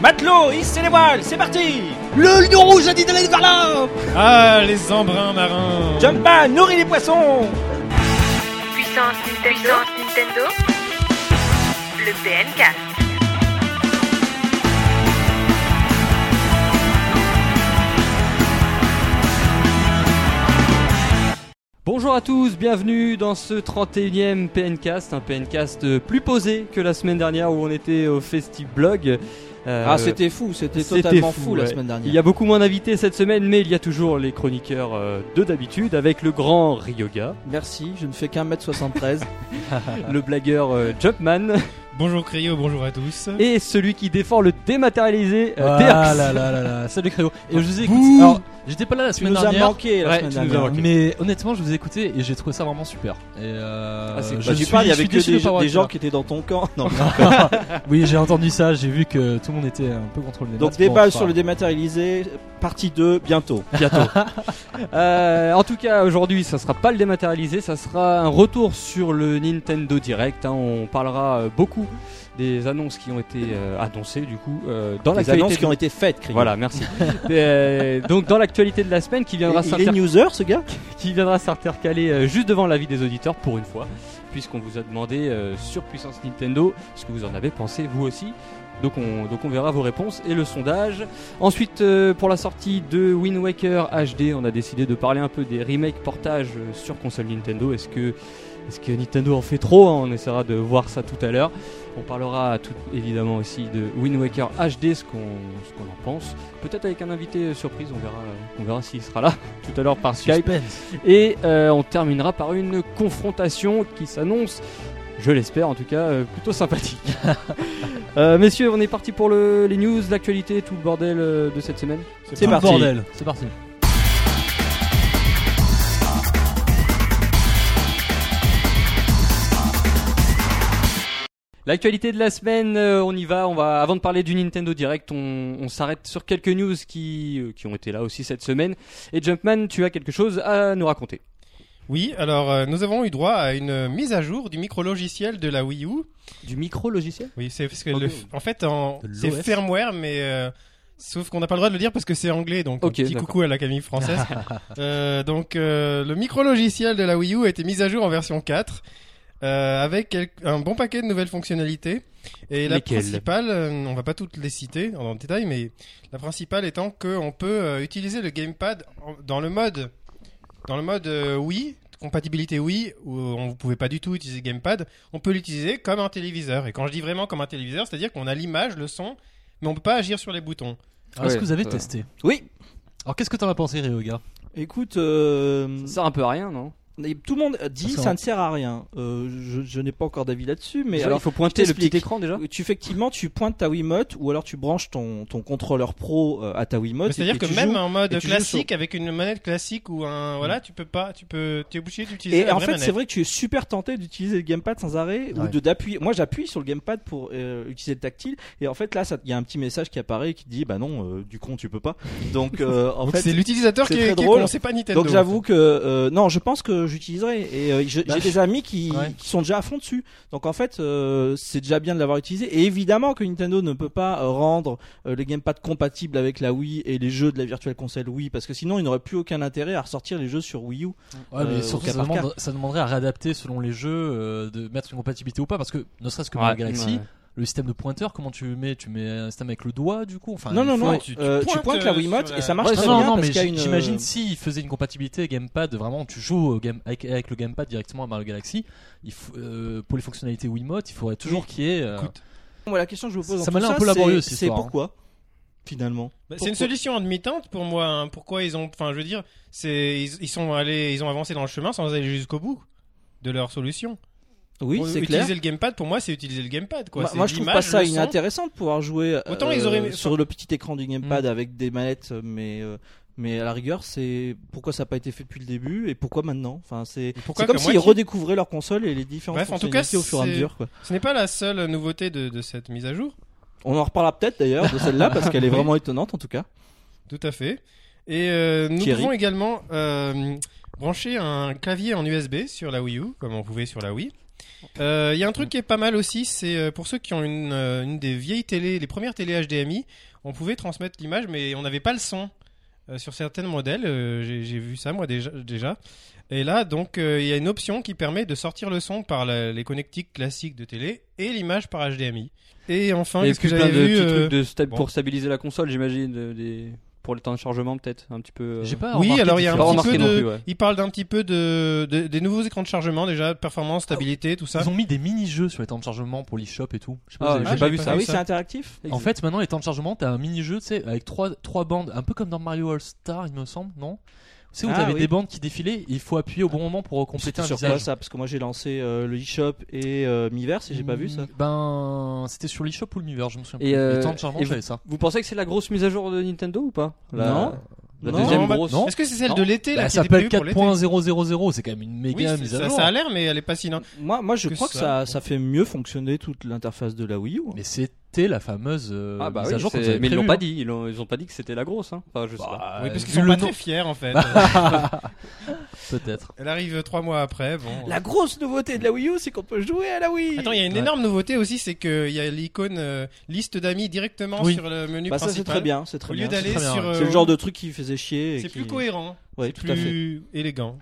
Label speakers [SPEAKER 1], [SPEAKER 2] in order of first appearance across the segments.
[SPEAKER 1] Matelot, hissez les voiles, c'est parti
[SPEAKER 2] Le lion rouge a dit d'aller vers là
[SPEAKER 3] Ah, les embruns marins
[SPEAKER 1] Jumpa, nourris les poissons
[SPEAKER 4] Puissance Nintendo, Puissance Nintendo. le BNK.
[SPEAKER 5] Bonjour à tous, bienvenue dans ce 31e PNcast, un PNcast plus posé que la semaine dernière où on était au FestiBlog. Euh,
[SPEAKER 2] Ah, c'était fou, c'était
[SPEAKER 5] c'était
[SPEAKER 2] totalement fou, la
[SPEAKER 5] ouais.
[SPEAKER 2] semaine dernière.
[SPEAKER 5] Il y a beaucoup moins d'invités cette semaine, mais il y a toujours les chroniqueurs euh, de d'habitude avec le grand Ryoga,
[SPEAKER 2] Merci, je ne fais qu'un mètre 73.
[SPEAKER 5] le blagueur euh, Jumpman
[SPEAKER 3] Bonjour Cryo, bonjour à tous.
[SPEAKER 5] et celui qui défend le dématérialisé euh,
[SPEAKER 6] Ah
[SPEAKER 5] DRX.
[SPEAKER 6] là là là là, salut Créo. Et je vous ai écouté.
[SPEAKER 2] Bouh.
[SPEAKER 6] Alors, j'étais pas là la
[SPEAKER 2] tu
[SPEAKER 6] semaine
[SPEAKER 2] nous as
[SPEAKER 6] dernière.
[SPEAKER 2] manqué la
[SPEAKER 6] Ouais,
[SPEAKER 2] semaine
[SPEAKER 6] tu nous as
[SPEAKER 2] dernière.
[SPEAKER 6] manqué. Mais honnêtement, je vous ai écouté et j'ai trouvé ça vraiment super. Et euh,
[SPEAKER 5] Ah, c'est-
[SPEAKER 6] je
[SPEAKER 2] Bah, tu
[SPEAKER 6] suis-
[SPEAKER 2] parles, il y
[SPEAKER 6] je
[SPEAKER 2] avait
[SPEAKER 6] suis
[SPEAKER 2] que
[SPEAKER 6] déçu de
[SPEAKER 2] des,
[SPEAKER 6] pas avoir
[SPEAKER 2] des
[SPEAKER 6] été
[SPEAKER 2] gens
[SPEAKER 6] là.
[SPEAKER 2] qui étaient dans ton camp. Non.
[SPEAKER 6] oui, j'ai entendu ça, j'ai vu que tout le monde était un peu contre le débat.
[SPEAKER 2] Donc
[SPEAKER 6] Bon,
[SPEAKER 2] débat
[SPEAKER 6] enfin,
[SPEAKER 2] sur le dématérialisé, partie 2, bientôt.
[SPEAKER 5] bientôt. Euh, en tout cas, aujourd'hui, ça sera pas le dématérialisé, ça sera un retour sur le Nintendo Direct. hein. On parlera euh, beaucoup des annonces qui ont été euh, annoncées du coup euh, dans
[SPEAKER 2] les
[SPEAKER 5] l'actualité.
[SPEAKER 2] annonces
[SPEAKER 5] de-
[SPEAKER 2] qui ont été faites, Crayon.
[SPEAKER 5] Voilà, merci. Euh, donc dans l'actualité de la semaine qui
[SPEAKER 2] Et-
[SPEAKER 5] viendra
[SPEAKER 2] Il est
[SPEAKER 5] s'inter-
[SPEAKER 2] newser, ce gars
[SPEAKER 5] qui viendra s'intercaler euh, juste devant l'avis des auditeurs pour une fois, puisqu'on vous a demandé euh, sur Puissance Nintendo ce que vous en avez pensé vous aussi. Donc on, donc on verra vos réponses et le sondage. Ensuite, euh, pour la sortie de Wind Waker HD, on a décidé de parler un peu des remakes portages euh, sur console Nintendo. Est-ce que, est que Nintendo en fait trop hein On essaiera de voir ça tout à l'heure. On parlera tout évidemment aussi de Wind Waker HD, ce qu'on ce qu'on en pense. Peut-être avec un invité euh, surprise, on verra, euh, on verra s'il sera là tout à l'heure par Skype.
[SPEAKER 6] Suspense.
[SPEAKER 5] Et euh, on terminera par une confrontation qui s'annonce, je l'espère en tout cas, euh, plutôt sympathique. Euh, messieurs, on est parti pour le- les news, l'actualité, tout le bordel euh, de cette semaine.
[SPEAKER 2] C'est
[SPEAKER 6] Tout
[SPEAKER 2] parti.
[SPEAKER 6] Bordel. C'est parti.
[SPEAKER 5] L'actualité de la semaine, euh, on y va. On va avant de parler du Nintendo Direct, on, on s'arrête sur quelques news qui, euh, qui ont été là aussi cette semaine. Et Jumpman, tu as quelque chose à nous raconter.
[SPEAKER 3] Oui, alors euh, nous avons eu droit à une euh, mise à jour du micro-logiciel de la Wii U.
[SPEAKER 5] Du micro logiciel
[SPEAKER 3] Oui, c'est parce que
[SPEAKER 5] Ok.
[SPEAKER 3] le f- en fait, en-
[SPEAKER 6] De
[SPEAKER 3] c'est
[SPEAKER 6] l'OS.
[SPEAKER 3] firmware, mais euh, sauf qu'on n'a pas le droit de le dire parce que c'est anglais, donc
[SPEAKER 5] Ok,
[SPEAKER 3] un petit
[SPEAKER 5] d'accord.
[SPEAKER 3] coucou à la Camille française. Euh, donc euh, le micro-logiciel de la Wii U a été mis à jour en version 4 euh, avec quel- un bon paquet de nouvelles fonctionnalités. Et la
[SPEAKER 5] Lesquelles
[SPEAKER 3] principale, euh, on va pas toutes les citer en détail, mais la principale étant qu'on peut euh, utiliser le gamepad en- dans le mode dans le mode euh, Wii, compatibilité Wii, où on ne pouvait pas du tout utiliser le gamepad, on peut l'utiliser comme un téléviseur. Et quand je dis vraiment comme un téléviseur, c'est-à-dire qu'on a l'image, le son, mais on peut pas agir sur les boutons.
[SPEAKER 2] Ah,
[SPEAKER 6] Alors, Est-ce
[SPEAKER 5] Ouais,
[SPEAKER 6] que vous avez
[SPEAKER 5] ça va.
[SPEAKER 6] testé
[SPEAKER 2] Oui.
[SPEAKER 6] Alors qu'est-ce que t'en as pensé, Ryoga
[SPEAKER 2] Écoute, euh,
[SPEAKER 5] Ça sert un peu à rien, non
[SPEAKER 2] et tout le monde dit
[SPEAKER 6] Ça
[SPEAKER 2] ça,
[SPEAKER 6] va.
[SPEAKER 2] ne sert à rien. Euh, je je n'ai pas encore d'avis là-dessus, mais
[SPEAKER 5] Déjà,
[SPEAKER 2] alors
[SPEAKER 5] il faut pointer
[SPEAKER 2] je
[SPEAKER 5] le petit
[SPEAKER 2] t'explique.
[SPEAKER 5] écran déjà.
[SPEAKER 2] tu effectivement tu pointes ta Wiimote ou alors tu branches ton, ton contrôleur pro euh, à ta Wiimote.
[SPEAKER 3] Mais C'est-à-dire
[SPEAKER 2] et
[SPEAKER 3] que
[SPEAKER 2] tu
[SPEAKER 3] même
[SPEAKER 2] joues.
[SPEAKER 3] en mode
[SPEAKER 2] et tu joues
[SPEAKER 3] classique, avec une manette classique ou un voilà, tu peux pas, tu peux, tu es obligé d'utiliser.
[SPEAKER 2] Et
[SPEAKER 3] la
[SPEAKER 2] en
[SPEAKER 3] vraie
[SPEAKER 2] fait,
[SPEAKER 3] manette.
[SPEAKER 2] c'est vrai que tu es super tenté d'utiliser le gamepad sans arrêt ou
[SPEAKER 6] Ouais.
[SPEAKER 2] de d'appuyer. Moi, j'appuie sur le gamepad pour euh, utiliser le tactile. Et en fait, là, ça- il y a un petit message qui apparaît qui dit bah non, euh, du con, tu peux pas. Donc, euh, en
[SPEAKER 3] Donc
[SPEAKER 2] fait,
[SPEAKER 3] c'est l'utilisateur
[SPEAKER 2] c'est
[SPEAKER 3] qui est,
[SPEAKER 2] très
[SPEAKER 3] qui est
[SPEAKER 2] drôle.
[SPEAKER 3] con, c'est pas Nintendo.
[SPEAKER 2] Donc j'avoue que euh, non, je pense que j'utiliserai et euh, je- j'ai
[SPEAKER 6] Bah,
[SPEAKER 2] des amis qui,
[SPEAKER 6] ouais.
[SPEAKER 2] qui sont déjà à fond dessus. Donc en fait, euh, c'est déjà bien de l'avoir utilisé. Et évidemment que Nintendo ne peut pas euh, rendre euh, les gamepads compatibles avec la Wii et les jeux de la Virtual Console Wii parce que sinon ils n'auraient plus aucun intérêt à ressortir les jeux sur Wii U.
[SPEAKER 6] Ouais, mais
[SPEAKER 2] Euh, au
[SPEAKER 6] surtout,
[SPEAKER 2] cas
[SPEAKER 6] ça,
[SPEAKER 2] par cas.
[SPEAKER 6] demande- ça demanderait à réadapter selon les jeux, euh, de mettre une compatibilité ou pas, parce que ne serait-ce que
[SPEAKER 5] Ouais,
[SPEAKER 6] pour la Galaxy,
[SPEAKER 5] ouais.
[SPEAKER 6] le système de pointeur, comment tu mets Tu mets un système avec le doigt, du coup enfin,
[SPEAKER 2] non
[SPEAKER 6] il
[SPEAKER 2] non
[SPEAKER 6] faut-
[SPEAKER 2] non, euh,
[SPEAKER 3] ouais,
[SPEAKER 2] tu,
[SPEAKER 3] tu- tu
[SPEAKER 2] pointes,
[SPEAKER 3] pointes,
[SPEAKER 2] la
[SPEAKER 3] euh,
[SPEAKER 2] Wiimote
[SPEAKER 3] sur
[SPEAKER 2] et
[SPEAKER 3] la-
[SPEAKER 2] ça marche
[SPEAKER 6] Ouais,
[SPEAKER 2] très
[SPEAKER 6] non,
[SPEAKER 2] bien
[SPEAKER 6] non,
[SPEAKER 2] parce
[SPEAKER 6] mais
[SPEAKER 2] qu'il y a une. euh,
[SPEAKER 6] j- j'imagine s'il faisait une compatibilité gamepad, vraiment tu joues au game, avec, avec le gamepad directement à Mario Galaxy, il faut, euh, pour les fonctionnalités Wiimote, il faudrait toujours qu'il y ait. euh,
[SPEAKER 3] Écoute,
[SPEAKER 2] Moi, la question que je vous pose,
[SPEAKER 6] Ça
[SPEAKER 2] dans
[SPEAKER 6] m'a
[SPEAKER 2] tout
[SPEAKER 6] l'air un peu laborieux,
[SPEAKER 2] c'est-
[SPEAKER 6] cette
[SPEAKER 2] C'est
[SPEAKER 6] histoire, hein.
[SPEAKER 2] pourquoi finalement.
[SPEAKER 3] Bah, c'est une
[SPEAKER 2] Pourquoi-
[SPEAKER 3] solution en demi-teinte pour moi. hein. Pourquoi ils ont, enfin, je veux dire, c'est ils, ils sont allés, ils ont avancé dans le chemin sans aller jusqu'au bout de leur solution.
[SPEAKER 2] Oui,
[SPEAKER 3] Pour
[SPEAKER 2] c'est clair.
[SPEAKER 3] utiliser le gamepad pour moi, c'est utiliser le gamepad quoi.
[SPEAKER 2] Moi-
[SPEAKER 3] C'est
[SPEAKER 2] moi, je trouve
[SPEAKER 3] l'image,
[SPEAKER 2] pas ça
[SPEAKER 3] le son.
[SPEAKER 2] inintéressant de pouvoir jouer
[SPEAKER 3] Autant
[SPEAKER 2] euh,
[SPEAKER 3] ils auraient- Mm.
[SPEAKER 2] sur le petit écran du gamepad avec des manettes, mais euh, mais à la rigueur, c'est pourquoi ça n'a pas été fait depuis le début et pourquoi maintenant. Enfin, c'est
[SPEAKER 3] Pourquoi
[SPEAKER 2] c'est comme
[SPEAKER 3] que
[SPEAKER 2] s'ils
[SPEAKER 3] moi qui-
[SPEAKER 2] redécouvraient leur console et les différentes
[SPEAKER 3] Bref, en tout cas,
[SPEAKER 2] fonctionnalités au fur et à
[SPEAKER 3] c'est-
[SPEAKER 2] mesure. quoi.
[SPEAKER 3] Ce n'est pas la seule nouveauté de, de cette mise à jour,
[SPEAKER 2] On en reparlera peut-être d'ailleurs de celle-là parce qu'elle est vraiment étonnante en tout cas.
[SPEAKER 3] tout à fait. Et euh, nous
[SPEAKER 2] Thierry.
[SPEAKER 3] pouvons également euh, brancher un clavier en USB sur la Wii U, comme on pouvait sur la Wii. Euh, Il y a un truc qui est pas mal aussi, c'est euh, pour ceux qui ont une, euh, une des vieilles télé, les premières télé HDMI, on pouvait transmettre l'image, mais on n'avait pas le son euh, sur certains modèles. euh, J'ai j'ai vu ça moi déjà. déjà. Et là, donc, euh, il y a une option qui permet de sortir le son par la- les connectiques classiques de télé et l'image par HDMI. Et enfin,
[SPEAKER 5] Et
[SPEAKER 3] qu'est-ce que
[SPEAKER 5] puis plein
[SPEAKER 3] j'avais
[SPEAKER 5] de
[SPEAKER 3] vu
[SPEAKER 5] petits
[SPEAKER 3] euh,
[SPEAKER 5] trucs de sta-
[SPEAKER 3] bon.
[SPEAKER 5] pour stabiliser la console, j'imagine, euh, des... pour le temps de chargement peut-être, un petit peu. euh,
[SPEAKER 6] J'ai pas
[SPEAKER 3] Oui,
[SPEAKER 6] remarqué
[SPEAKER 3] alors il y a
[SPEAKER 5] J'ai
[SPEAKER 3] un
[SPEAKER 5] pas
[SPEAKER 6] différence.
[SPEAKER 3] petit
[SPEAKER 5] remarqué
[SPEAKER 3] peu
[SPEAKER 5] non
[SPEAKER 3] de.
[SPEAKER 5] plus, ouais.
[SPEAKER 3] Il parle d'un petit peu de, de- des nouveaux écrans de chargement déjà, performance, stabilité, tout ça.
[SPEAKER 6] Ils ont mis des mini-jeux sur les temps de chargement pour l'eShop et tout. Je sais pas,
[SPEAKER 5] Ah,
[SPEAKER 6] vous avez
[SPEAKER 5] j'ai
[SPEAKER 6] vu.
[SPEAKER 5] pas vu ça.
[SPEAKER 2] Ah oui,
[SPEAKER 3] ça.
[SPEAKER 2] c'est interactif
[SPEAKER 6] En fait, maintenant, les temps de chargement, t'as un mini-jeu, tu sais, avec trois, trois bandes, un peu comme dans Mario All-Star, il me semble, non Tu sais, où
[SPEAKER 2] Ah,
[SPEAKER 6] t'avais
[SPEAKER 2] oui.
[SPEAKER 6] des bandes qui défilaient, et il faut appuyer au bon moment pour compléter
[SPEAKER 2] C'était
[SPEAKER 6] un
[SPEAKER 2] sur
[SPEAKER 6] visage.
[SPEAKER 2] quoi ça Parce que moi j'ai lancé euh, le eShop et euh, Miiverse et j'ai pas vu ça.
[SPEAKER 6] Mm, Ben, c'était sur l'eShop ou le Miiverse, je me souviens
[SPEAKER 5] Et,
[SPEAKER 6] plus.
[SPEAKER 5] euh,
[SPEAKER 6] les temps de chargement,
[SPEAKER 5] et
[SPEAKER 6] j'avais ça.
[SPEAKER 5] Vous pensez que c'est la grosse mise à jour de Nintendo ou pas La-
[SPEAKER 2] Non.
[SPEAKER 5] La
[SPEAKER 2] Non.
[SPEAKER 5] deuxième
[SPEAKER 3] Non, bah,
[SPEAKER 5] grosse.
[SPEAKER 6] non.
[SPEAKER 3] Est-ce que c'est celle
[SPEAKER 6] Non.
[SPEAKER 3] de l'été là
[SPEAKER 6] Bah,
[SPEAKER 3] qui
[SPEAKER 6] ça
[SPEAKER 3] était prévue
[SPEAKER 6] s'appelle
[SPEAKER 3] pour l'été
[SPEAKER 6] 4.000, c'est quand même une
[SPEAKER 3] Oui,
[SPEAKER 6] méga
[SPEAKER 3] c'est-
[SPEAKER 6] mise à
[SPEAKER 3] ça,
[SPEAKER 6] jour.
[SPEAKER 3] ça a l'air, mais elle est pas si. non-
[SPEAKER 2] Moi, moi je
[SPEAKER 3] Que
[SPEAKER 2] crois que
[SPEAKER 3] ça.
[SPEAKER 2] ça, ça fait mieux fonctionner toute l'interface de la Wii U. hein.
[SPEAKER 6] Mais c'était la fameuse euh,
[SPEAKER 5] Ah bah
[SPEAKER 6] mise
[SPEAKER 5] oui,
[SPEAKER 6] à jour qu'on
[SPEAKER 5] c'est-
[SPEAKER 6] vous avait
[SPEAKER 5] mais ils l'ont
[SPEAKER 6] prévue,
[SPEAKER 5] pas
[SPEAKER 6] hein.
[SPEAKER 5] dit, ils ont, ils ont pas dit que c'était la grosse. Hein. Enfin, je sais pas.
[SPEAKER 6] Bah,
[SPEAKER 3] Oui, parce qu'ils
[SPEAKER 6] vu
[SPEAKER 3] sont
[SPEAKER 6] le
[SPEAKER 3] pas
[SPEAKER 6] nom-
[SPEAKER 3] très fiers en fait.
[SPEAKER 6] Peut-être.
[SPEAKER 3] Elle arrive trois mois après. Bon.
[SPEAKER 2] La grosse nouveauté de la Wii U, c'est qu'on peut jouer à la Wii.
[SPEAKER 3] Attends, il y a une
[SPEAKER 6] Ouais.
[SPEAKER 3] énorme nouveauté aussi, c'est qu'il y a l'icône euh, liste d'amis directement
[SPEAKER 6] Oui.
[SPEAKER 3] sur le menu
[SPEAKER 2] bah ça
[SPEAKER 3] principal.
[SPEAKER 2] c'est très bien, c'est très
[SPEAKER 3] Au lieu
[SPEAKER 2] bien.
[SPEAKER 3] d'aller
[SPEAKER 6] très bien,
[SPEAKER 3] sur.
[SPEAKER 6] ouais.
[SPEAKER 3] euh,
[SPEAKER 2] C'est le genre de truc qui faisait chier. et
[SPEAKER 3] C'est
[SPEAKER 2] qui-
[SPEAKER 3] plus cohérent,
[SPEAKER 2] Ouais,
[SPEAKER 3] c'est
[SPEAKER 2] tout à fait.
[SPEAKER 3] plus élégant.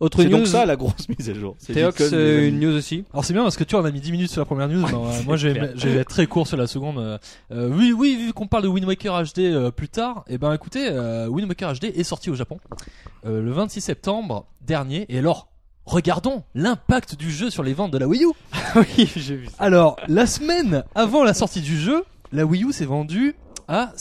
[SPEAKER 5] Autre
[SPEAKER 2] C'est
[SPEAKER 5] news.
[SPEAKER 2] donc ça la grosse mise à jour. C'est
[SPEAKER 5] Théox,
[SPEAKER 2] l'icône
[SPEAKER 5] euh,
[SPEAKER 2] des
[SPEAKER 5] une
[SPEAKER 2] amis.
[SPEAKER 5] news aussi.
[SPEAKER 6] Alors c'est bien parce que tu vois, on a mis 10 minutes sur la première news. Ben, euh, moi, je vais, je vais être très court sur la seconde. Euh, euh, oui, oui, vu qu'on parle de Wind Waker HD euh, plus tard, et ben écoutez, euh, Wind Waker HD est sorti au Japon euh, le 26 septembre dernier. Et alors, regardons l'impact du jeu sur les ventes de la Wii U.
[SPEAKER 5] Ah oui, j'ai vu ça.
[SPEAKER 6] Alors, la semaine avant la sortie du jeu, la Wii U s'est vendue à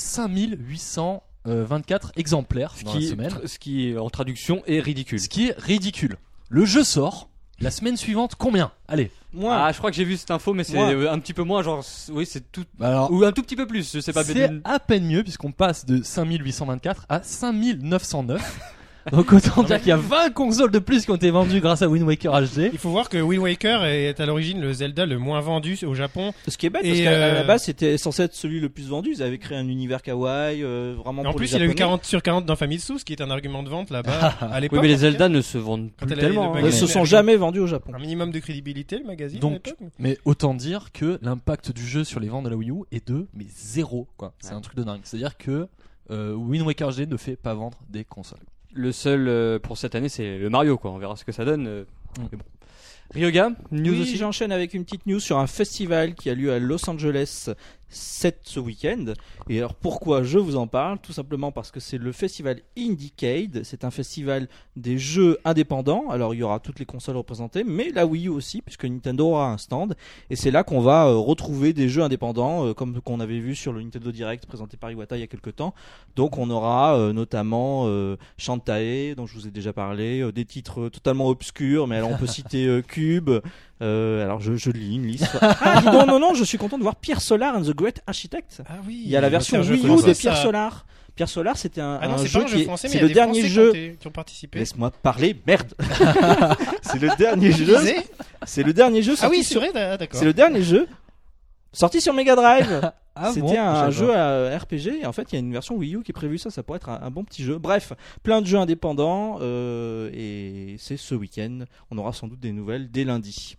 [SPEAKER 6] 5824 exemplaires
[SPEAKER 5] Ce
[SPEAKER 6] dans la
[SPEAKER 5] qui,
[SPEAKER 6] semaine.
[SPEAKER 5] tr- ce qui, en traduction, est ridicule.
[SPEAKER 6] Ce qui est ridicule. Le jeu sort. La semaine suivante, combien Allez.
[SPEAKER 2] Moi,
[SPEAKER 5] Ah, je crois que j'ai vu cette info, mais c'est
[SPEAKER 2] Moi.
[SPEAKER 5] euh, un petit peu moins, genre, c- oui, c'est tout,
[SPEAKER 6] Alors,
[SPEAKER 5] ou un tout petit peu plus, je sais Bah pas. mais
[SPEAKER 6] Bah. c'est
[SPEAKER 5] d'une-
[SPEAKER 6] à peine mieux puisqu'on passe de 5824 à 5909. Donc autant dire qu'il y a 20 consoles de plus qui ont été vendues grâce à Wind Waker HD.
[SPEAKER 3] Il faut voir que Wind Waker est à l'origine le Zelda le moins vendu au Japon.
[SPEAKER 2] ce qui est bête,
[SPEAKER 3] et
[SPEAKER 2] parce qu'à à la
[SPEAKER 3] euh,
[SPEAKER 2] base c'était censé être celui le plus vendu. Ils avaient créé un univers kawaii, euh, vraiment
[SPEAKER 3] Et en
[SPEAKER 2] pour
[SPEAKER 3] plus,
[SPEAKER 2] les
[SPEAKER 3] il a eu
[SPEAKER 2] Japonais.
[SPEAKER 3] 40 sur 40 dans Famitsu, ce qui est un argument de vente là-bas à
[SPEAKER 5] Oui,
[SPEAKER 3] l'époque.
[SPEAKER 5] mais les Zelda ne se vendent
[SPEAKER 3] Quand
[SPEAKER 5] plus
[SPEAKER 3] elle a-
[SPEAKER 5] tellement.
[SPEAKER 3] le
[SPEAKER 5] hein.
[SPEAKER 2] Ils se sont jamais vendus au Japon.
[SPEAKER 3] Un minimum de crédibilité, le magazine.
[SPEAKER 6] Donc,
[SPEAKER 3] à l'époque.
[SPEAKER 6] Mais autant dire que l'impact du jeu sur les ventes de la Wii U est de mais zéro quoi. C'est un truc de dingue. C'est-à-dire que euh, Wind Waker HD ne fait pas vendre des consoles.
[SPEAKER 5] Le seul euh, pour cette année, c'est le Mario, quoi. On verra ce que ça donne. euh,
[SPEAKER 6] Mm.
[SPEAKER 5] mais bon. Ryoga, news
[SPEAKER 2] oui,
[SPEAKER 5] aussi.
[SPEAKER 2] j'enchaîne avec une petite news sur un festival qui a lieu à Los Angeles cette ce week-end. Et alors pourquoi je vous en parle Tout simplement parce que c'est le festival Indiecade. C'est un festival des jeux indépendants. Alors il y aura toutes les consoles représentées, mais la Wii U aussi, puisque Nintendo aura un stand. Et c'est là qu'on va euh, retrouver des jeux indépendants, euh, comme qu'on avait vu sur le Nintendo Direct présenté par Iwata il y a quelques temps. Donc on aura euh, notamment euh, Shantae, dont je vous ai déjà parlé, euh, des titres euh, totalement obscurs, mais alors on peut citer euh, Cube. Euh, alors je, je lis une liste. Ah, dis donc, non, non, je suis content de voir Pierre Solar and the Great Architect.
[SPEAKER 3] Ah oui.
[SPEAKER 2] Il y a la version Wii U de Pierre Solar. Pierre Solar, c'était un,
[SPEAKER 3] Ah non,
[SPEAKER 2] un
[SPEAKER 3] c'est
[SPEAKER 2] jeu
[SPEAKER 3] pas un
[SPEAKER 2] qui
[SPEAKER 3] jeu
[SPEAKER 2] est-
[SPEAKER 3] français, mais
[SPEAKER 2] c'est
[SPEAKER 3] il y a
[SPEAKER 2] le
[SPEAKER 3] des
[SPEAKER 2] dernier
[SPEAKER 3] Français
[SPEAKER 2] jeu.
[SPEAKER 3] qui ont été- qui ont participé.
[SPEAKER 2] Laisse-moi parler, merde. c'est le dernier jeu.
[SPEAKER 3] Lisez.
[SPEAKER 2] C'est le dernier jeu.
[SPEAKER 3] Ah
[SPEAKER 2] sorti
[SPEAKER 3] oui,
[SPEAKER 2] sur-
[SPEAKER 3] sur Red, ah, d'accord.
[SPEAKER 2] C'est le dernier jeu sorti sur Mega Drive.
[SPEAKER 6] Ah
[SPEAKER 2] C'était
[SPEAKER 6] bon
[SPEAKER 2] un
[SPEAKER 6] J'adore.
[SPEAKER 2] jeu à RPG et en fait il y a une version Wii U qui est prévue ça, ça pourrait être un, un bon petit jeu. Bref, plein de jeux indépendants euh, et c'est ce week-end. On aura sans doute des nouvelles dès lundi.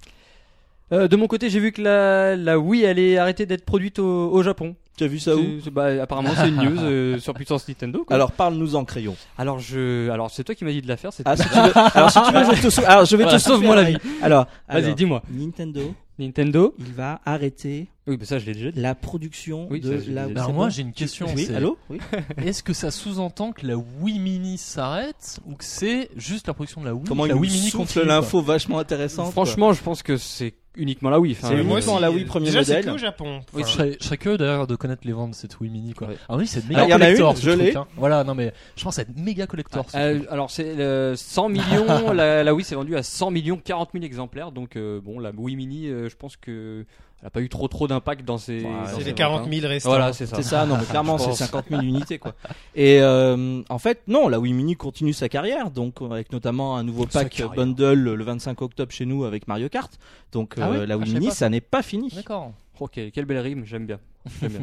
[SPEAKER 5] Euh, de mon côté, j'ai vu que la, la Wii allait arrêter d'être produite au, au Japon.
[SPEAKER 2] Tu as vu ça où
[SPEAKER 5] C'est- c'est- bah, apparemment, c'est une news euh, sur puissance Nintendo. quoi.
[SPEAKER 2] Alors parle-nous en crayon.
[SPEAKER 5] alors je, alors c'est toi qui m'as dit de la faire. c'est-
[SPEAKER 2] Ah, si tu veux- alors si tu veux, je te sou- alors, je vais
[SPEAKER 5] Voilà,
[SPEAKER 2] te sauver
[SPEAKER 5] sauve-moi la vie.
[SPEAKER 2] Alors,
[SPEAKER 5] Vas-y,
[SPEAKER 2] alors,
[SPEAKER 5] dis-moi.
[SPEAKER 2] Nintendo,
[SPEAKER 5] Nintendo.
[SPEAKER 2] il va arrêter
[SPEAKER 5] Oui, mais ça, je l'ai déjà dit.
[SPEAKER 2] la production
[SPEAKER 5] Oui,
[SPEAKER 2] de
[SPEAKER 5] ça, je
[SPEAKER 2] la.
[SPEAKER 5] l'ai déjà dit.
[SPEAKER 6] Alors
[SPEAKER 2] C'est
[SPEAKER 6] moi
[SPEAKER 2] bon
[SPEAKER 6] j'ai une question.
[SPEAKER 2] Oui,
[SPEAKER 6] c'est-
[SPEAKER 2] allô Oui.
[SPEAKER 6] Est-ce que ça sous-entend que la Wii Mini s'arrête ou que c'est juste la production de la Wii
[SPEAKER 2] Comment
[SPEAKER 6] que
[SPEAKER 2] il
[SPEAKER 6] la
[SPEAKER 2] nous
[SPEAKER 6] Wii Mini
[SPEAKER 2] souffle
[SPEAKER 6] continue, quoi
[SPEAKER 2] l'info vachement intéressante. quoi.
[SPEAKER 5] Franchement, je pense que c'est uniquement la Wii. Enfin,
[SPEAKER 2] C'est
[SPEAKER 5] euh,
[SPEAKER 2] uniquement
[SPEAKER 3] Moi
[SPEAKER 2] aussi.
[SPEAKER 3] aussi,
[SPEAKER 2] la Wii premier
[SPEAKER 3] déjà, c'est
[SPEAKER 2] modèle.
[SPEAKER 3] que au Japon.
[SPEAKER 6] Oui, je,
[SPEAKER 3] Enfin,
[SPEAKER 6] serais, je serais curieux d'ailleurs de connaître les ventes de cette Wii Mini quoi.
[SPEAKER 5] Ouais.
[SPEAKER 6] Ah oui, c'est
[SPEAKER 2] Ah,
[SPEAKER 6] méga
[SPEAKER 2] il y en a
[SPEAKER 6] collector.
[SPEAKER 2] une, Ah,
[SPEAKER 6] ce
[SPEAKER 2] je
[SPEAKER 6] truc,
[SPEAKER 2] l'ai.
[SPEAKER 6] hein. Voilà, non mais je pense être méga collector. ce
[SPEAKER 5] Euh,
[SPEAKER 6] truc.
[SPEAKER 5] alors c'est euh, 100 millions, la, la Wii s'est vendue à 100 millions 40 000 exemplaires, donc euh, bon la Wii Mini, euh, je pense que elle a pas eu trop trop d'impact dans ses. dans
[SPEAKER 3] C'est
[SPEAKER 5] ses
[SPEAKER 3] les
[SPEAKER 5] ventes,
[SPEAKER 3] 40
[SPEAKER 5] hein.
[SPEAKER 3] 000 restants.
[SPEAKER 5] Voilà c'est ça.
[SPEAKER 2] C'est ça, non, mais clairement,
[SPEAKER 5] Je
[SPEAKER 2] c'est
[SPEAKER 5] pense.
[SPEAKER 2] 50 000 unités, quoi. Et euh, en fait, non, la Wii Mini continue sa carrière, donc euh, avec notamment un nouveau
[SPEAKER 5] Sa
[SPEAKER 2] pack
[SPEAKER 5] carrière.
[SPEAKER 2] bundle euh, le 25 octobre chez nous avec Mario Kart. Donc euh,
[SPEAKER 6] Ah oui
[SPEAKER 2] la
[SPEAKER 6] Ah, je
[SPEAKER 2] Wii
[SPEAKER 6] sais
[SPEAKER 2] Mini,
[SPEAKER 6] pas.
[SPEAKER 2] ça n'est pas fini.
[SPEAKER 6] D'accord.
[SPEAKER 5] Ok Oh, quelle belle rime j'aime bien. J'aime bien.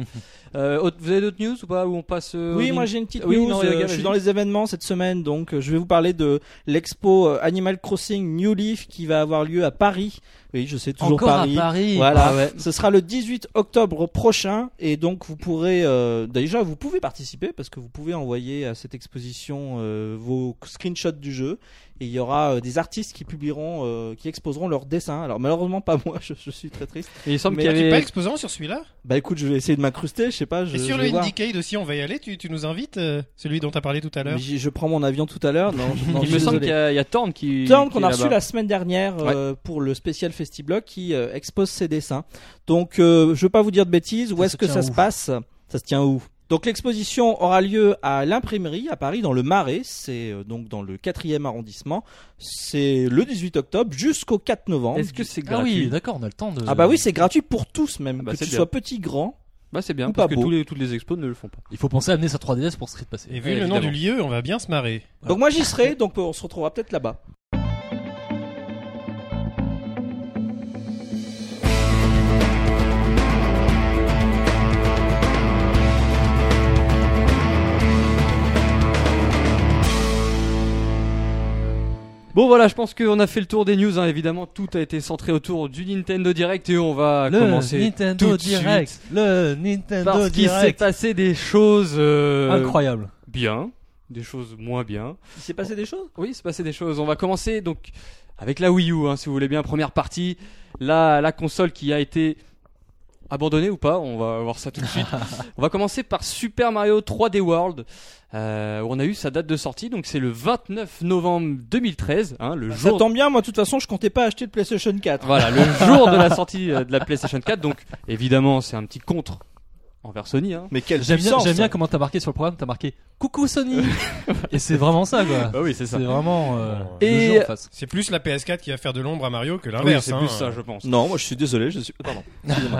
[SPEAKER 5] Euh, autre- vous avez d'autres news ou pas Où on passe euh,
[SPEAKER 2] Oui,
[SPEAKER 5] au
[SPEAKER 2] moi
[SPEAKER 5] nin-
[SPEAKER 2] j'ai une petite
[SPEAKER 5] Oui,
[SPEAKER 2] news.
[SPEAKER 5] non,
[SPEAKER 2] euh,
[SPEAKER 5] regarde,
[SPEAKER 2] je suis
[SPEAKER 5] vas-y.
[SPEAKER 2] dans les événements cette semaine, donc euh, je vais vous parler de l'expo euh, Animal Crossing New Leaf qui va avoir lieu à Paris. Oui, je sais toujours
[SPEAKER 6] Encore
[SPEAKER 2] Paris.
[SPEAKER 6] à Paris.
[SPEAKER 2] Voilà,
[SPEAKER 5] Ah ouais.
[SPEAKER 2] ce sera le 18 octobre prochain et donc vous pourrez euh, déjà vous pouvez participer parce que vous pouvez envoyer à cette exposition euh, vos screenshots du jeu et il y aura euh, des artistes qui publieront euh, qui exposeront leurs dessins. Alors malheureusement pas moi, je, je suis très triste.
[SPEAKER 5] Et Il semble
[SPEAKER 2] Mais
[SPEAKER 5] qu'il y
[SPEAKER 3] Tu es pas
[SPEAKER 5] avait.
[SPEAKER 3] exposant sur celui-là
[SPEAKER 2] Bah écoute, je vais essayer de m'incruster, je sais pas, je,
[SPEAKER 3] Et sur
[SPEAKER 2] je
[SPEAKER 3] le
[SPEAKER 2] vais voir.
[SPEAKER 3] Indicade aussi, on va y aller. Tu, tu nous invites, euh, celui dont tu as parlé tout à
[SPEAKER 2] Mais
[SPEAKER 3] l'heure.
[SPEAKER 2] j'y- je prends mon avion tout à l'heure. Non, je- non,
[SPEAKER 5] Il
[SPEAKER 2] je
[SPEAKER 5] me
[SPEAKER 2] suis désolé.
[SPEAKER 5] semble qu'il y a, il y a Thorne qui.
[SPEAKER 2] Thorne
[SPEAKER 5] qui
[SPEAKER 2] qu'on
[SPEAKER 5] est
[SPEAKER 2] a reçu
[SPEAKER 5] là-bas.
[SPEAKER 2] la semaine dernière euh, pour le spécial Festiblock qui euh, expose ses dessins. Donc euh, je veux pas vous dire de bêtises, où
[SPEAKER 6] Ça
[SPEAKER 2] est-ce
[SPEAKER 6] se
[SPEAKER 2] que
[SPEAKER 6] tient
[SPEAKER 2] ça se
[SPEAKER 6] où
[SPEAKER 2] passe Ça se tient où donc l'exposition aura lieu à l'imprimerie à Paris dans le Marais, c'est euh, donc dans le 4e arrondissement. C'est le 18 octobre jusqu'au 4 novembre.
[SPEAKER 5] Est-ce que c'est
[SPEAKER 6] Ah
[SPEAKER 5] gratuit
[SPEAKER 6] oui, d'accord, on a le temps de.
[SPEAKER 2] Ah bah oui, c'est gratuit pour tous même,
[SPEAKER 5] Ah bah,
[SPEAKER 2] que
[SPEAKER 5] c'est
[SPEAKER 2] tu
[SPEAKER 5] bien.
[SPEAKER 2] sois petit grand.
[SPEAKER 5] Bah c'est
[SPEAKER 2] Ou
[SPEAKER 5] bien,
[SPEAKER 2] pas
[SPEAKER 5] parce que
[SPEAKER 2] beau.
[SPEAKER 5] tous les, toutes les expos ne le font pas.
[SPEAKER 6] Il faut penser à amener sa 3DS pour Street Passer.
[SPEAKER 3] Et vu
[SPEAKER 5] Ouais,
[SPEAKER 3] le nom du
[SPEAKER 5] évidemment.
[SPEAKER 3] lieu, on va bien se marrer.
[SPEAKER 2] Donc moi j'y serai, donc euh, on se retrouvera peut-être là-bas.
[SPEAKER 5] Bon voilà, je pense qu'on a fait le tour des news. hein. Évidemment, tout a été centré autour du Nintendo Direct et on va
[SPEAKER 6] Le
[SPEAKER 5] commencer
[SPEAKER 6] Nintendo
[SPEAKER 5] tout de suite.
[SPEAKER 6] Direct. Le Nintendo
[SPEAKER 5] parce qu'il s'est
[SPEAKER 6] Direct.
[SPEAKER 5] passé des choses euh,
[SPEAKER 6] Incroyable.
[SPEAKER 5] bien, des choses moins bien.
[SPEAKER 2] Il s'est passé des choses
[SPEAKER 5] Oui, il s'est passé des choses. On va commencer donc avec la Wii U, hein, si vous voulez bien. Première partie, la, la console qui a été abandonnée ou pas, on va voir ça tout de suite. on va commencer par Super Mario 3D World, euh, où on a eu sa date de sortie, donc c'est le 29 novembre 2013, hein, le
[SPEAKER 2] Bah, Ça
[SPEAKER 5] jour
[SPEAKER 2] tombe bien, moi de toute façon je comptais pas acheter de PlayStation 4.
[SPEAKER 5] voilà, le jour de la sortie euh, de la PlayStation 4, donc évidemment c'est un petit contre envers Sony. Hein.
[SPEAKER 2] Mais quelle
[SPEAKER 6] J'aime bien,
[SPEAKER 2] puissance
[SPEAKER 6] j'aime bien comment t'as marqué sur le programme, t'as marqué Coucou Sony Et c'est vraiment ça quoi.
[SPEAKER 5] oui, c'est
[SPEAKER 6] C'est vraiment euh,
[SPEAKER 5] Et-
[SPEAKER 6] le jeu en face.
[SPEAKER 3] C'est plus la PS4 qui va faire de l'ombre à Mario que
[SPEAKER 5] Oui,
[SPEAKER 3] l'inverse.
[SPEAKER 5] c'est
[SPEAKER 3] hein.
[SPEAKER 5] plus ça, je pense.
[SPEAKER 2] Non, moi je suis désolé, je suis pardon.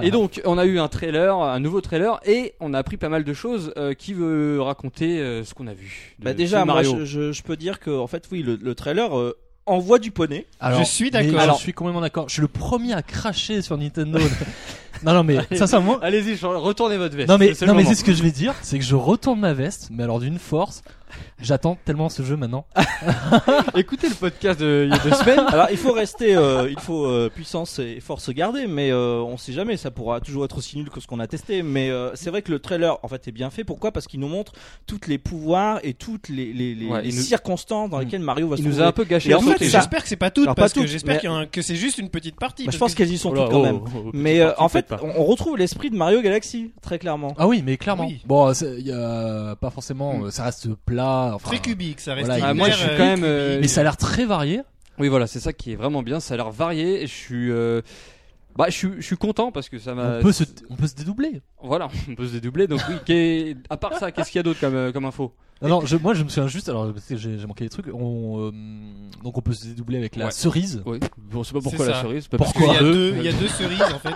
[SPEAKER 5] Et donc, on a eu un trailer, un nouveau trailer, et on a appris pas mal de choses. euh, qui veut raconter euh, ce qu'on a vu de-
[SPEAKER 2] Bah
[SPEAKER 5] sur
[SPEAKER 2] déjà, moi,
[SPEAKER 5] Mario.
[SPEAKER 2] je, je, je peux dire que en fait, oui, le, le trailer euh, envoie du poney.
[SPEAKER 3] Je suis d'accord.
[SPEAKER 6] mais Je
[SPEAKER 5] Alors-
[SPEAKER 6] suis complètement d'accord. Je suis le premier à cracher sur Nintendo. non, non, mais sincèrement.
[SPEAKER 5] Allez-y, je- retournez votre veste.
[SPEAKER 6] Non, mais,
[SPEAKER 5] c'est le
[SPEAKER 6] non, mais
[SPEAKER 5] moment.
[SPEAKER 6] c'est ce que je vais dire. C'est que je retourne ma veste, mais alors d'une force. J'attends tellement ce jeu maintenant.
[SPEAKER 5] écoutez le podcast de, il y a deux semaines.
[SPEAKER 2] Alors, il faut rester, euh, il faut euh, puissance et force garder, mais euh, on sait jamais, ça pourra toujours être aussi nul que ce qu'on a testé. Mais euh, c'est vrai que le trailer, en fait, est bien fait. Pourquoi Parce qu'il nous montre toutes les pouvoirs et toutes les, les, les,
[SPEAKER 5] Ouais,
[SPEAKER 2] les
[SPEAKER 5] il nous- Hmm.
[SPEAKER 2] circonstances dans lesquelles Mario va se
[SPEAKER 5] Il nous a
[SPEAKER 2] trouver.
[SPEAKER 5] un peu gâché
[SPEAKER 2] Et
[SPEAKER 5] la
[SPEAKER 2] en fait,
[SPEAKER 5] surprise.
[SPEAKER 2] ça-
[SPEAKER 3] J'espère que c'est pas tout
[SPEAKER 2] Alors,
[SPEAKER 3] parce
[SPEAKER 2] pas
[SPEAKER 3] que
[SPEAKER 2] toutes,
[SPEAKER 3] j'espère
[SPEAKER 2] mais-
[SPEAKER 3] qu'il y a un- que c'est juste une petite partie.
[SPEAKER 2] Bah, je pense
[SPEAKER 3] parce que-
[SPEAKER 2] qu'elles y sont
[SPEAKER 5] Oh là,
[SPEAKER 2] toutes quand
[SPEAKER 5] oh,
[SPEAKER 2] même.
[SPEAKER 5] oh, oh,
[SPEAKER 2] Mais
[SPEAKER 5] petite
[SPEAKER 2] euh,
[SPEAKER 5] partie,
[SPEAKER 2] en fait,
[SPEAKER 5] peut-être pas.
[SPEAKER 2] on on retrouve l'esprit de Mario Galaxy, très clairement.
[SPEAKER 6] Ah oui, mais clairement.
[SPEAKER 3] Oui.
[SPEAKER 6] Bon, c'est- il y a pas forcément. euh, Ça reste plat. Enfin,
[SPEAKER 3] très cubique, ça reste. linéaire,
[SPEAKER 6] Voilà,
[SPEAKER 5] Ah, moi, je suis
[SPEAKER 3] euh,
[SPEAKER 5] quand même. euh,
[SPEAKER 6] mais ça a l'air très varié.
[SPEAKER 5] Oui, voilà, c'est ça qui est vraiment bien. Ça a l'air varié. et Je suis, euh, bah, je suis, je suis content parce que ça m'a.
[SPEAKER 6] on, peut se, on peut se dédoubler.
[SPEAKER 5] Voilà, on peut se dédoubler. Donc oui, qu'est- à part ça, qu'est-ce qu'il y a d'autre comme, euh, comme info
[SPEAKER 6] Non, non, je- moi je me souviens juste, alors parce que j'ai j'ai manqué des trucs, on, euh, donc on peut se dédoubler avec la
[SPEAKER 5] Ouais.
[SPEAKER 6] cerise.
[SPEAKER 5] Oui, bon, je sais pas
[SPEAKER 3] C'est
[SPEAKER 5] pourquoi la
[SPEAKER 3] ça.
[SPEAKER 5] cerise. c'est pas
[SPEAKER 3] parce
[SPEAKER 5] parce
[SPEAKER 3] qu'il y a
[SPEAKER 5] que-
[SPEAKER 3] deux- Il y a deux cerises en fait.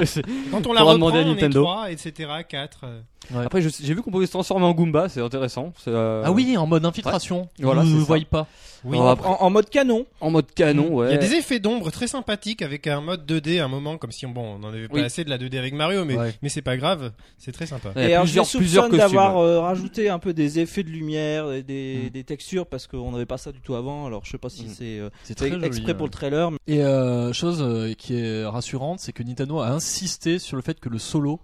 [SPEAKER 5] Je sais.
[SPEAKER 3] Quand on
[SPEAKER 5] Faudra
[SPEAKER 3] la reprend,
[SPEAKER 5] demander à
[SPEAKER 3] on est
[SPEAKER 5] Nintendo.
[SPEAKER 3] trois, etc. 4
[SPEAKER 5] Après, je- j'ai vu qu'on pouvait se transformer en Goomba. C'est intéressant. c'est, euh,
[SPEAKER 6] Ah oui, en mode infiltration,
[SPEAKER 5] Voilà,
[SPEAKER 6] vous
[SPEAKER 5] c'est
[SPEAKER 6] ne
[SPEAKER 5] ça.
[SPEAKER 6] voyez pas.
[SPEAKER 3] Oui.
[SPEAKER 5] Alors, après,
[SPEAKER 2] En, en mode canon.
[SPEAKER 5] en mode canon, ouais.
[SPEAKER 3] Il y a des effets d'ombre très sympathiques avec un mode 2D à un moment, comme si on, bon, on en avait pas
[SPEAKER 5] Oui.
[SPEAKER 3] assez de la 2D avec Mario, mais,
[SPEAKER 6] Ouais.
[SPEAKER 3] mais c'est pas grave, c'est très sympa.
[SPEAKER 5] Ouais, il y
[SPEAKER 2] et
[SPEAKER 5] a
[SPEAKER 2] alors,
[SPEAKER 5] plusieurs,
[SPEAKER 2] je les
[SPEAKER 5] plusieurs
[SPEAKER 2] soupçonne
[SPEAKER 5] costumes. hein. Hmm.
[SPEAKER 2] d'avoir
[SPEAKER 5] ouais.
[SPEAKER 2] euh, rajouté un peu des effets de lumière et des, des textures parce qu'on n'avait pas ça du tout avant. Alors, je sais pas si
[SPEAKER 5] Mm.
[SPEAKER 2] c'est euh,
[SPEAKER 6] C'est
[SPEAKER 2] fait exprès
[SPEAKER 5] hein.
[SPEAKER 2] pour le trailer, mais
[SPEAKER 6] Et euh, chose euh, qui est rassurante, c'est que Nintendo a insisté sur le fait que le solo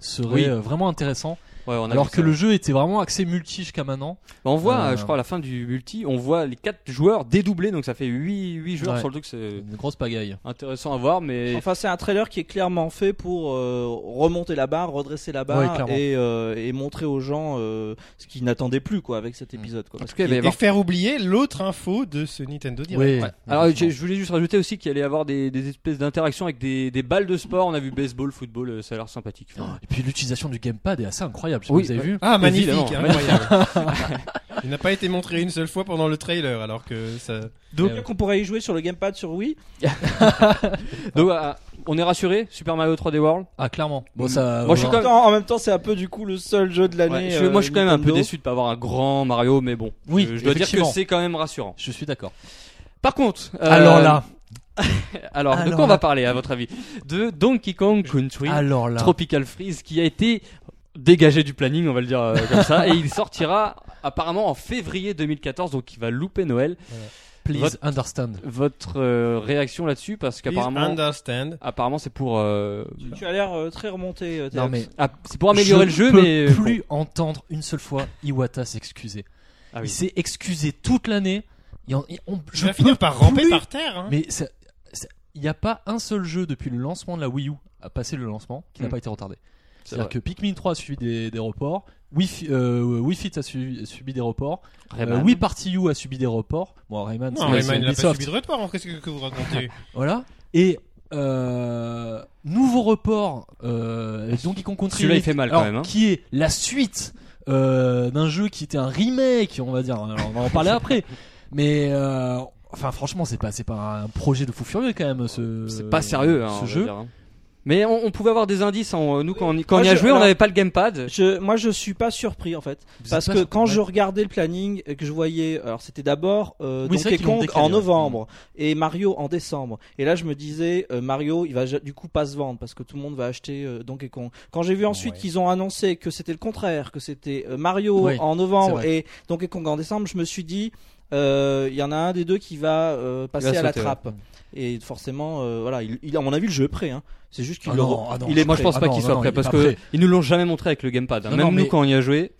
[SPEAKER 6] serait
[SPEAKER 5] Oui.
[SPEAKER 6] euh, vraiment intéressant,
[SPEAKER 5] Ouais, on a
[SPEAKER 6] alors
[SPEAKER 5] vu
[SPEAKER 6] que
[SPEAKER 5] ça.
[SPEAKER 6] le jeu était vraiment axé multi jusqu'à maintenant.
[SPEAKER 5] Bah, on voit,
[SPEAKER 6] Euh,
[SPEAKER 5] euh, je crois, à la fin du multi, on voit les quatre joueurs dédoublés. Donc ça fait 8, joueurs
[SPEAKER 6] Ouais.
[SPEAKER 5] sur le truc. C'est
[SPEAKER 6] Une grosse pagaille.
[SPEAKER 5] intéressant à voir. Mais
[SPEAKER 2] enfin c'est un trailer qui est clairement fait pour euh, remonter la barre, redresser la
[SPEAKER 6] Ouais,
[SPEAKER 2] barre
[SPEAKER 6] clairement.
[SPEAKER 2] et, euh, et montrer aux gens euh, ce qu'ils n'attendaient plus quoi avec
[SPEAKER 5] Hmm.
[SPEAKER 2] cet épisode. Quoi.
[SPEAKER 5] en tout cas, il va y
[SPEAKER 3] Et
[SPEAKER 5] avoir.
[SPEAKER 3] faire oublier l'autre info de ce Nintendo Direct.
[SPEAKER 6] Oui.
[SPEAKER 5] Ouais. Alors,
[SPEAKER 6] effectivement.
[SPEAKER 5] je, je voulais juste rajouter aussi qu'il allait y avoir des, des espèces d'interactions avec des, des balles de sport. On a vu baseball, football, euh, ça a l'air sympathique. Enfin,
[SPEAKER 6] Et puis l'utilisation du gamepad est assez incroyable, je sais
[SPEAKER 5] Oui,
[SPEAKER 6] pas si vous avez vu.
[SPEAKER 3] Ah, magnifique,
[SPEAKER 5] Évidemment,
[SPEAKER 3] incroyable. Il n'a pas été montré une seule fois pendant le trailer, alors que ça.
[SPEAKER 2] Donc
[SPEAKER 5] eh
[SPEAKER 6] Euh,
[SPEAKER 2] qu'on pourrait y jouer sur le gamepad sur Wii.
[SPEAKER 5] Donc, euh, on est rassuré. Super Mario 3D World.
[SPEAKER 6] Ah clairement. Bon ça.
[SPEAKER 5] Moi, je suis
[SPEAKER 2] en,
[SPEAKER 5] quand
[SPEAKER 2] même
[SPEAKER 5] même-
[SPEAKER 2] temps, en même temps c'est un peu du coup le seul jeu de l'année. euh,
[SPEAKER 5] Ouais, Euh, je- moi, je suis quand même un peu
[SPEAKER 2] Nintendo.
[SPEAKER 5] déçu de pas avoir un grand Mario, mais bon.
[SPEAKER 6] Oui,
[SPEAKER 5] je, je dois dire que
[SPEAKER 6] effectivement.
[SPEAKER 5] c'est quand même rassurant.
[SPEAKER 6] Je suis d'accord.
[SPEAKER 5] Par contre, euh,
[SPEAKER 6] Alors là,
[SPEAKER 5] Alors, de
[SPEAKER 6] Alors
[SPEAKER 5] quoi on
[SPEAKER 6] là-
[SPEAKER 5] va parler à votre avis De Donkey Kong Country
[SPEAKER 6] Alors là.
[SPEAKER 5] Tropical Freeze qui a été dégagé du planning, on va le dire euh, comme ça, et il sortira apparemment en février 2014, donc il va louper Noël.
[SPEAKER 6] Please
[SPEAKER 5] Votre-
[SPEAKER 6] understand.
[SPEAKER 5] Votre euh, réaction là-dessus parce
[SPEAKER 3] Please
[SPEAKER 5] qu'apparemment
[SPEAKER 3] understand.
[SPEAKER 5] apparemment c'est pour euh,
[SPEAKER 2] Tu, tu as l'air euh, très remonté, euh,
[SPEAKER 6] Non
[SPEAKER 2] Théox.
[SPEAKER 6] mais
[SPEAKER 5] ah, c'est pour améliorer
[SPEAKER 6] je
[SPEAKER 5] le jeu
[SPEAKER 6] peux
[SPEAKER 5] mais euh,
[SPEAKER 6] plus entendre une seule fois Iwata s'excuser.
[SPEAKER 5] Ah
[SPEAKER 6] Il
[SPEAKER 5] oui.
[SPEAKER 6] s'est excusé toute l'année. Il en- il- on-
[SPEAKER 3] Je
[SPEAKER 6] je
[SPEAKER 3] vais finir
[SPEAKER 6] peux
[SPEAKER 3] par ramper
[SPEAKER 6] plus.
[SPEAKER 3] par terre. hein.
[SPEAKER 6] Mais ça- ça- il n'y a pas un seul jeu depuis le lancement de la Wii U à passer le lancement qui n'a
[SPEAKER 5] Mm.
[SPEAKER 6] pas été retardé.
[SPEAKER 5] C'est
[SPEAKER 6] C'est-à-dire
[SPEAKER 5] vrai.
[SPEAKER 6] que Pikmin 3 a suivi des, des reports, Wii, Fi- euh, Wii Fit a subi, subi des reports,
[SPEAKER 5] Rayman.
[SPEAKER 6] euh, Wii Party U a subi des reports. Bon, Rayman,
[SPEAKER 3] Non,
[SPEAKER 6] c'est- Ah,
[SPEAKER 3] Rayman,
[SPEAKER 6] c'est
[SPEAKER 3] il a pas
[SPEAKER 6] Ubisoft.
[SPEAKER 3] subi de retard. hein. Qu'est-ce que, que vous racontez
[SPEAKER 6] Voilà. Et euh, nouveau report euh, Donkey Kong Country.
[SPEAKER 5] Celui-là, il fait mal quand
[SPEAKER 6] alors,
[SPEAKER 5] même, hein.
[SPEAKER 6] Qui est la suite euh, d'un jeu qui était un remake, on va dire. Alors, on va en parler après. Mais euh, enfin, franchement, c'est pas c'est pas un projet de fou furieux quand même. Ce
[SPEAKER 5] c'est pas sérieux hein, on
[SPEAKER 6] euh, ce
[SPEAKER 5] va
[SPEAKER 6] jeu.
[SPEAKER 5] dire, hein. Mais on, on pouvait avoir des indices en- nous quand on, y- quand on y
[SPEAKER 2] Moi,
[SPEAKER 5] a
[SPEAKER 2] je-
[SPEAKER 5] joué, on
[SPEAKER 2] alors-
[SPEAKER 5] n'avait pas le gamepad.
[SPEAKER 2] Je, moi, je suis pas surpris en fait,
[SPEAKER 6] Vous
[SPEAKER 2] parce
[SPEAKER 6] êtes
[SPEAKER 2] que
[SPEAKER 6] pas-
[SPEAKER 2] quand
[SPEAKER 6] ouais.
[SPEAKER 2] je regardais le planning et que je voyais, alors c'était d'abord euh,
[SPEAKER 6] Oui, c'est
[SPEAKER 2] Donkey
[SPEAKER 6] vrai qu'ils Mm. l'ont
[SPEAKER 2] Kong
[SPEAKER 6] décalé,
[SPEAKER 2] en
[SPEAKER 6] ouais.
[SPEAKER 2] novembre et Mario en décembre, et là je me disais euh, Mario, il va ja- du coup pas se vendre parce que tout le monde va acheter euh, Donkey Kong. Quand j'ai vu ensuite
[SPEAKER 6] ouais.
[SPEAKER 2] qu'ils ont annoncé que c'était le contraire, que c'était euh, Mario
[SPEAKER 6] Oui,
[SPEAKER 2] en novembre
[SPEAKER 6] c'est vrai.
[SPEAKER 2] et Donkey Kong en décembre, je me suis dit euh, il y en a un des deux qui va euh, passer à la
[SPEAKER 5] sauter, ouais.
[SPEAKER 2] trappe.
[SPEAKER 6] Mm.
[SPEAKER 2] Et forcément, euh, voilà, il, il- à mon avis, le jeu est prêt. Hein. C'est juste qu'il
[SPEAKER 6] Ah
[SPEAKER 2] le
[SPEAKER 6] non,
[SPEAKER 2] re-
[SPEAKER 6] ah non,
[SPEAKER 2] il est
[SPEAKER 5] Moi je pense
[SPEAKER 6] Ah
[SPEAKER 5] pas
[SPEAKER 6] non,
[SPEAKER 5] qu'il
[SPEAKER 6] non,
[SPEAKER 5] soit
[SPEAKER 6] non,
[SPEAKER 5] prêt
[SPEAKER 6] il est
[SPEAKER 5] parce
[SPEAKER 6] pas
[SPEAKER 5] que
[SPEAKER 6] prêt.
[SPEAKER 5] ils nous l'ont jamais montré avec le gamepad. hein.
[SPEAKER 6] Non,
[SPEAKER 5] Même
[SPEAKER 6] non,
[SPEAKER 5] nous
[SPEAKER 6] mais-
[SPEAKER 5] quand on y a joué,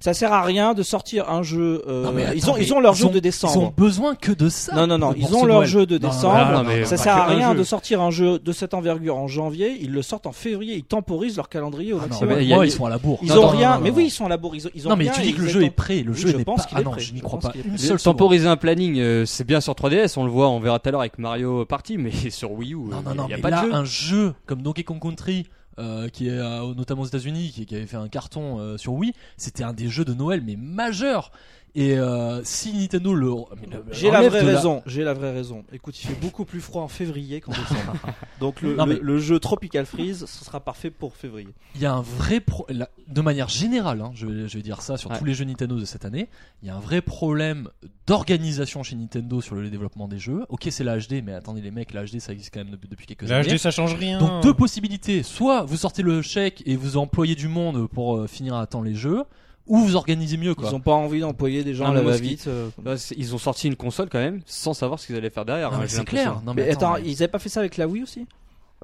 [SPEAKER 2] Ça sert à rien de sortir un jeu. euh,
[SPEAKER 6] Non, mais attends,
[SPEAKER 2] ils ont,
[SPEAKER 6] mais
[SPEAKER 2] ils ont leur
[SPEAKER 6] ils
[SPEAKER 2] jeu
[SPEAKER 6] ont-
[SPEAKER 2] de
[SPEAKER 6] Ils ont
[SPEAKER 2] décembre.
[SPEAKER 6] besoin que de ça.
[SPEAKER 2] Non, non, non,
[SPEAKER 6] pour
[SPEAKER 2] ils
[SPEAKER 6] ce
[SPEAKER 2] ont leur
[SPEAKER 6] Noël.
[SPEAKER 2] jeu de
[SPEAKER 6] Non, non,
[SPEAKER 2] décembre.
[SPEAKER 6] non, non, non,
[SPEAKER 2] ça
[SPEAKER 6] pas
[SPEAKER 2] sert
[SPEAKER 6] que
[SPEAKER 2] à
[SPEAKER 6] un
[SPEAKER 2] rien
[SPEAKER 6] jeu.
[SPEAKER 2] de sortir un jeu de cette envergure en janvier. Ils le sortent en février. Ils temporisent leur calendrier au
[SPEAKER 6] Ah non,
[SPEAKER 2] maximum.
[SPEAKER 5] mais
[SPEAKER 6] ouais,
[SPEAKER 5] il y a-
[SPEAKER 6] ouais, ils sont à la bourre.
[SPEAKER 2] Ils
[SPEAKER 6] Non,
[SPEAKER 2] ont
[SPEAKER 6] non, non,
[SPEAKER 2] rien.
[SPEAKER 6] non,
[SPEAKER 2] mais
[SPEAKER 6] non.
[SPEAKER 2] oui, ils sont à la bourre. Ils, ils ont
[SPEAKER 6] Non, mais
[SPEAKER 2] rien,
[SPEAKER 6] tu
[SPEAKER 2] et
[SPEAKER 6] dis que
[SPEAKER 2] ils
[SPEAKER 6] le jeu est
[SPEAKER 2] attendent.
[SPEAKER 6] prêt. Le
[SPEAKER 2] Oui,
[SPEAKER 6] jeu
[SPEAKER 2] je
[SPEAKER 6] n'est
[SPEAKER 2] pense
[SPEAKER 6] pas.
[SPEAKER 2] qu'il
[SPEAKER 6] Ah
[SPEAKER 2] est
[SPEAKER 6] non,
[SPEAKER 2] prêt.
[SPEAKER 6] je n'y
[SPEAKER 2] Je
[SPEAKER 6] crois
[SPEAKER 2] pense
[SPEAKER 6] pas
[SPEAKER 2] qu'il est
[SPEAKER 6] une
[SPEAKER 2] prêt.
[SPEAKER 6] seule seconde.
[SPEAKER 5] temporiser un planning, euh, c'est bien sur 3DS, on le voit, on verra tout à l'heure avec Mario Party, mais sur Wii U, euh,
[SPEAKER 6] Non, non,
[SPEAKER 5] il
[SPEAKER 6] non,
[SPEAKER 5] n'y a
[SPEAKER 6] mais
[SPEAKER 5] pas
[SPEAKER 6] là,
[SPEAKER 5] de jeu.
[SPEAKER 6] un jeu comme Donkey Kong Country, euh, qui est euh, notamment aux États-Unis, qui, qui avait fait un carton euh, sur Wii, c'était un des jeux de Noël, mais majeur. Et euh, si Nintendo le. le- le
[SPEAKER 2] J'ai la
[SPEAKER 6] enlève
[SPEAKER 2] vraie
[SPEAKER 6] de
[SPEAKER 2] raison. J'ai la vraie raison. Écoute, il fait beaucoup plus froid en février qu'en décembre. Donc le,
[SPEAKER 6] Non,
[SPEAKER 2] le-
[SPEAKER 6] mais-
[SPEAKER 2] le jeu Tropical Freeze, ce sera parfait pour février.
[SPEAKER 6] Il y a un vrai. pro- la- De manière générale, hein, je, vais- je vais dire ça sur
[SPEAKER 5] Ouais.
[SPEAKER 6] tous les jeux Nintendo de cette année, il y a un vrai problème d'organisation chez Nintendo sur le développement des jeux. Ok, c'est la HD, mais attendez les mecs, la HD ça existe quand même depuis- depuis quelques
[SPEAKER 3] La
[SPEAKER 6] années.
[SPEAKER 3] HD, ça change rien.
[SPEAKER 6] Donc deux possibilités, soit vous sortez le chèque et vous employez du monde pour euh, finir à temps les jeux, ou vous organisez mieux quoi.
[SPEAKER 2] Ils ont pas envie d'employer des gens
[SPEAKER 5] Non,
[SPEAKER 2] à la
[SPEAKER 5] mais moi, ce
[SPEAKER 2] va-vite. euh,
[SPEAKER 5] Ouais, c'est- Ils ont sorti une console quand même, sans savoir ce qu'ils allaient faire derrière.
[SPEAKER 6] Non,
[SPEAKER 5] hein,
[SPEAKER 6] mais
[SPEAKER 5] j'ai
[SPEAKER 6] c'est clair.
[SPEAKER 5] l'impression.
[SPEAKER 6] Non, mais
[SPEAKER 2] Mais attends,
[SPEAKER 6] mais-
[SPEAKER 2] ils avaient pas fait ça avec la Wii aussi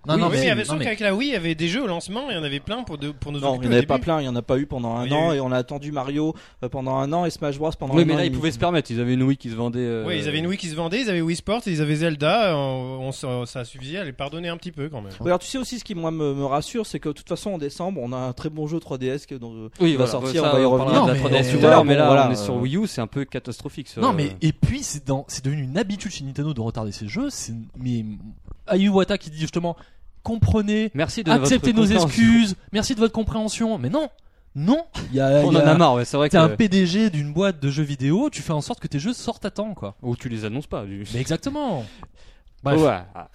[SPEAKER 6] Non,
[SPEAKER 3] oui,
[SPEAKER 6] non,
[SPEAKER 3] mais, il y avait
[SPEAKER 6] non,
[SPEAKER 3] sauf
[SPEAKER 6] mais-
[SPEAKER 3] qu'avec la Wii, il y avait des jeux au lancement et il y en avait plein pour, de, pour nous
[SPEAKER 2] Non, il
[SPEAKER 3] occuper
[SPEAKER 2] n'y en
[SPEAKER 3] au
[SPEAKER 2] avait pas
[SPEAKER 3] début.
[SPEAKER 2] plein, il n'y en a pas eu pendant un
[SPEAKER 3] Il y a
[SPEAKER 2] an
[SPEAKER 3] eu-
[SPEAKER 2] et on a attendu Mario euh, pendant un an et Smash Bros pendant
[SPEAKER 5] Oui,
[SPEAKER 2] un an.
[SPEAKER 5] mais là,
[SPEAKER 2] et
[SPEAKER 5] ils
[SPEAKER 2] demi.
[SPEAKER 5] pouvaient se permettre. Ils avaient une Wii qui se vendait. euh,
[SPEAKER 3] Oui, ils avaient une Wii qui se vendait, ils avaient Wii Sports, ils avaient Zelda, euh, on, s- ça suffisait à les pardonner un petit peu quand même.
[SPEAKER 2] Ouais, Alors tu sais aussi ce qui moi me, me rassure, c'est que de toute façon en décembre on a un très bon jeu 3DS qui dont, euh,
[SPEAKER 5] Oui,
[SPEAKER 2] qui va
[SPEAKER 5] voilà,
[SPEAKER 6] Bah,
[SPEAKER 2] sortir,
[SPEAKER 5] ça,
[SPEAKER 2] on va y
[SPEAKER 5] parlera
[SPEAKER 2] revenir.
[SPEAKER 6] Non,
[SPEAKER 5] de
[SPEAKER 6] mais-
[SPEAKER 5] la 3DS tout
[SPEAKER 6] Voilà,
[SPEAKER 5] à l'heure, mais
[SPEAKER 2] bon,
[SPEAKER 5] là,
[SPEAKER 2] voilà,
[SPEAKER 5] on est sur
[SPEAKER 2] euh,
[SPEAKER 5] Wii U, c'est un peu catastrophique. ce-
[SPEAKER 6] Non, mais et puis c'est dans c'est devenu une habitude chez Nintendo de retarder ses jeux. C'est mais Ayuwata qui dit justement comprenez,
[SPEAKER 5] Merci de
[SPEAKER 6] acceptez
[SPEAKER 5] votre
[SPEAKER 6] nos
[SPEAKER 5] compréhension.
[SPEAKER 6] excuses, merci de votre compréhension. Mais non, non, il y a,
[SPEAKER 5] On
[SPEAKER 6] il y
[SPEAKER 5] en
[SPEAKER 6] a-
[SPEAKER 5] a marre, euh, ouais, c'est vrai
[SPEAKER 6] T'es
[SPEAKER 5] que.
[SPEAKER 6] un PDG d'une boîte de jeux vidéo, tu fais en sorte que tes jeux sortent à temps quoi.
[SPEAKER 5] Ou tu les annonces pas. du-
[SPEAKER 6] Mais exactement. Bref.
[SPEAKER 5] Ouais. Ah.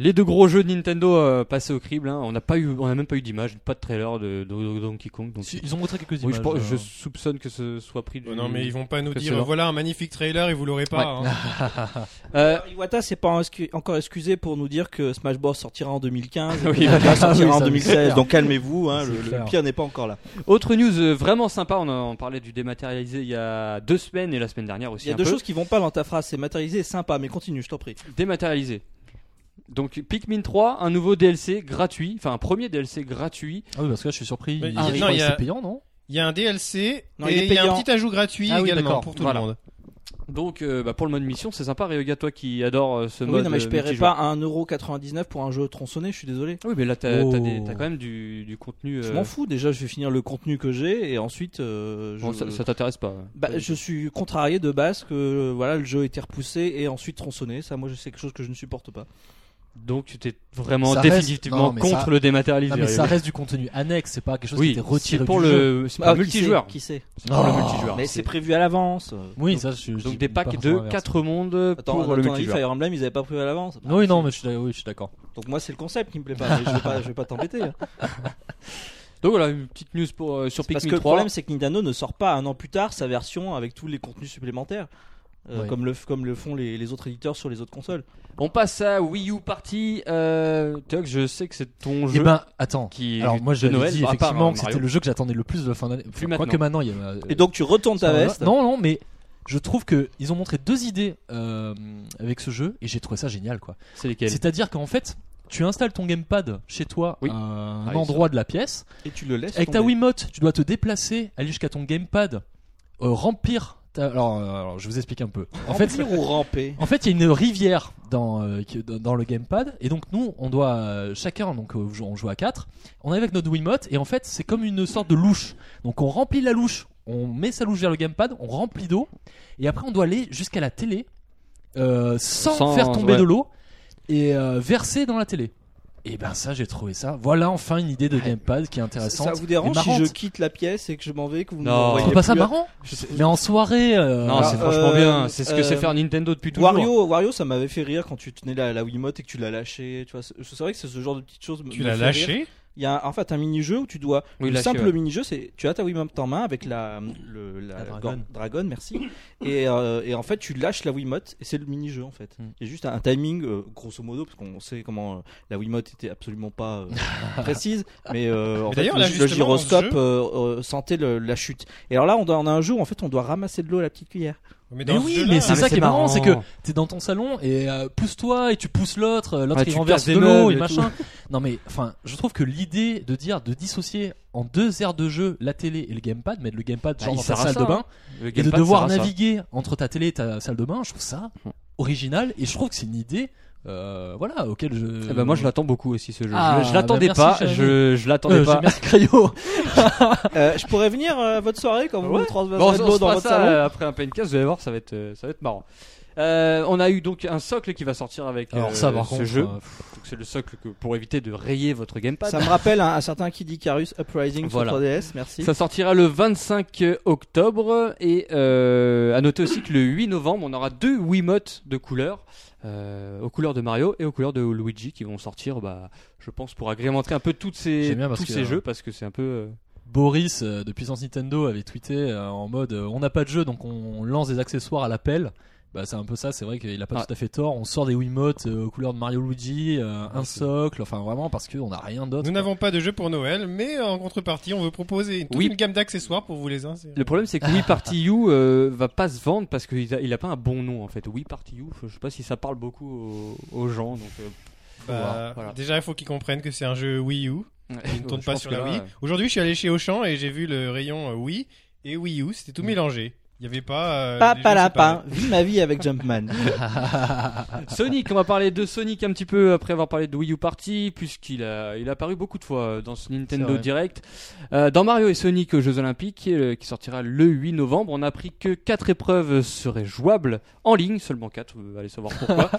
[SPEAKER 5] Les deux gros jeux de Nintendo euh, passés au crible, hein. on n'a pas eu, on a même pas eu d'image, pas de trailer de, de- de Donkey Kong. Donc,
[SPEAKER 6] Si- Ils ont montré quelques
[SPEAKER 5] Oui,
[SPEAKER 6] images.
[SPEAKER 5] je, pense-
[SPEAKER 6] euh,
[SPEAKER 5] je soupçonne que ce soit pris. Du...
[SPEAKER 3] Oh non, mais ils vont pas nous
[SPEAKER 5] que
[SPEAKER 3] dire
[SPEAKER 5] c'est leur-
[SPEAKER 3] voilà un magnifique trailer et vous l'aurez pas. hein.
[SPEAKER 5] Euh,
[SPEAKER 2] Alors, Iwata s'est pas en- excu- encore excusé pour nous dire que Smash Bros sortira en 2015,
[SPEAKER 5] Oui,
[SPEAKER 2] et que
[SPEAKER 5] voilà.
[SPEAKER 2] Zelda sortira
[SPEAKER 6] Oui,
[SPEAKER 2] en
[SPEAKER 6] ça,
[SPEAKER 2] 2016.
[SPEAKER 6] c'est
[SPEAKER 2] Donc calmez-vous, hein,
[SPEAKER 6] C'est
[SPEAKER 2] le, le
[SPEAKER 6] clair.
[SPEAKER 2] pire n'est pas encore là.
[SPEAKER 5] Autre news euh, vraiment sympa, on en parlait du dématérialisé il y a deux semaines et la semaine dernière aussi.
[SPEAKER 2] Il y a
[SPEAKER 5] un
[SPEAKER 2] deux
[SPEAKER 5] peu.
[SPEAKER 2] choses qui vont pas dans ta phrase, c'est matérialisé et sympa, mais continue, je t'en prie.
[SPEAKER 5] Dématérialisé. Donc Pikmin 3, un nouveau DLC gratuit, enfin un premier DLC gratuit.
[SPEAKER 6] Ah oui, parce que là, je suis surpris.
[SPEAKER 3] Mais
[SPEAKER 6] il-
[SPEAKER 3] il-
[SPEAKER 6] je
[SPEAKER 3] non,
[SPEAKER 6] crois
[SPEAKER 3] il y
[SPEAKER 6] que
[SPEAKER 3] a-
[SPEAKER 6] c'est payant, non
[SPEAKER 3] Il y a un DLC
[SPEAKER 2] Non, il est
[SPEAKER 3] et il y a un
[SPEAKER 2] payant.
[SPEAKER 3] petit ajout gratuit
[SPEAKER 6] Ah oui,
[SPEAKER 3] également
[SPEAKER 6] d'accord.
[SPEAKER 3] pour tout
[SPEAKER 5] Voilà.
[SPEAKER 3] le monde.
[SPEAKER 5] Donc euh, bah, pour le mode mission, c'est sympa. Ryoga, toi qui adore euh, ce
[SPEAKER 2] Oui,
[SPEAKER 5] mode.
[SPEAKER 2] non, mais je
[SPEAKER 5] euh,
[SPEAKER 2] paierai
[SPEAKER 5] multijoueur.
[SPEAKER 2] pas 1,99€ pour un jeu tronçonné, je suis désolé.
[SPEAKER 5] Oui, mais là t'as
[SPEAKER 6] Oh.
[SPEAKER 5] t'as des- t'as quand même du, du contenu.
[SPEAKER 2] Je
[SPEAKER 5] euh,
[SPEAKER 2] m'en fous, déjà je vais finir le contenu que j'ai et ensuite euh, je...
[SPEAKER 5] bon, ça ça t'intéresse pas.
[SPEAKER 2] Bah, je suis contrarié de base que euh, voilà le jeu a été repoussé et ensuite tronçonné. Ça, moi, c'est quelque chose que je ne supporte pas.
[SPEAKER 5] Donc tu t'es vraiment
[SPEAKER 6] Ça reste-
[SPEAKER 5] définitivement
[SPEAKER 6] non, mais
[SPEAKER 5] contre
[SPEAKER 6] ça-
[SPEAKER 5] le dématérialisé.
[SPEAKER 6] Non, mais ça
[SPEAKER 5] Ryoga.
[SPEAKER 6] reste du contenu annexe, c'est pas quelque chose
[SPEAKER 5] oui,
[SPEAKER 6] qui était
[SPEAKER 5] c'est
[SPEAKER 6] retiré
[SPEAKER 5] pour
[SPEAKER 6] du jeu.
[SPEAKER 5] le c'est pour
[SPEAKER 2] Ah,
[SPEAKER 5] le multijoueur.
[SPEAKER 2] Qui sait, qui sait
[SPEAKER 5] C'est pour le
[SPEAKER 6] Oh.
[SPEAKER 5] multijoueur.
[SPEAKER 2] Mais c'est prévu à l'avance.
[SPEAKER 6] Oui, ça, je suis. je
[SPEAKER 5] Donc
[SPEAKER 6] dis
[SPEAKER 5] des
[SPEAKER 6] pas
[SPEAKER 5] packs
[SPEAKER 6] forcément
[SPEAKER 5] de
[SPEAKER 6] l'inverse.
[SPEAKER 5] 4 mondes
[SPEAKER 2] Attends,
[SPEAKER 5] pour
[SPEAKER 2] à
[SPEAKER 5] le
[SPEAKER 2] ton avis,
[SPEAKER 5] multijoueur.
[SPEAKER 2] Fire Emblem, ils avaient pas prévu à l'avance.
[SPEAKER 6] Oui, non, mais je suis d'ac- oui, je suis d'accord.
[SPEAKER 2] Donc moi, c'est le concept qui me plaît pas. mais je vais pas, je vais pas t'embêter. hein.
[SPEAKER 5] Donc voilà, une petite news pour, euh, sur
[SPEAKER 2] Parce
[SPEAKER 5] Pikmin
[SPEAKER 2] que le
[SPEAKER 5] 3.
[SPEAKER 2] problème, c'est que Nintendo ne sort pas un an plus tard sa version avec tous les contenus supplémentaires. euh,
[SPEAKER 6] Ouais.
[SPEAKER 2] comme, le, f- comme le font les, les autres éditeurs sur les autres consoles.
[SPEAKER 5] On passe à Wii U Party. Euh, Tuck, je sais que c'est ton
[SPEAKER 6] Eh
[SPEAKER 5] jeu
[SPEAKER 6] ben, attends.
[SPEAKER 5] qui est
[SPEAKER 6] Alors moi
[SPEAKER 5] de
[SPEAKER 6] j'avais
[SPEAKER 5] Noël,
[SPEAKER 6] dit
[SPEAKER 5] à part,
[SPEAKER 6] effectivement
[SPEAKER 5] hein,
[SPEAKER 6] que
[SPEAKER 5] Mario.
[SPEAKER 6] c'était le jeu que j'attendais le plus de la fin d'année.
[SPEAKER 5] Plus
[SPEAKER 6] Enfin, Quoique maintenant il y a. euh,
[SPEAKER 2] Et donc tu retournes ta
[SPEAKER 6] ça va.
[SPEAKER 2] veste.
[SPEAKER 6] Non non mais je trouve que ils ont montré deux idées euh, avec ce jeu et j'ai trouvé ça génial quoi.
[SPEAKER 5] C'est lesquels
[SPEAKER 6] C'est-à-dire qu'en fait tu installes ton gamepad chez toi
[SPEAKER 5] Oui.
[SPEAKER 6] à un
[SPEAKER 5] Ah, oui,
[SPEAKER 6] endroit de la pièce.
[SPEAKER 2] Et tu le laisses.
[SPEAKER 6] Avec ta
[SPEAKER 2] tomber.
[SPEAKER 6] Wiimote tu dois te déplacer aller jusqu'à ton gamepad euh, remplir. ta- Alors, euh, alors, je vous explique un peu. En fait,
[SPEAKER 2] Remplir ou ramper
[SPEAKER 6] en fait, il y a une rivière dans, euh, qui- dans- dans le gamepad, et donc nous, on doit euh, chacun, donc euh, on joue à 4, on est avec notre Wiimote, et en fait, c'est comme une sorte de louche. Donc on remplit la louche, on met sa louche vers le gamepad, on remplit d'eau, et après on doit aller jusqu'à la télé euh, sans,
[SPEAKER 5] Sans-
[SPEAKER 6] faire tomber
[SPEAKER 5] ouais.
[SPEAKER 6] de l'eau et euh, verser dans la télé. Et ben ça, j'ai trouvé ça. Voilà enfin une idée de gamepad qui est intéressante.
[SPEAKER 2] Ça vous
[SPEAKER 6] et
[SPEAKER 2] dérange si
[SPEAKER 6] marrante.
[SPEAKER 2] je quitte la pièce et que je m'en vais que vous
[SPEAKER 5] Non.
[SPEAKER 2] m'envoyez
[SPEAKER 6] Trouve pas ça
[SPEAKER 2] plus à-
[SPEAKER 6] marrant Mais en soirée. euh,
[SPEAKER 5] Non,
[SPEAKER 2] Alors,
[SPEAKER 5] c'est
[SPEAKER 2] euh,
[SPEAKER 5] franchement bien. C'est ce que
[SPEAKER 2] euh,
[SPEAKER 5] sait faire Nintendo depuis toujours.
[SPEAKER 2] Wario, Wario, ça m'avait fait rire quand tu tenais la, la Wiimote et que tu l'as lâchée. Tu vois, c'est c'est vrai que c'est ce genre de petites choses. me-
[SPEAKER 3] Tu
[SPEAKER 2] me fait
[SPEAKER 3] l'as
[SPEAKER 2] rire.
[SPEAKER 3] lâché
[SPEAKER 2] Il y a un- en fait un mini-jeu où tu dois.
[SPEAKER 5] Oui,
[SPEAKER 2] le
[SPEAKER 5] lâché,
[SPEAKER 2] simple
[SPEAKER 5] ouais.
[SPEAKER 2] mini-jeu, c'est tu as ta Wiimote en main avec la, le, la,
[SPEAKER 6] La dragonne.
[SPEAKER 2] gorne- dragonne, merci. et, euh, et en fait, tu lâches la Wiimote et c'est le mini-jeu en fait.
[SPEAKER 6] Mm.
[SPEAKER 2] Il y a juste un, un timing, euh, grosso modo, parce qu'on sait comment euh, la Wiimote était absolument pas euh, précise. Mais, euh, en
[SPEAKER 3] Mais
[SPEAKER 2] fait,
[SPEAKER 3] d'ailleurs,
[SPEAKER 2] le,
[SPEAKER 3] là,
[SPEAKER 2] le
[SPEAKER 3] justement, dans ce
[SPEAKER 2] gyroscope
[SPEAKER 3] jeu-
[SPEAKER 2] euh, euh, sentait le- la chute. Et alors là, on, doit- on a un jeu où en fait, on doit ramasser de l'eau à la petite cuillère.
[SPEAKER 6] Mais
[SPEAKER 3] dans ce
[SPEAKER 6] oui,
[SPEAKER 3] jeu-là-
[SPEAKER 6] mais c'est
[SPEAKER 5] Ah, mais
[SPEAKER 6] ça qui
[SPEAKER 5] c'est
[SPEAKER 6] est marrant,
[SPEAKER 5] marrant.
[SPEAKER 6] c'est que t'es dans ton salon et euh, pousse-toi et tu pousses l'autre, euh, l'autre
[SPEAKER 5] Ouais,
[SPEAKER 6] il
[SPEAKER 5] tu
[SPEAKER 6] renverse
[SPEAKER 5] casses des
[SPEAKER 6] de l'eau
[SPEAKER 5] meubles
[SPEAKER 6] et
[SPEAKER 5] et
[SPEAKER 6] machin. non mais enfin, je trouve que l'idée de dire de dissocier en deux aires de jeu la télé et le gamepad, mettre le gamepad
[SPEAKER 5] Bah,
[SPEAKER 6] genre
[SPEAKER 5] il
[SPEAKER 6] dans ta
[SPEAKER 5] sert à
[SPEAKER 6] salle
[SPEAKER 5] ça,
[SPEAKER 6] de
[SPEAKER 5] hein.
[SPEAKER 6] bain
[SPEAKER 5] Le
[SPEAKER 6] et de
[SPEAKER 5] gamepad
[SPEAKER 6] devoir
[SPEAKER 5] sert à ça. Hmm.
[SPEAKER 6] naviguer entre ta télé et ta salle de bain, je trouve ça original et je trouve que c'est une idée euh, voilà auquel je Euh,
[SPEAKER 5] Eh ben, moi je l'attends beaucoup aussi ce jeu.
[SPEAKER 6] Ah,
[SPEAKER 5] je je l'attendais
[SPEAKER 6] bah, merci,
[SPEAKER 5] pas,
[SPEAKER 6] cher ami.
[SPEAKER 5] je, je l'attendais
[SPEAKER 6] euh,
[SPEAKER 5] pas.
[SPEAKER 6] j'ai mis Crayo.
[SPEAKER 2] Euh, je pourrais venir euh, à votre soirée quand vous
[SPEAKER 5] Ouais.
[SPEAKER 2] vous transverserez
[SPEAKER 5] Bon, on,
[SPEAKER 2] de
[SPEAKER 5] on
[SPEAKER 2] l'eau
[SPEAKER 5] se
[SPEAKER 2] dans
[SPEAKER 5] fera
[SPEAKER 2] votre
[SPEAKER 5] ça
[SPEAKER 2] salon.
[SPEAKER 6] hein.
[SPEAKER 5] euh, après un PNK, vous allez voir, ça va être, euh, ça va être marrant. Euh, on a eu donc un socle qui va sortir avec euh,
[SPEAKER 6] Alors ça par
[SPEAKER 5] ce
[SPEAKER 6] contre
[SPEAKER 5] jeu.
[SPEAKER 6] euh,
[SPEAKER 5] Donc, C'est le socle que, pour éviter de rayer votre gamepad.
[SPEAKER 2] Ça me rappelle un, un certain Kid Icarus Uprising
[SPEAKER 5] Voilà.
[SPEAKER 2] sur 3DS, merci.
[SPEAKER 5] Ça sortira le 25 octobre et euh, à noter aussi que le 8 novembre, on aura deux Wiimotes de couleur, euh, aux couleurs de Mario et aux couleurs de Luigi qui vont sortir, bah, je pense, pour agrémenter un peu toutes ces,
[SPEAKER 6] J'aime bien parce
[SPEAKER 5] tous
[SPEAKER 6] que,
[SPEAKER 5] ces
[SPEAKER 6] euh,
[SPEAKER 5] jeux parce que c'est un peu. euh,
[SPEAKER 6] Boris euh, de Puissance Nintendo avait tweeté euh, en mode euh, on n'a pas de jeu donc on lance des accessoires à l'appel. Bah, c'est un peu ça, c'est vrai qu'il a pas
[SPEAKER 5] Ouais.
[SPEAKER 6] tout à fait tort. On sort des Wiimotes euh, aux couleurs de Mario Luigi, euh, un socle, enfin vraiment parce qu'on n'a rien d'autre.
[SPEAKER 3] Nous
[SPEAKER 6] quoi.
[SPEAKER 3] n'avons pas de jeu pour Noël, mais euh, en contrepartie, on veut proposer toute
[SPEAKER 5] Oui.
[SPEAKER 3] une gamme d'accessoires pour vous les insérer.
[SPEAKER 5] Le problème, c'est que Wii Party U euh, va pas se vendre parce qu'il a, il a pas un bon nom en fait. Wii Party U, je sais pas si ça parle beaucoup aux, aux gens. Donc, euh,
[SPEAKER 3] Bah,
[SPEAKER 5] voir, voilà.
[SPEAKER 3] Déjà, il faut qu'ils comprennent que c'est un jeu Wii U. Ils
[SPEAKER 5] je
[SPEAKER 3] ne tournent pas
[SPEAKER 5] pense
[SPEAKER 3] sur
[SPEAKER 5] que
[SPEAKER 3] la
[SPEAKER 5] là, euh,
[SPEAKER 3] Wii. Aujourd'hui, je suis allé chez Auchan et j'ai vu le rayon euh, Wii et Wii U.
[SPEAKER 5] Mm.
[SPEAKER 3] C'était tout mélangé. Il n'y avait pas. euh, des jeux
[SPEAKER 2] Papa lapin,
[SPEAKER 3] séparés.
[SPEAKER 2] vis ma vie avec Jumpman.
[SPEAKER 5] euh, Sonic, on va parler de Sonic un petit peu après avoir parlé de Wii U Party puisqu'il a, il a apparu beaucoup de fois euh, dans ce
[SPEAKER 6] C'est
[SPEAKER 5] Nintendo
[SPEAKER 6] vrai.
[SPEAKER 5] Direct. Euh, dans Mario et Sonic aux Jeux Olympiques euh, qui sortira le 8 novembre, on a appris que quatre épreuves seraient jouables en ligne, seulement 4, allez savoir pourquoi.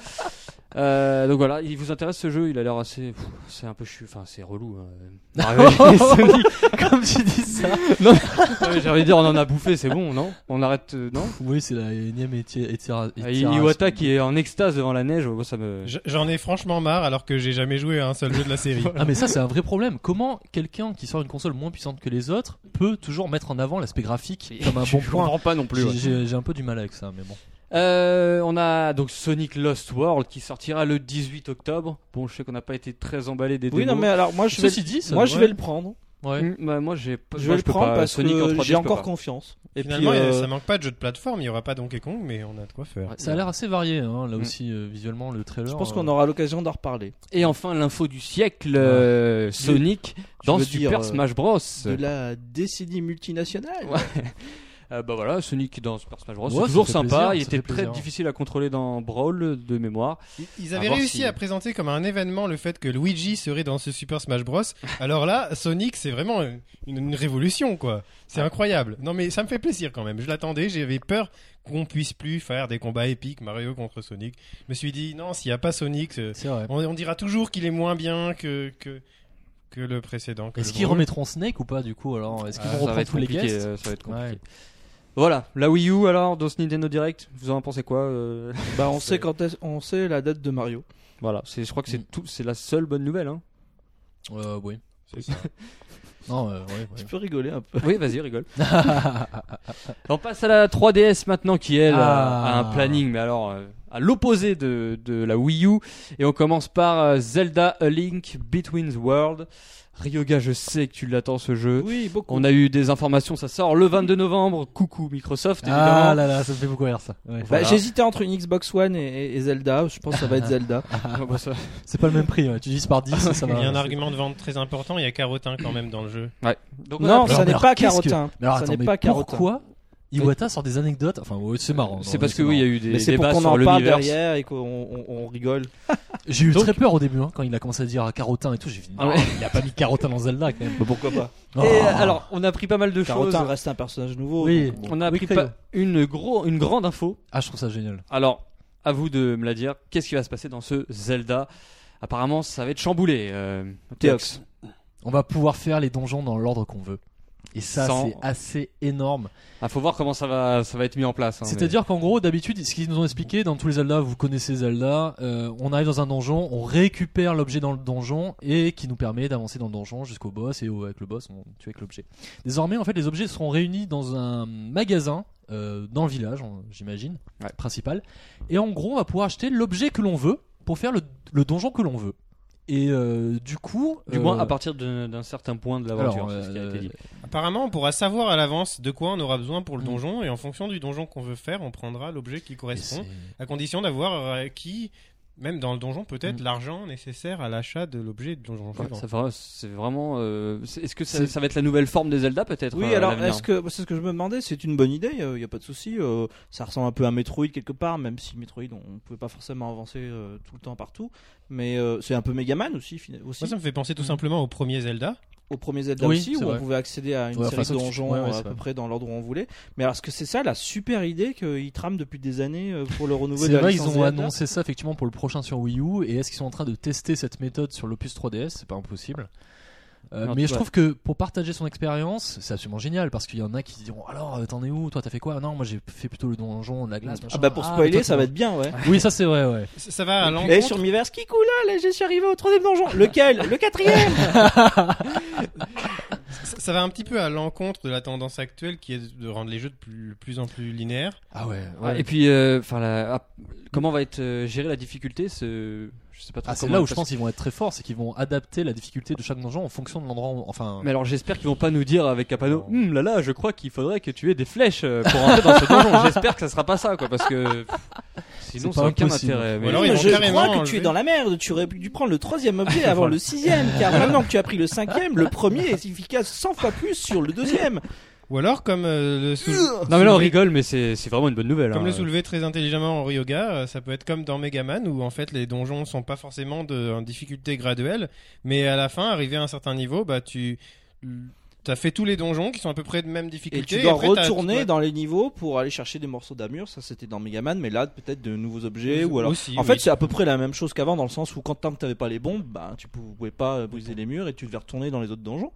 [SPEAKER 5] Euh, donc voilà, il vous intéresse ce jeu, il a l'air assez. pff, C'est un peu chu, enfin c'est relou. hein. Mario et Sonic,
[SPEAKER 6] Comme tu dis ça.
[SPEAKER 5] Ah oui, J'ai envie de dire, on en a bouffé, c'est bon, non On arrête, euh, non
[SPEAKER 6] Oui, c'est la énième éti- étira-
[SPEAKER 5] Ah,
[SPEAKER 6] étiration.
[SPEAKER 5] Iwata qui est en extase devant la neige, moi ça me.
[SPEAKER 3] J- J'en ai franchement marre alors que j'ai jamais joué à un seul jeu de la série.
[SPEAKER 6] Ah mais ça c'est un vrai problème. Comment quelqu'un qui sort une console moins puissante que les autres peut toujours mettre en avant l'aspect graphique comme un bon point
[SPEAKER 5] pas non
[SPEAKER 6] J'ai- J'ai j'ai un peu du mal avec ça, mais bon.
[SPEAKER 5] Euh, on a donc Sonic Lost World qui sortira le 18 octobre. Bon, je sais qu'on n'a pas été très emballé des
[SPEAKER 2] oui,
[SPEAKER 5] démos.
[SPEAKER 2] non, mais alors moi je vais,
[SPEAKER 6] Ceci dit, ça
[SPEAKER 2] moi, je
[SPEAKER 6] devrait-
[SPEAKER 2] vais le prendre.
[SPEAKER 6] Ouais.
[SPEAKER 5] Mm, bah, moi j'ai pas-
[SPEAKER 2] Je
[SPEAKER 5] moi,
[SPEAKER 2] vais le
[SPEAKER 5] peux
[SPEAKER 2] prendre
[SPEAKER 5] pas.
[SPEAKER 2] parce
[SPEAKER 5] Sonic en
[SPEAKER 2] que
[SPEAKER 5] 3D,
[SPEAKER 2] j'ai
[SPEAKER 5] je peux
[SPEAKER 2] encore
[SPEAKER 5] pas.
[SPEAKER 2] confiance. Et puis,
[SPEAKER 3] Finalement, il y a-
[SPEAKER 2] euh,
[SPEAKER 3] ça manque pas de jeux de plateforme. Il n'y aura pas Donkey Kong, mais on a de quoi faire.
[SPEAKER 5] Ouais.
[SPEAKER 6] Ça a l'air assez varié, hein, là
[SPEAKER 5] Mm.
[SPEAKER 6] aussi euh, visuellement le trailer.
[SPEAKER 2] je pense
[SPEAKER 6] euh,
[SPEAKER 2] qu'on aura l'occasion d'en reparler.
[SPEAKER 5] Et enfin, l'info du siècle euh, Sonic
[SPEAKER 2] tu
[SPEAKER 5] dans
[SPEAKER 2] veux
[SPEAKER 5] Super
[SPEAKER 2] dire, euh,
[SPEAKER 5] Smash Bros.
[SPEAKER 2] De la décennie multinationale.
[SPEAKER 5] Ouais. Euh, bah voilà, Sonic dans Super Smash Bros.
[SPEAKER 6] Ouais,
[SPEAKER 5] c'est
[SPEAKER 6] ça
[SPEAKER 5] toujours
[SPEAKER 6] fait
[SPEAKER 5] sympa.
[SPEAKER 6] plaisir,
[SPEAKER 5] il
[SPEAKER 6] ça
[SPEAKER 5] était
[SPEAKER 6] fait
[SPEAKER 5] très
[SPEAKER 6] plaisir.
[SPEAKER 5] difficile à contrôler dans Brawl de mémoire.
[SPEAKER 3] Ils- Ils avaient
[SPEAKER 5] voir
[SPEAKER 3] réussi
[SPEAKER 5] si-
[SPEAKER 3] à présenter comme un événement le fait que Luigi serait dans ce Super Smash Bros. Alors là, Sonic, c'est vraiment une, une révolution, quoi.
[SPEAKER 6] Ah.
[SPEAKER 3] C'est incroyable. Non, mais ça me fait plaisir quand même. Je l'attendais, j'avais peur qu'on puisse plus faire des combats épiques Mario contre Sonic. Je me suis dit, non, s'il n'y a pas Sonic, c'est-
[SPEAKER 6] C'est vrai.
[SPEAKER 3] on, on dira toujours qu'il est moins bien que, que, que le précédent. que
[SPEAKER 6] Est-ce
[SPEAKER 3] le
[SPEAKER 6] qu'ils
[SPEAKER 3] Brawl.
[SPEAKER 6] remettront Snake ou pas du coup alors Est-ce qu'ils
[SPEAKER 3] Ah,
[SPEAKER 6] vont
[SPEAKER 3] ça
[SPEAKER 5] ça va
[SPEAKER 6] reprendre
[SPEAKER 5] être
[SPEAKER 6] tous les
[SPEAKER 5] compliqué.
[SPEAKER 6] guests
[SPEAKER 5] euh, ça va être compliqué.
[SPEAKER 6] Ouais.
[SPEAKER 5] Voilà, la Wii U alors dans ce Nintendo Direct, vous en pensez quoi euh,
[SPEAKER 2] Bah, on sait quand est-ce- on sait la date de Mario.
[SPEAKER 5] Voilà, c'est je crois que c'est
[SPEAKER 6] Mm.
[SPEAKER 5] tout, c'est la seule bonne nouvelle. Hein.
[SPEAKER 6] Euh, oui.
[SPEAKER 3] C'est ça.
[SPEAKER 6] Non, euh, ouais,
[SPEAKER 2] Tu
[SPEAKER 6] ouais.
[SPEAKER 2] peux rigoler un peu.
[SPEAKER 5] Oui, vas-y, rigole. On passe à la 3DS maintenant qui, elle,
[SPEAKER 6] Ah.
[SPEAKER 5] a un planning, mais alors euh, à l'opposé de, de la Wii U. Et on commence par euh, Zelda A Link Between the World. Ryoga, je sais que tu l'attends ce jeu.
[SPEAKER 2] Oui, beaucoup.
[SPEAKER 5] On a eu des informations, ça sort le 22 novembre. Coucou Microsoft, évidemment.
[SPEAKER 6] Ah là là, ça me fait beaucoup rire ça. Ouais.
[SPEAKER 2] Bah,
[SPEAKER 5] Voilà.
[SPEAKER 2] J'hésitais entre une Xbox One et, et- et Zelda. Je pense que ça va être Zelda.
[SPEAKER 5] Ah, bah, ça-
[SPEAKER 6] C'est pas le même prix, ouais. tu divises par 10, ça
[SPEAKER 3] Il y
[SPEAKER 6] va.
[SPEAKER 3] a un argument de vente très important, il y a Carotin quand même dans le jeu.
[SPEAKER 5] Donc, on a
[SPEAKER 2] non,
[SPEAKER 5] appris-
[SPEAKER 2] ça
[SPEAKER 6] Alors,
[SPEAKER 2] n'est
[SPEAKER 6] mais
[SPEAKER 2] pas
[SPEAKER 6] qu'est-ce que-
[SPEAKER 2] carotin.
[SPEAKER 6] Mais alors,
[SPEAKER 2] ça
[SPEAKER 6] attends,
[SPEAKER 2] n'est
[SPEAKER 6] mais
[SPEAKER 2] pas carotin.
[SPEAKER 6] pourquoi Iwata sort des anecdotes Enfin, ouais, c'est marrant.
[SPEAKER 5] c'est
[SPEAKER 6] non,
[SPEAKER 5] parce que oui, il y a eu des
[SPEAKER 2] Mais c'est pour
[SPEAKER 5] débats
[SPEAKER 2] qu'on
[SPEAKER 5] sur
[SPEAKER 2] en parle
[SPEAKER 5] l'univers.
[SPEAKER 2] derrière et qu'on on- on rigole.
[SPEAKER 6] J'ai eu
[SPEAKER 5] Donc-
[SPEAKER 6] très peur au début hein, quand il a commencé à dire ah, carotin et tout. J'ai fini.
[SPEAKER 5] Ah ouais.
[SPEAKER 6] Il a pas mis carotin dans Zelda quand même.
[SPEAKER 2] pourquoi pas
[SPEAKER 5] Et
[SPEAKER 6] Oh.
[SPEAKER 5] euh, alors, on a appris pas mal de choses.
[SPEAKER 2] Carotin reste un personnage nouveau.
[SPEAKER 6] Oui.
[SPEAKER 2] donc bon.
[SPEAKER 5] On a appris
[SPEAKER 6] Oui,
[SPEAKER 5] pas- une, gros, une grande info.
[SPEAKER 6] Ah, je trouve ça génial.
[SPEAKER 5] Alors, à vous de me la dire. Qu'est-ce qui va se passer dans ce Zelda Apparemment, ça va être chamboulé. euh,
[SPEAKER 2] Théox.
[SPEAKER 6] On va pouvoir faire les donjons dans l'ordre qu'on veut. Et ça,
[SPEAKER 5] Sans-
[SPEAKER 6] c'est assez énorme.
[SPEAKER 5] Ah, faut voir comment ça va, ça va être mis en place. hein,
[SPEAKER 6] C'est-à-dire qu'en gros, d'habitude, ce qu'ils nous ont expliqué dans tous les Zelda, vous connaissez Zelda, euh, on arrive dans un donjon, on récupère l'objet dans le donjon et qui nous permet d'avancer dans le donjon jusqu'au boss et au- avec le boss, on tue avec l'objet. Désormais, en fait, les objets seront réunis dans un magasin. euh, dans le village, on- j'imagine,
[SPEAKER 5] Ouais.
[SPEAKER 6] principal. Et en gros, on va pouvoir acheter l'objet que l'on veut pour faire le, le donjon que l'on veut. Et euh, du coup,
[SPEAKER 5] Mais, Du moins,
[SPEAKER 6] euh,
[SPEAKER 5] à partir de- d'un certain point de l'aventure,
[SPEAKER 6] alors,
[SPEAKER 5] c'est ce qui a
[SPEAKER 6] euh,
[SPEAKER 5] été dit.
[SPEAKER 3] Apparemment, on pourra savoir à l'avance de quoi on aura besoin pour le
[SPEAKER 6] Mm.
[SPEAKER 3] donjon, et en fonction du donjon qu'on veut faire, on prendra l'objet qui
[SPEAKER 6] et
[SPEAKER 3] correspond,
[SPEAKER 6] c'est-
[SPEAKER 3] à condition d'avoir acquis, même dans le donjon peut-être, l'argent nécessaire à l'achat de l'objet de donjon.
[SPEAKER 5] Ouais,
[SPEAKER 3] suivant.
[SPEAKER 5] ça fera- c'est vraiment. euh, c'est- Est-ce que ça,
[SPEAKER 6] C'est-
[SPEAKER 5] ça va être la nouvelle forme des Zelda peut-être
[SPEAKER 2] Oui,
[SPEAKER 5] euh, à
[SPEAKER 2] alors
[SPEAKER 5] l'avenir
[SPEAKER 2] est-ce que bah, c'est ce que je me demandais C'est une bonne idée. Il n'y a pas de souci. euh, ça ressemble un peu à Metroid quelque part, même si Metroid on ne pouvait pas forcément avancer euh, tout le temps partout. Mais euh, c'est un peu Megaman aussi, fina- aussi
[SPEAKER 3] Moi, ça me fait penser tout
[SPEAKER 2] Mm.
[SPEAKER 3] simplement au premier Zelda.
[SPEAKER 2] au premier Zelda
[SPEAKER 6] Oui,
[SPEAKER 2] aussi,
[SPEAKER 6] c'est
[SPEAKER 2] où on
[SPEAKER 6] vrai.
[SPEAKER 2] pouvait accéder à une
[SPEAKER 6] Ouais,
[SPEAKER 2] série
[SPEAKER 6] enfin, ça,
[SPEAKER 2] de
[SPEAKER 6] tu-
[SPEAKER 2] donjons
[SPEAKER 6] ouais, ouais,
[SPEAKER 2] euh,
[SPEAKER 6] c'est
[SPEAKER 2] à peu
[SPEAKER 6] vrai.
[SPEAKER 2] près dans l'ordre où on voulait. Mais alors est-ce que c'est ça la super idée qu'ils trament depuis des années euh, pour le renouveau de
[SPEAKER 6] C'est
[SPEAKER 2] la
[SPEAKER 6] vrai, ils
[SPEAKER 2] licence
[SPEAKER 6] ont
[SPEAKER 2] Zelda
[SPEAKER 6] annoncé ça effectivement pour le prochain sur Wii U. Et est-ce qu'ils sont en train de tester cette méthode sur l'Opus 3DS C'est pas impossible. Euh,
[SPEAKER 5] Alors,
[SPEAKER 6] mais je
[SPEAKER 5] ouais.
[SPEAKER 6] trouve que pour partager son expérience, c'est absolument génial parce qu'il y en a qui diront alors euh, t'en es où Toi t'as fait quoi Non, moi j'ai fait plutôt le donjon, de la glace.
[SPEAKER 2] Ah
[SPEAKER 6] machin.
[SPEAKER 2] bah pour
[SPEAKER 6] mais
[SPEAKER 2] spoiler,
[SPEAKER 6] toi,
[SPEAKER 2] ça
[SPEAKER 6] t'es-
[SPEAKER 2] va être bien, ouais.
[SPEAKER 6] Ah, Oui, ça c'est vrai, ouais.
[SPEAKER 3] Ça, ça va à
[SPEAKER 2] Et
[SPEAKER 3] l'encontre.
[SPEAKER 2] sur Miiverse qui coule là, je suis arrivé au troisième donjon. Lequel Le quatrième
[SPEAKER 3] Ça, ça va un petit peu à l'encontre de la tendance actuelle qui est de rendre les jeux de plus, de plus en plus linéaires.
[SPEAKER 6] Ah ouais.
[SPEAKER 5] Ah, Et puis, euh, enfin, la- ah, comment va être euh, gérée la difficulté ce... Je sais pas trop
[SPEAKER 6] Ah, c'est
[SPEAKER 5] comment-
[SPEAKER 6] là où je
[SPEAKER 5] parce-
[SPEAKER 6] pense qu'ils vont être très forts, c'est qu'ils vont adapter la difficulté de chaque donjon en fonction de l'endroit. où- Enfin,
[SPEAKER 5] Mais alors j'espère qu'ils vont pas nous dire avec Capano,
[SPEAKER 6] Non.
[SPEAKER 5] hum là là, je crois qu'il faudrait que tu aies des flèches euh, pour entrer dans ce donjon. J'espère que ça sera pas ça quoi, parce que pff, sinon
[SPEAKER 6] C'est
[SPEAKER 5] ça
[SPEAKER 6] pas
[SPEAKER 5] n'a aucun
[SPEAKER 6] impossible.
[SPEAKER 5] intérêt.
[SPEAKER 3] Ou
[SPEAKER 5] mais-
[SPEAKER 3] alors, ils vont
[SPEAKER 2] Je
[SPEAKER 3] carrément
[SPEAKER 2] crois que tu
[SPEAKER 3] enlever.
[SPEAKER 2] es dans la merde. Tu aurais dû prendre le troisième objet avant le sixième, car maintenant que tu as pris le cinquième, le premier est efficace 100 fois plus sur le deuxième.
[SPEAKER 3] Ou alors, comme euh, le sou-
[SPEAKER 5] Non mais là on rigole, mais c'est c'est vraiment une bonne nouvelle.
[SPEAKER 3] Comme
[SPEAKER 5] hein.
[SPEAKER 3] le soulever très intelligemment en Ryoga, euh, ça peut être comme dans Megaman où en fait les donjons sont pas forcément de, en difficulté graduelle, mais à la fin, arrivé à un certain niveau, bah tu as fait tous les donjons qui sont à peu près de même
[SPEAKER 2] Et
[SPEAKER 3] difficulté.
[SPEAKER 2] tu dois
[SPEAKER 3] après, t'as-
[SPEAKER 2] retourner
[SPEAKER 3] tu
[SPEAKER 2] dans les niveaux pour aller chercher des morceaux d'amure. Ça, c'était dans Megaman, mais là, peut-être de nouveaux objets
[SPEAKER 3] dois-
[SPEAKER 2] ou alors.
[SPEAKER 3] Aussi,
[SPEAKER 2] En
[SPEAKER 3] oui.
[SPEAKER 2] fait, c'est à peu près la même chose qu'avant, dans le sens où quand tant que t'avais pas les bombes, bah, tu pouvais pas briser les murs et tu devais retourner dans les autres donjons.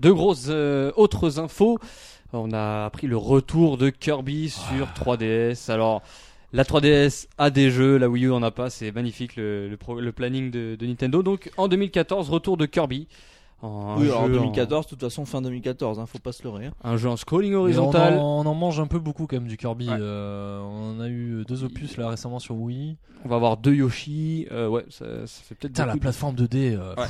[SPEAKER 5] Deux grosses euh, autres infos. On a appris le retour de Kirby sur
[SPEAKER 3] Ah.
[SPEAKER 5] 3DS. Alors la 3DS a des jeux, la Wii U en a pas. C'est magnifique le, le, pro- le planning de, de Nintendo. Donc en 2014, retour de Kirby.
[SPEAKER 3] Ah,
[SPEAKER 5] En, un
[SPEAKER 2] oui, alors en
[SPEAKER 5] jeu
[SPEAKER 2] 2014, de toute façon, fin 2014, hein, faut pas se leurrer. hein.
[SPEAKER 5] un jeu en scrolling
[SPEAKER 6] mais on,
[SPEAKER 5] horizontal.
[SPEAKER 6] en, on en mange un peu beaucoup quand même du Kirby.
[SPEAKER 5] Ouais.
[SPEAKER 6] euh, on en a eu deux opus là récemment sur Wii.
[SPEAKER 5] On va avoir deux Yoshi. euh, ouais, ça, ça fait peut-être
[SPEAKER 6] Putain, la
[SPEAKER 5] beaucoup de-
[SPEAKER 6] plateforme 2D. euh,
[SPEAKER 5] Ouais.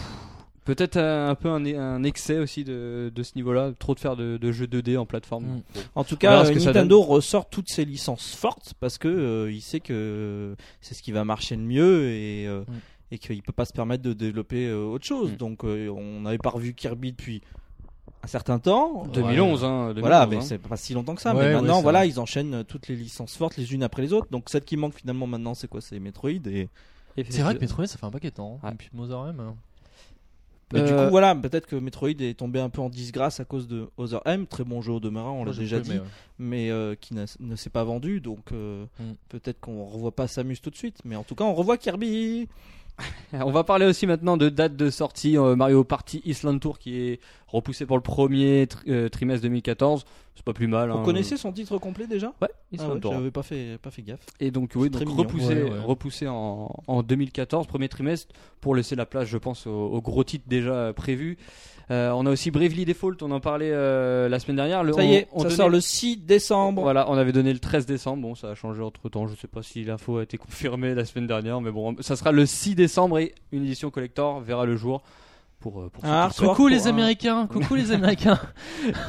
[SPEAKER 5] Peut-être euh, un peu un, un excès aussi de, de ce niveau-là, trop de faire de, de jeux 2D en plateforme.
[SPEAKER 6] Mm.
[SPEAKER 2] En tout
[SPEAKER 5] On verra
[SPEAKER 2] cas, euh,
[SPEAKER 5] ce que ça
[SPEAKER 2] Nintendo ressort toutes ses licences fortes parce que euh, il sait que c'est ce qui va marcher le mieux et euh,
[SPEAKER 6] Mm.
[SPEAKER 2] et qu'il peut pas se permettre de développer euh, autre chose.
[SPEAKER 5] Mm.
[SPEAKER 2] Donc, euh, on n'avait pas revu Kirby depuis un certain temps.
[SPEAKER 5] 2011, hein. 2011,
[SPEAKER 2] Voilà, mais
[SPEAKER 5] hein.
[SPEAKER 2] c'est pas si longtemps que ça.
[SPEAKER 6] Ouais,
[SPEAKER 2] mais
[SPEAKER 6] ouais,
[SPEAKER 2] maintenant,
[SPEAKER 6] ça
[SPEAKER 2] voilà,
[SPEAKER 6] va.
[SPEAKER 2] ils enchaînent euh, toutes les licences fortes les unes après les autres. Donc, celle qui manque finalement maintenant, c'est quoi C'est Metroid. Et...
[SPEAKER 6] C'est vrai que Metroid ça fait un paquet de temps.
[SPEAKER 5] Ouais.
[SPEAKER 6] Et puis Mother M. hein.
[SPEAKER 2] Mais du
[SPEAKER 5] Euh,
[SPEAKER 2] coup, voilà, peut-être que Metroid est tombé un peu en disgrâce à cause de Other M. Très bon jeu au demeurant, on l'a
[SPEAKER 6] Moi, j'ai
[SPEAKER 2] déjà
[SPEAKER 6] beaucoup
[SPEAKER 2] dit,
[SPEAKER 6] aimé, ouais.
[SPEAKER 2] mais euh, qui n'a- ne s'est pas vendu. Donc, euh,
[SPEAKER 6] Mm.
[SPEAKER 2] peut-être qu'on revoit pas Samus tout de suite. Mais en tout cas, on revoit Kirby.
[SPEAKER 5] On va parler aussi maintenant de date de sortie euh, Mario Party Island Tour qui est repoussé pour le premier tri- euh, trimestre 2014. C'est pas plus mal.
[SPEAKER 2] Vous
[SPEAKER 5] hein.
[SPEAKER 2] connaissez son titre complet déjà
[SPEAKER 5] Ouais, il
[SPEAKER 2] Ah ouais, J'avais pas fait, pas fait gaffe.
[SPEAKER 5] Et donc, oui, donc
[SPEAKER 2] très mignon.
[SPEAKER 5] repoussé,
[SPEAKER 6] Ouais, ouais.
[SPEAKER 5] repoussé en, en 2014, premier trimestre, pour laisser la place, je pense, aux, aux gros titres déjà euh, prévus. Euh, on a aussi Bravely Default, on en parlait euh, la semaine dernière. Le-
[SPEAKER 2] Ça
[SPEAKER 5] on,
[SPEAKER 2] y est,
[SPEAKER 5] on
[SPEAKER 2] ça
[SPEAKER 5] donnait-
[SPEAKER 2] sort le 6 décembre.
[SPEAKER 5] Voilà, on avait donné le 13 décembre. Bon, ça a changé entre temps. Je sais pas si l'info a été confirmée la semaine dernière, mais bon, ça sera le 6 décembre et une édition collector verra le jour pour, euh, pour ceux
[SPEAKER 2] Un
[SPEAKER 5] qui
[SPEAKER 2] hardcore
[SPEAKER 6] Coucou
[SPEAKER 2] pour
[SPEAKER 6] les
[SPEAKER 2] un-
[SPEAKER 6] Américains, coucou les Américains.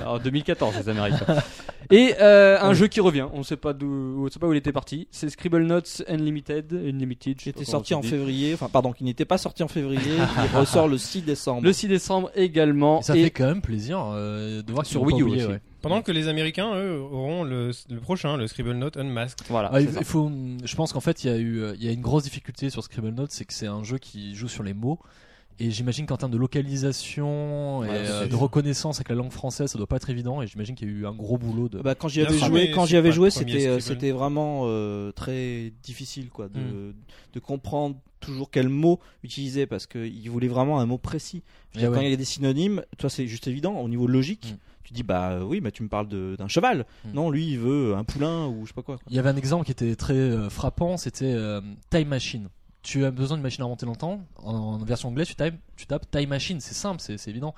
[SPEAKER 5] Alors 2014, les Américains. Et euh, un jeu qui revient, on sait pas d'où, on sait pas où il était parti. C'est Scribble Notes Unlimited, Unlimited. je sais
[SPEAKER 2] Qui
[SPEAKER 5] pas
[SPEAKER 2] était
[SPEAKER 5] comment
[SPEAKER 2] sorti
[SPEAKER 5] on
[SPEAKER 2] en
[SPEAKER 5] dit.
[SPEAKER 2] février, enfin pardon, qui n'était pas sorti en février, qui ressort le 6 décembre.
[SPEAKER 5] Le 6 décembre également.
[SPEAKER 6] Ça
[SPEAKER 5] et
[SPEAKER 6] fait quand même plaisir euh, de voir qu'ils
[SPEAKER 5] Sur
[SPEAKER 6] l'ont pas
[SPEAKER 5] Wii U
[SPEAKER 6] oublié,
[SPEAKER 5] aussi.
[SPEAKER 6] ouais.
[SPEAKER 3] Pendant que les Américains, eux, auront le, le prochain, le Scribble Note Unmasked.
[SPEAKER 5] voilà.
[SPEAKER 6] Ouais,
[SPEAKER 5] Ah, c'est
[SPEAKER 6] Ah, il
[SPEAKER 5] ça.
[SPEAKER 6] il faut, je pense qu'en fait, il y a eu, euh, il y a une grosse difficulté sur Scribble Note, c'est que c'est un jeu qui joue sur les mots. Et j'imagine qu'en termes de localisation et
[SPEAKER 5] Ouais,
[SPEAKER 6] euh,
[SPEAKER 3] c'est-
[SPEAKER 6] de reconnaissance avec la langue française, ça doit pas être évident. Et j'imagine qu'il y a eu un gros boulot de.
[SPEAKER 2] Bah, quand j'y
[SPEAKER 3] Bien
[SPEAKER 2] avais
[SPEAKER 3] sûr,
[SPEAKER 2] joué,
[SPEAKER 3] mais
[SPEAKER 2] quand
[SPEAKER 3] c'est
[SPEAKER 2] j'y avais
[SPEAKER 3] pas le
[SPEAKER 2] joué,
[SPEAKER 3] premier
[SPEAKER 2] c'était euh,
[SPEAKER 3] Scribble.
[SPEAKER 2] c'était vraiment euh, très difficile quoi de de comprendre toujours quel mot utiliser parce que il voulait vraiment un mot précis. Je veux
[SPEAKER 6] Eh
[SPEAKER 2] dire,
[SPEAKER 6] ouais.
[SPEAKER 2] Quand il y a des synonymes, toi c'est juste évident au niveau logique.
[SPEAKER 6] Mm.
[SPEAKER 2] Tu dis bah euh, oui, mais tu me parles de- d'un cheval.
[SPEAKER 6] Mm.
[SPEAKER 2] Non, lui il veut un poulain ou je sais pas quoi. quoi.
[SPEAKER 6] Il y avait un exemple qui était très euh, frappant, c'était euh, Time Machine. Tu as besoin d'une machine à remonter longtemps. En, en version anglaise, tu, time- tu tapes Time Machine, c'est simple, c'est c'est évident.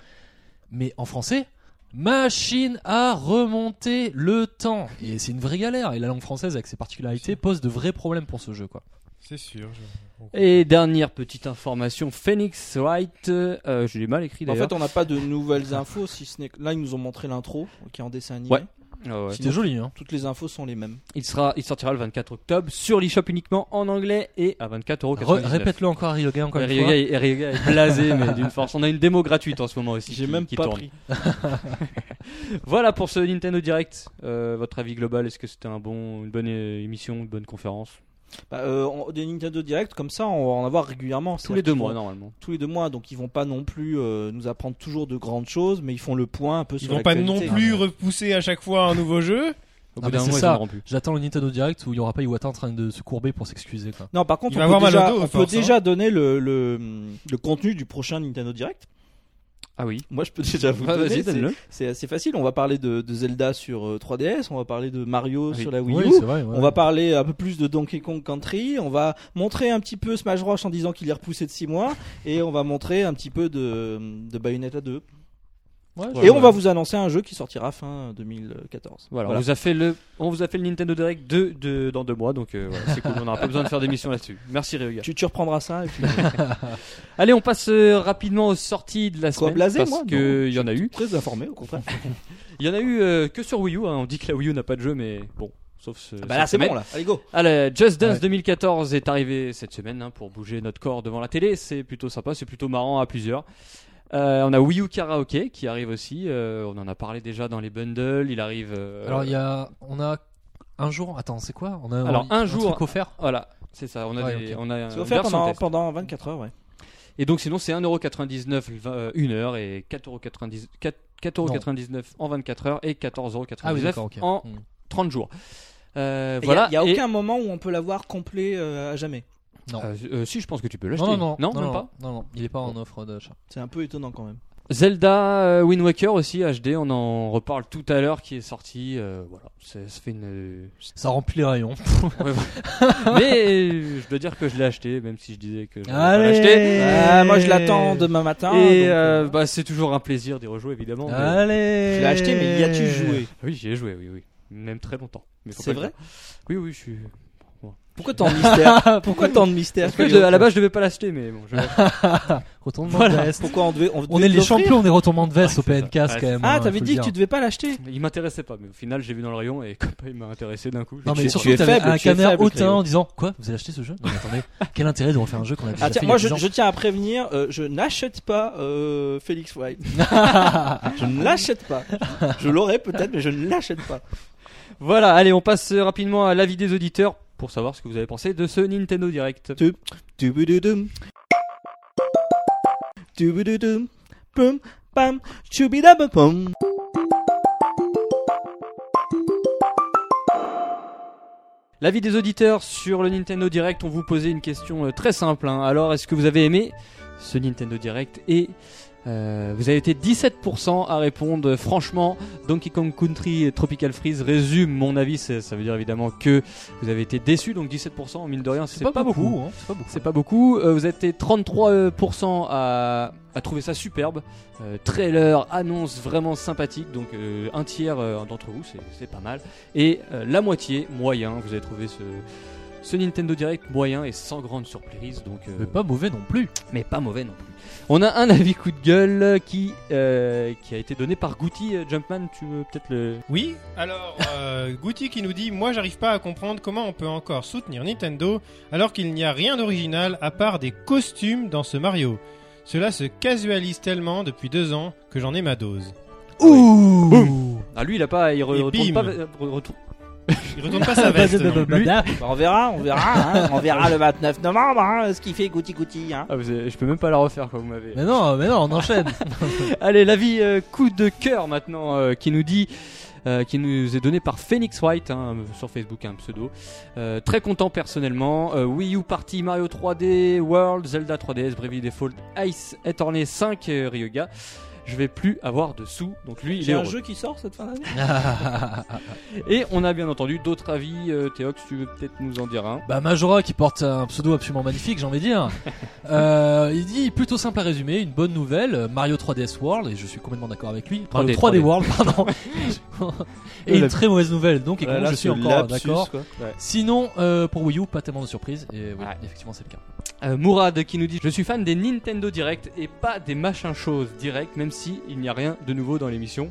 [SPEAKER 6] Mais en français, machine à remonter le temps. Et c'est une vraie galère. Et la langue française, avec ses particularités, pose de vrais problèmes pour ce jeu, quoi.
[SPEAKER 3] C'est sûr. je-
[SPEAKER 5] Et dernière petite information, Phoenix Wright, euh, je l'ai mal écrit
[SPEAKER 2] En
[SPEAKER 5] d'ailleurs.
[SPEAKER 2] fait, on n'a pas de nouvelles infos si ce n'est que là ils nous ont montré l'intro qui est en dessin animé.
[SPEAKER 5] Ouais. Ah ouais.
[SPEAKER 6] C'était joli, hein.
[SPEAKER 2] Toutes les infos sont les mêmes.
[SPEAKER 5] il, sera, il sortira le 24 octobre sur l'eShop uniquement en anglais et à 24,99€.
[SPEAKER 6] Re- Répète-le encore, Ryoga, encore une
[SPEAKER 5] Ryoga
[SPEAKER 6] fois.
[SPEAKER 5] est, Ryoga est blasé, mais d'une force. On a une démo gratuite en ce moment aussi.
[SPEAKER 2] J'ai
[SPEAKER 5] qui-
[SPEAKER 2] même
[SPEAKER 5] qui
[SPEAKER 2] pas
[SPEAKER 5] tourne.
[SPEAKER 2] pris.
[SPEAKER 5] Voilà pour ce Nintendo Direct. Euh, votre avis global, est-ce que c'était un bon, une bonne euh, émission, une bonne conférence
[SPEAKER 2] Bah, euh, on- des Nintendo Direct comme ça, on va en avoir régulièrement.
[SPEAKER 5] Tous les
[SPEAKER 2] C'est-à-dire
[SPEAKER 5] deux
[SPEAKER 2] qu'ils
[SPEAKER 5] mois
[SPEAKER 2] vont-
[SPEAKER 5] normalement.
[SPEAKER 2] tous les deux mois, donc ils vont pas non plus euh, nous apprendre toujours de grandes choses, mais ils font le point un peu
[SPEAKER 3] Ils
[SPEAKER 2] sur hein.
[SPEAKER 3] vont pas non
[SPEAKER 2] l'actualité.
[SPEAKER 3] plus repousser à chaque fois un nouveau jeu.
[SPEAKER 5] Au
[SPEAKER 6] Non,
[SPEAKER 5] bout
[SPEAKER 6] mais
[SPEAKER 5] d'un
[SPEAKER 6] Ah, bah, c'est
[SPEAKER 5] mois, ils
[SPEAKER 6] ça.
[SPEAKER 5] en auront plus.
[SPEAKER 6] J'attends le Nintendo Direct où il y aura pas Iwata en train de se courber pour s'excuser, quoi.
[SPEAKER 2] Non, par contre,
[SPEAKER 3] Il
[SPEAKER 2] on
[SPEAKER 3] va
[SPEAKER 2] peut,
[SPEAKER 3] avoir mal au
[SPEAKER 2] déjà,
[SPEAKER 3] dos,
[SPEAKER 2] on
[SPEAKER 3] à
[SPEAKER 2] peut
[SPEAKER 3] force, hein.
[SPEAKER 2] déjà donner le, le, le contenu du prochain Nintendo Direct.
[SPEAKER 5] Ah oui.
[SPEAKER 2] Moi, je peux déjà vous
[SPEAKER 5] Ah,
[SPEAKER 2] donner.
[SPEAKER 5] vas-y,
[SPEAKER 2] c'est-
[SPEAKER 5] donne-le.
[SPEAKER 2] C'est assez facile. On va parler de, de Zelda sur euh, 3DS, on va parler de Mario
[SPEAKER 5] Oui.
[SPEAKER 2] sur la Wii
[SPEAKER 6] Oui,
[SPEAKER 2] U.
[SPEAKER 6] c'est vrai. ouais.
[SPEAKER 2] On va parler un peu plus de Donkey Kong Country, on va montrer un petit peu Smash Bros en disant qu'il est repoussé de 6 mois, et on va montrer un petit peu de, de Bayonetta 2.
[SPEAKER 6] Ouais,
[SPEAKER 2] et
[SPEAKER 6] je-
[SPEAKER 2] on va vous annoncer un jeu qui sortira fin 2014.
[SPEAKER 5] Voilà, On, vous a fait le, on vous a fait le Nintendo Direct de, de- dans deux mois, donc euh, voilà, c'est cool, on n'aura pas besoin de faire d'émission là-dessus. Merci Ryoga.
[SPEAKER 2] Tu, tu reprendras ça et puis
[SPEAKER 5] Allez, on passe euh, rapidement aux sorties de la
[SPEAKER 2] Quoi,
[SPEAKER 5] semaine
[SPEAKER 2] blasé,
[SPEAKER 5] parce
[SPEAKER 2] moi Non,
[SPEAKER 5] qu'il y en a eu.
[SPEAKER 2] très informé au contraire.
[SPEAKER 5] Il y en a eu euh, que sur Wii U. hein. On dit que la Wii U n'a pas de jeu, mais bon, sauf ce.
[SPEAKER 2] Bah là
[SPEAKER 5] cette
[SPEAKER 2] c'est
[SPEAKER 5] semaine.
[SPEAKER 2] bon là. Allez go.
[SPEAKER 5] Allez, Just Dance
[SPEAKER 6] Ouais.
[SPEAKER 5] 2014 est arrivé cette semaine hein, pour bouger notre corps devant la télé. C'est plutôt sympa, c'est plutôt marrant à plusieurs. Euh, on a Wii U Karaoke qui arrive aussi. euh, on en a parlé déjà dans les bundles. Il arrive. euh,
[SPEAKER 6] Alors, il y a, on a un jour. Attends, c'est quoi On a
[SPEAKER 5] Alors, un jour-
[SPEAKER 6] truc offert.
[SPEAKER 5] Voilà, c'est ça. On a,
[SPEAKER 6] Ouais,
[SPEAKER 5] des-
[SPEAKER 6] ok.
[SPEAKER 5] on a
[SPEAKER 2] C'est
[SPEAKER 5] une
[SPEAKER 2] offert
[SPEAKER 5] version
[SPEAKER 2] pendant,
[SPEAKER 5] test.
[SPEAKER 2] pendant 24 heures ouais.
[SPEAKER 5] Et donc sinon c'est 1,99€ 1h euh, et 4,99€ 4,99€ en 24 heures et 14,99€
[SPEAKER 6] Ah oui, d'accord, ok.
[SPEAKER 5] en
[SPEAKER 6] Mm.
[SPEAKER 5] 30 jours. Euh,
[SPEAKER 2] Et
[SPEAKER 5] voilà.
[SPEAKER 2] Il y a,
[SPEAKER 5] et-
[SPEAKER 2] aucun moment où on peut l'avoir complet euh, à jamais.
[SPEAKER 5] euh, euh, si, je pense que tu peux l'acheter.
[SPEAKER 6] Non, non, non,
[SPEAKER 5] non, même pas.
[SPEAKER 6] Non, non, il est pas en offre d'achat.
[SPEAKER 2] C'est un peu étonnant quand même.
[SPEAKER 5] Zelda euh, Wind Waker aussi HD, on en reparle tout à l'heure qui est sorti. euh, voilà, ça, ça fait une. euh,
[SPEAKER 6] Ça remplit les rayons.
[SPEAKER 5] Mais euh, je dois dire que je l'ai acheté, même si je disais que je l'avais pas l'acheté.
[SPEAKER 6] Allez
[SPEAKER 2] Ah, moi je l'attends demain matin.
[SPEAKER 5] Et
[SPEAKER 2] donc, euh,
[SPEAKER 5] euh, bah, c'est toujours un plaisir d'y rejouer évidemment. mais-
[SPEAKER 6] Allez
[SPEAKER 2] je l'ai acheté mais y a-tu joué
[SPEAKER 5] Oui, j'y ai joué, oui, oui, même très longtemps. Mais faut
[SPEAKER 2] C'est
[SPEAKER 5] pas le
[SPEAKER 2] vrai
[SPEAKER 5] dire. Oui, oui, je suis.
[SPEAKER 2] Pourquoi tant de mystère Pourquoi tant de mystère
[SPEAKER 5] Parce que je- à la base, je devais pas l'acheter, mais bon. Je... l'ai acheté.
[SPEAKER 6] Retournement
[SPEAKER 5] Voilà.
[SPEAKER 6] de veste.
[SPEAKER 2] Pourquoi on devait on,
[SPEAKER 6] On
[SPEAKER 2] devait
[SPEAKER 6] est les
[SPEAKER 2] l'offrir
[SPEAKER 6] champions des retournements de veste au
[SPEAKER 5] Ouais, c'est
[SPEAKER 6] PNK quand
[SPEAKER 5] ça.
[SPEAKER 6] même.
[SPEAKER 2] Ah
[SPEAKER 6] hein,
[SPEAKER 2] t'avais
[SPEAKER 6] faut
[SPEAKER 2] dit
[SPEAKER 6] le
[SPEAKER 2] que tu
[SPEAKER 6] dire.
[SPEAKER 2] devais pas l'acheter.
[SPEAKER 5] Il m'intéressait pas, mais au final, j'ai vu dans le rayon et comme il m'a intéressé d'un coup. j'ai
[SPEAKER 6] Non mais
[SPEAKER 2] Tu-
[SPEAKER 6] surtout
[SPEAKER 2] tu es
[SPEAKER 6] t'avais
[SPEAKER 2] faible,
[SPEAKER 6] un
[SPEAKER 2] tu es
[SPEAKER 6] canard
[SPEAKER 2] faible,
[SPEAKER 6] hautain
[SPEAKER 2] Cléo.
[SPEAKER 6] en disant quoi vous avez acheté ce jeu Non mais attendez quel intérêt de refaire un jeu qu'on a déjà
[SPEAKER 2] Ah,
[SPEAKER 6] fait
[SPEAKER 2] tiens,
[SPEAKER 6] il y a
[SPEAKER 2] moi
[SPEAKER 6] dix
[SPEAKER 2] je,
[SPEAKER 6] ans
[SPEAKER 2] je tiens à prévenir, euh, je n'achète pas euh, Félix White. je ne l'achète pas. Je l'aurais peut-être, mais je ne l'achète pas.
[SPEAKER 5] Voilà, allez, on passe euh, rapidement à l'avis des auditeurs pour savoir ce que vous avez pensé de ce Nintendo Direct.
[SPEAKER 2] Tubududoum. Tubududoum. Pum, pam, chubidabapum.
[SPEAKER 5] L'avis des auditeurs sur le Nintendo Direct, on vous posait une question euh, très simple. hein. Alors, est-ce que vous avez aimé ce Nintendo Direct et euh, vous avez été 17% à répondre euh, franchement. Donkey Kong Country Tropical Freeze résume mon avis. Ça, ça veut dire évidemment que vous avez été déçu. Donc 17%, mine de rien, c'est pas, beaucoup.
[SPEAKER 6] hein, c'est pas beaucoup.
[SPEAKER 5] C'est pas beaucoup. Euh, vous êtes 33% à, à trouver ça superbe. Euh, trailer, annonce vraiment sympathique. Donc euh, un tiers euh, d'entre vous, c'est- c'est pas mal. Et euh, la moitié, moyen. Vous avez trouvé ce, ce Nintendo Direct moyen et sans grande surprise. Donc, euh,
[SPEAKER 6] Mais pas mauvais non plus.
[SPEAKER 5] mais pas mauvais non plus. On a un avis coup de gueule qui, euh, qui a été donné par Goutti euh, Jumpman. Tu veux peut-être le.
[SPEAKER 3] Oui, alors euh, Goutti qui nous dit Moi j'arrive pas à comprendre comment on peut encore soutenir Nintendo alors qu'il n'y a rien d'original à part des costumes dans ce Mario. Cela se casualise tellement depuis deux ans que j'en ai ma dose.
[SPEAKER 5] Ouh Ah, lui, il a pas. Il re-
[SPEAKER 3] Et
[SPEAKER 5] retourne
[SPEAKER 3] bim.
[SPEAKER 5] pas. euh, re- retourne-
[SPEAKER 3] Il retourne pas sa veste. non.
[SPEAKER 2] Bah, on verra, on verra, hein. on verra le 29 novembre hein, ce qu'il fait Goutti Goutti. Hein.
[SPEAKER 5] Ah, vous avez- je peux même pas la refaire, quoi. Vous m'avez.
[SPEAKER 6] Mais non, mais non, on enchaîne.
[SPEAKER 5] Allez, l'avis euh, coup de cœur maintenant euh, qui nous dit. euh, qui nous est donné par Phoenix White hein, euh, sur Facebook, un pseudo. Euh, très content personnellement. Euh, Wii U Party, Mario 3D, World, Zelda 3DS, Bravely Default, Ice, Attorney 5, euh, Ryoga. Je vais plus avoir de sous. Donc lui, il
[SPEAKER 2] J'ai
[SPEAKER 5] est
[SPEAKER 2] un
[SPEAKER 5] heureux.
[SPEAKER 2] jeu qui sort cette fin d'année.
[SPEAKER 5] Et on a bien entendu d'autres avis. Euh, Théox, tu veux peut-être nous en dire un
[SPEAKER 6] Bah Majora qui porte un pseudo absolument magnifique, j'ai envie de dire. Euh, il dit plutôt simple à résumer, une bonne nouvelle, euh, Mario 3DS World, et je suis complètement d'accord avec lui. Mario
[SPEAKER 5] 3D,
[SPEAKER 6] 3D, World, pardon. et une très mauvaise nouvelle, donc et
[SPEAKER 2] Là, là,
[SPEAKER 6] je suis
[SPEAKER 2] ce
[SPEAKER 6] encore
[SPEAKER 2] lapsus,
[SPEAKER 6] d'accord.
[SPEAKER 2] quoi.
[SPEAKER 6] Sinon, euh, pour Wii U, pas tellement de surprises, et oui,
[SPEAKER 5] Ouais.
[SPEAKER 6] effectivement c'est le cas.
[SPEAKER 5] Euh, Mourad qui nous dit Je suis fan des Nintendo Direct et pas des machins choses direct, même si il n'y a rien de nouveau dans l'émission.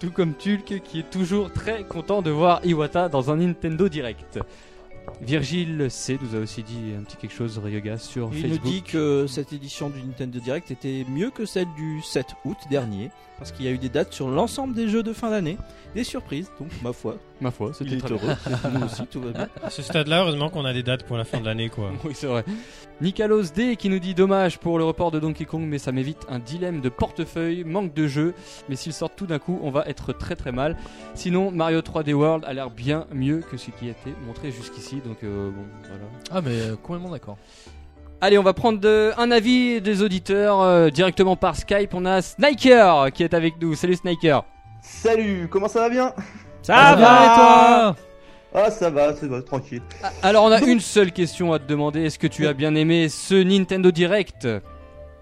[SPEAKER 5] Tout comme Tulk qui est toujours très content de voir Iwata dans un Nintendo Direct. Virgile C nous a aussi dit un petit quelque chose, Ryoga, sur
[SPEAKER 2] Il
[SPEAKER 5] Facebook.
[SPEAKER 2] nous dit que cette édition du Nintendo Direct était mieux que celle du 7 août dernier, parce qu'il y a eu des dates sur l'ensemble des jeux de fin d'année, des surprises, donc ma foi,
[SPEAKER 5] Ma foi,
[SPEAKER 2] il
[SPEAKER 5] c'était
[SPEAKER 2] est
[SPEAKER 5] très bien.
[SPEAKER 2] heureux, nous aussi, tout va bien.
[SPEAKER 3] À ce stade-là, heureusement qu'on a des dates pour la fin de l'année quoi.
[SPEAKER 5] Oui, c'est vrai. Nicalos D qui nous dit dommage pour le report de Donkey Kong, mais ça m'évite un dilemme de portefeuille, manque de jeu. Mais s'il sort tout d'un coup, on va être très très mal. Sinon, Mario 3D World a l'air bien mieux que ce qui a été montré jusqu'ici. Donc euh, bon, voilà.
[SPEAKER 6] Ah mais euh, complètement d'accord.
[SPEAKER 5] Allez, on va prendre de- un avis des auditeurs euh, directement par Skype. On a Sniker qui est avec nous. Salut Sniker.
[SPEAKER 7] Salut, comment ça va bien
[SPEAKER 2] Ça va
[SPEAKER 6] toi
[SPEAKER 7] Ah ça va, ça va, tranquille.
[SPEAKER 5] Ah, Alors, on a une seule question à te demander. Est-ce que tu as bien aimé ce Nintendo Direct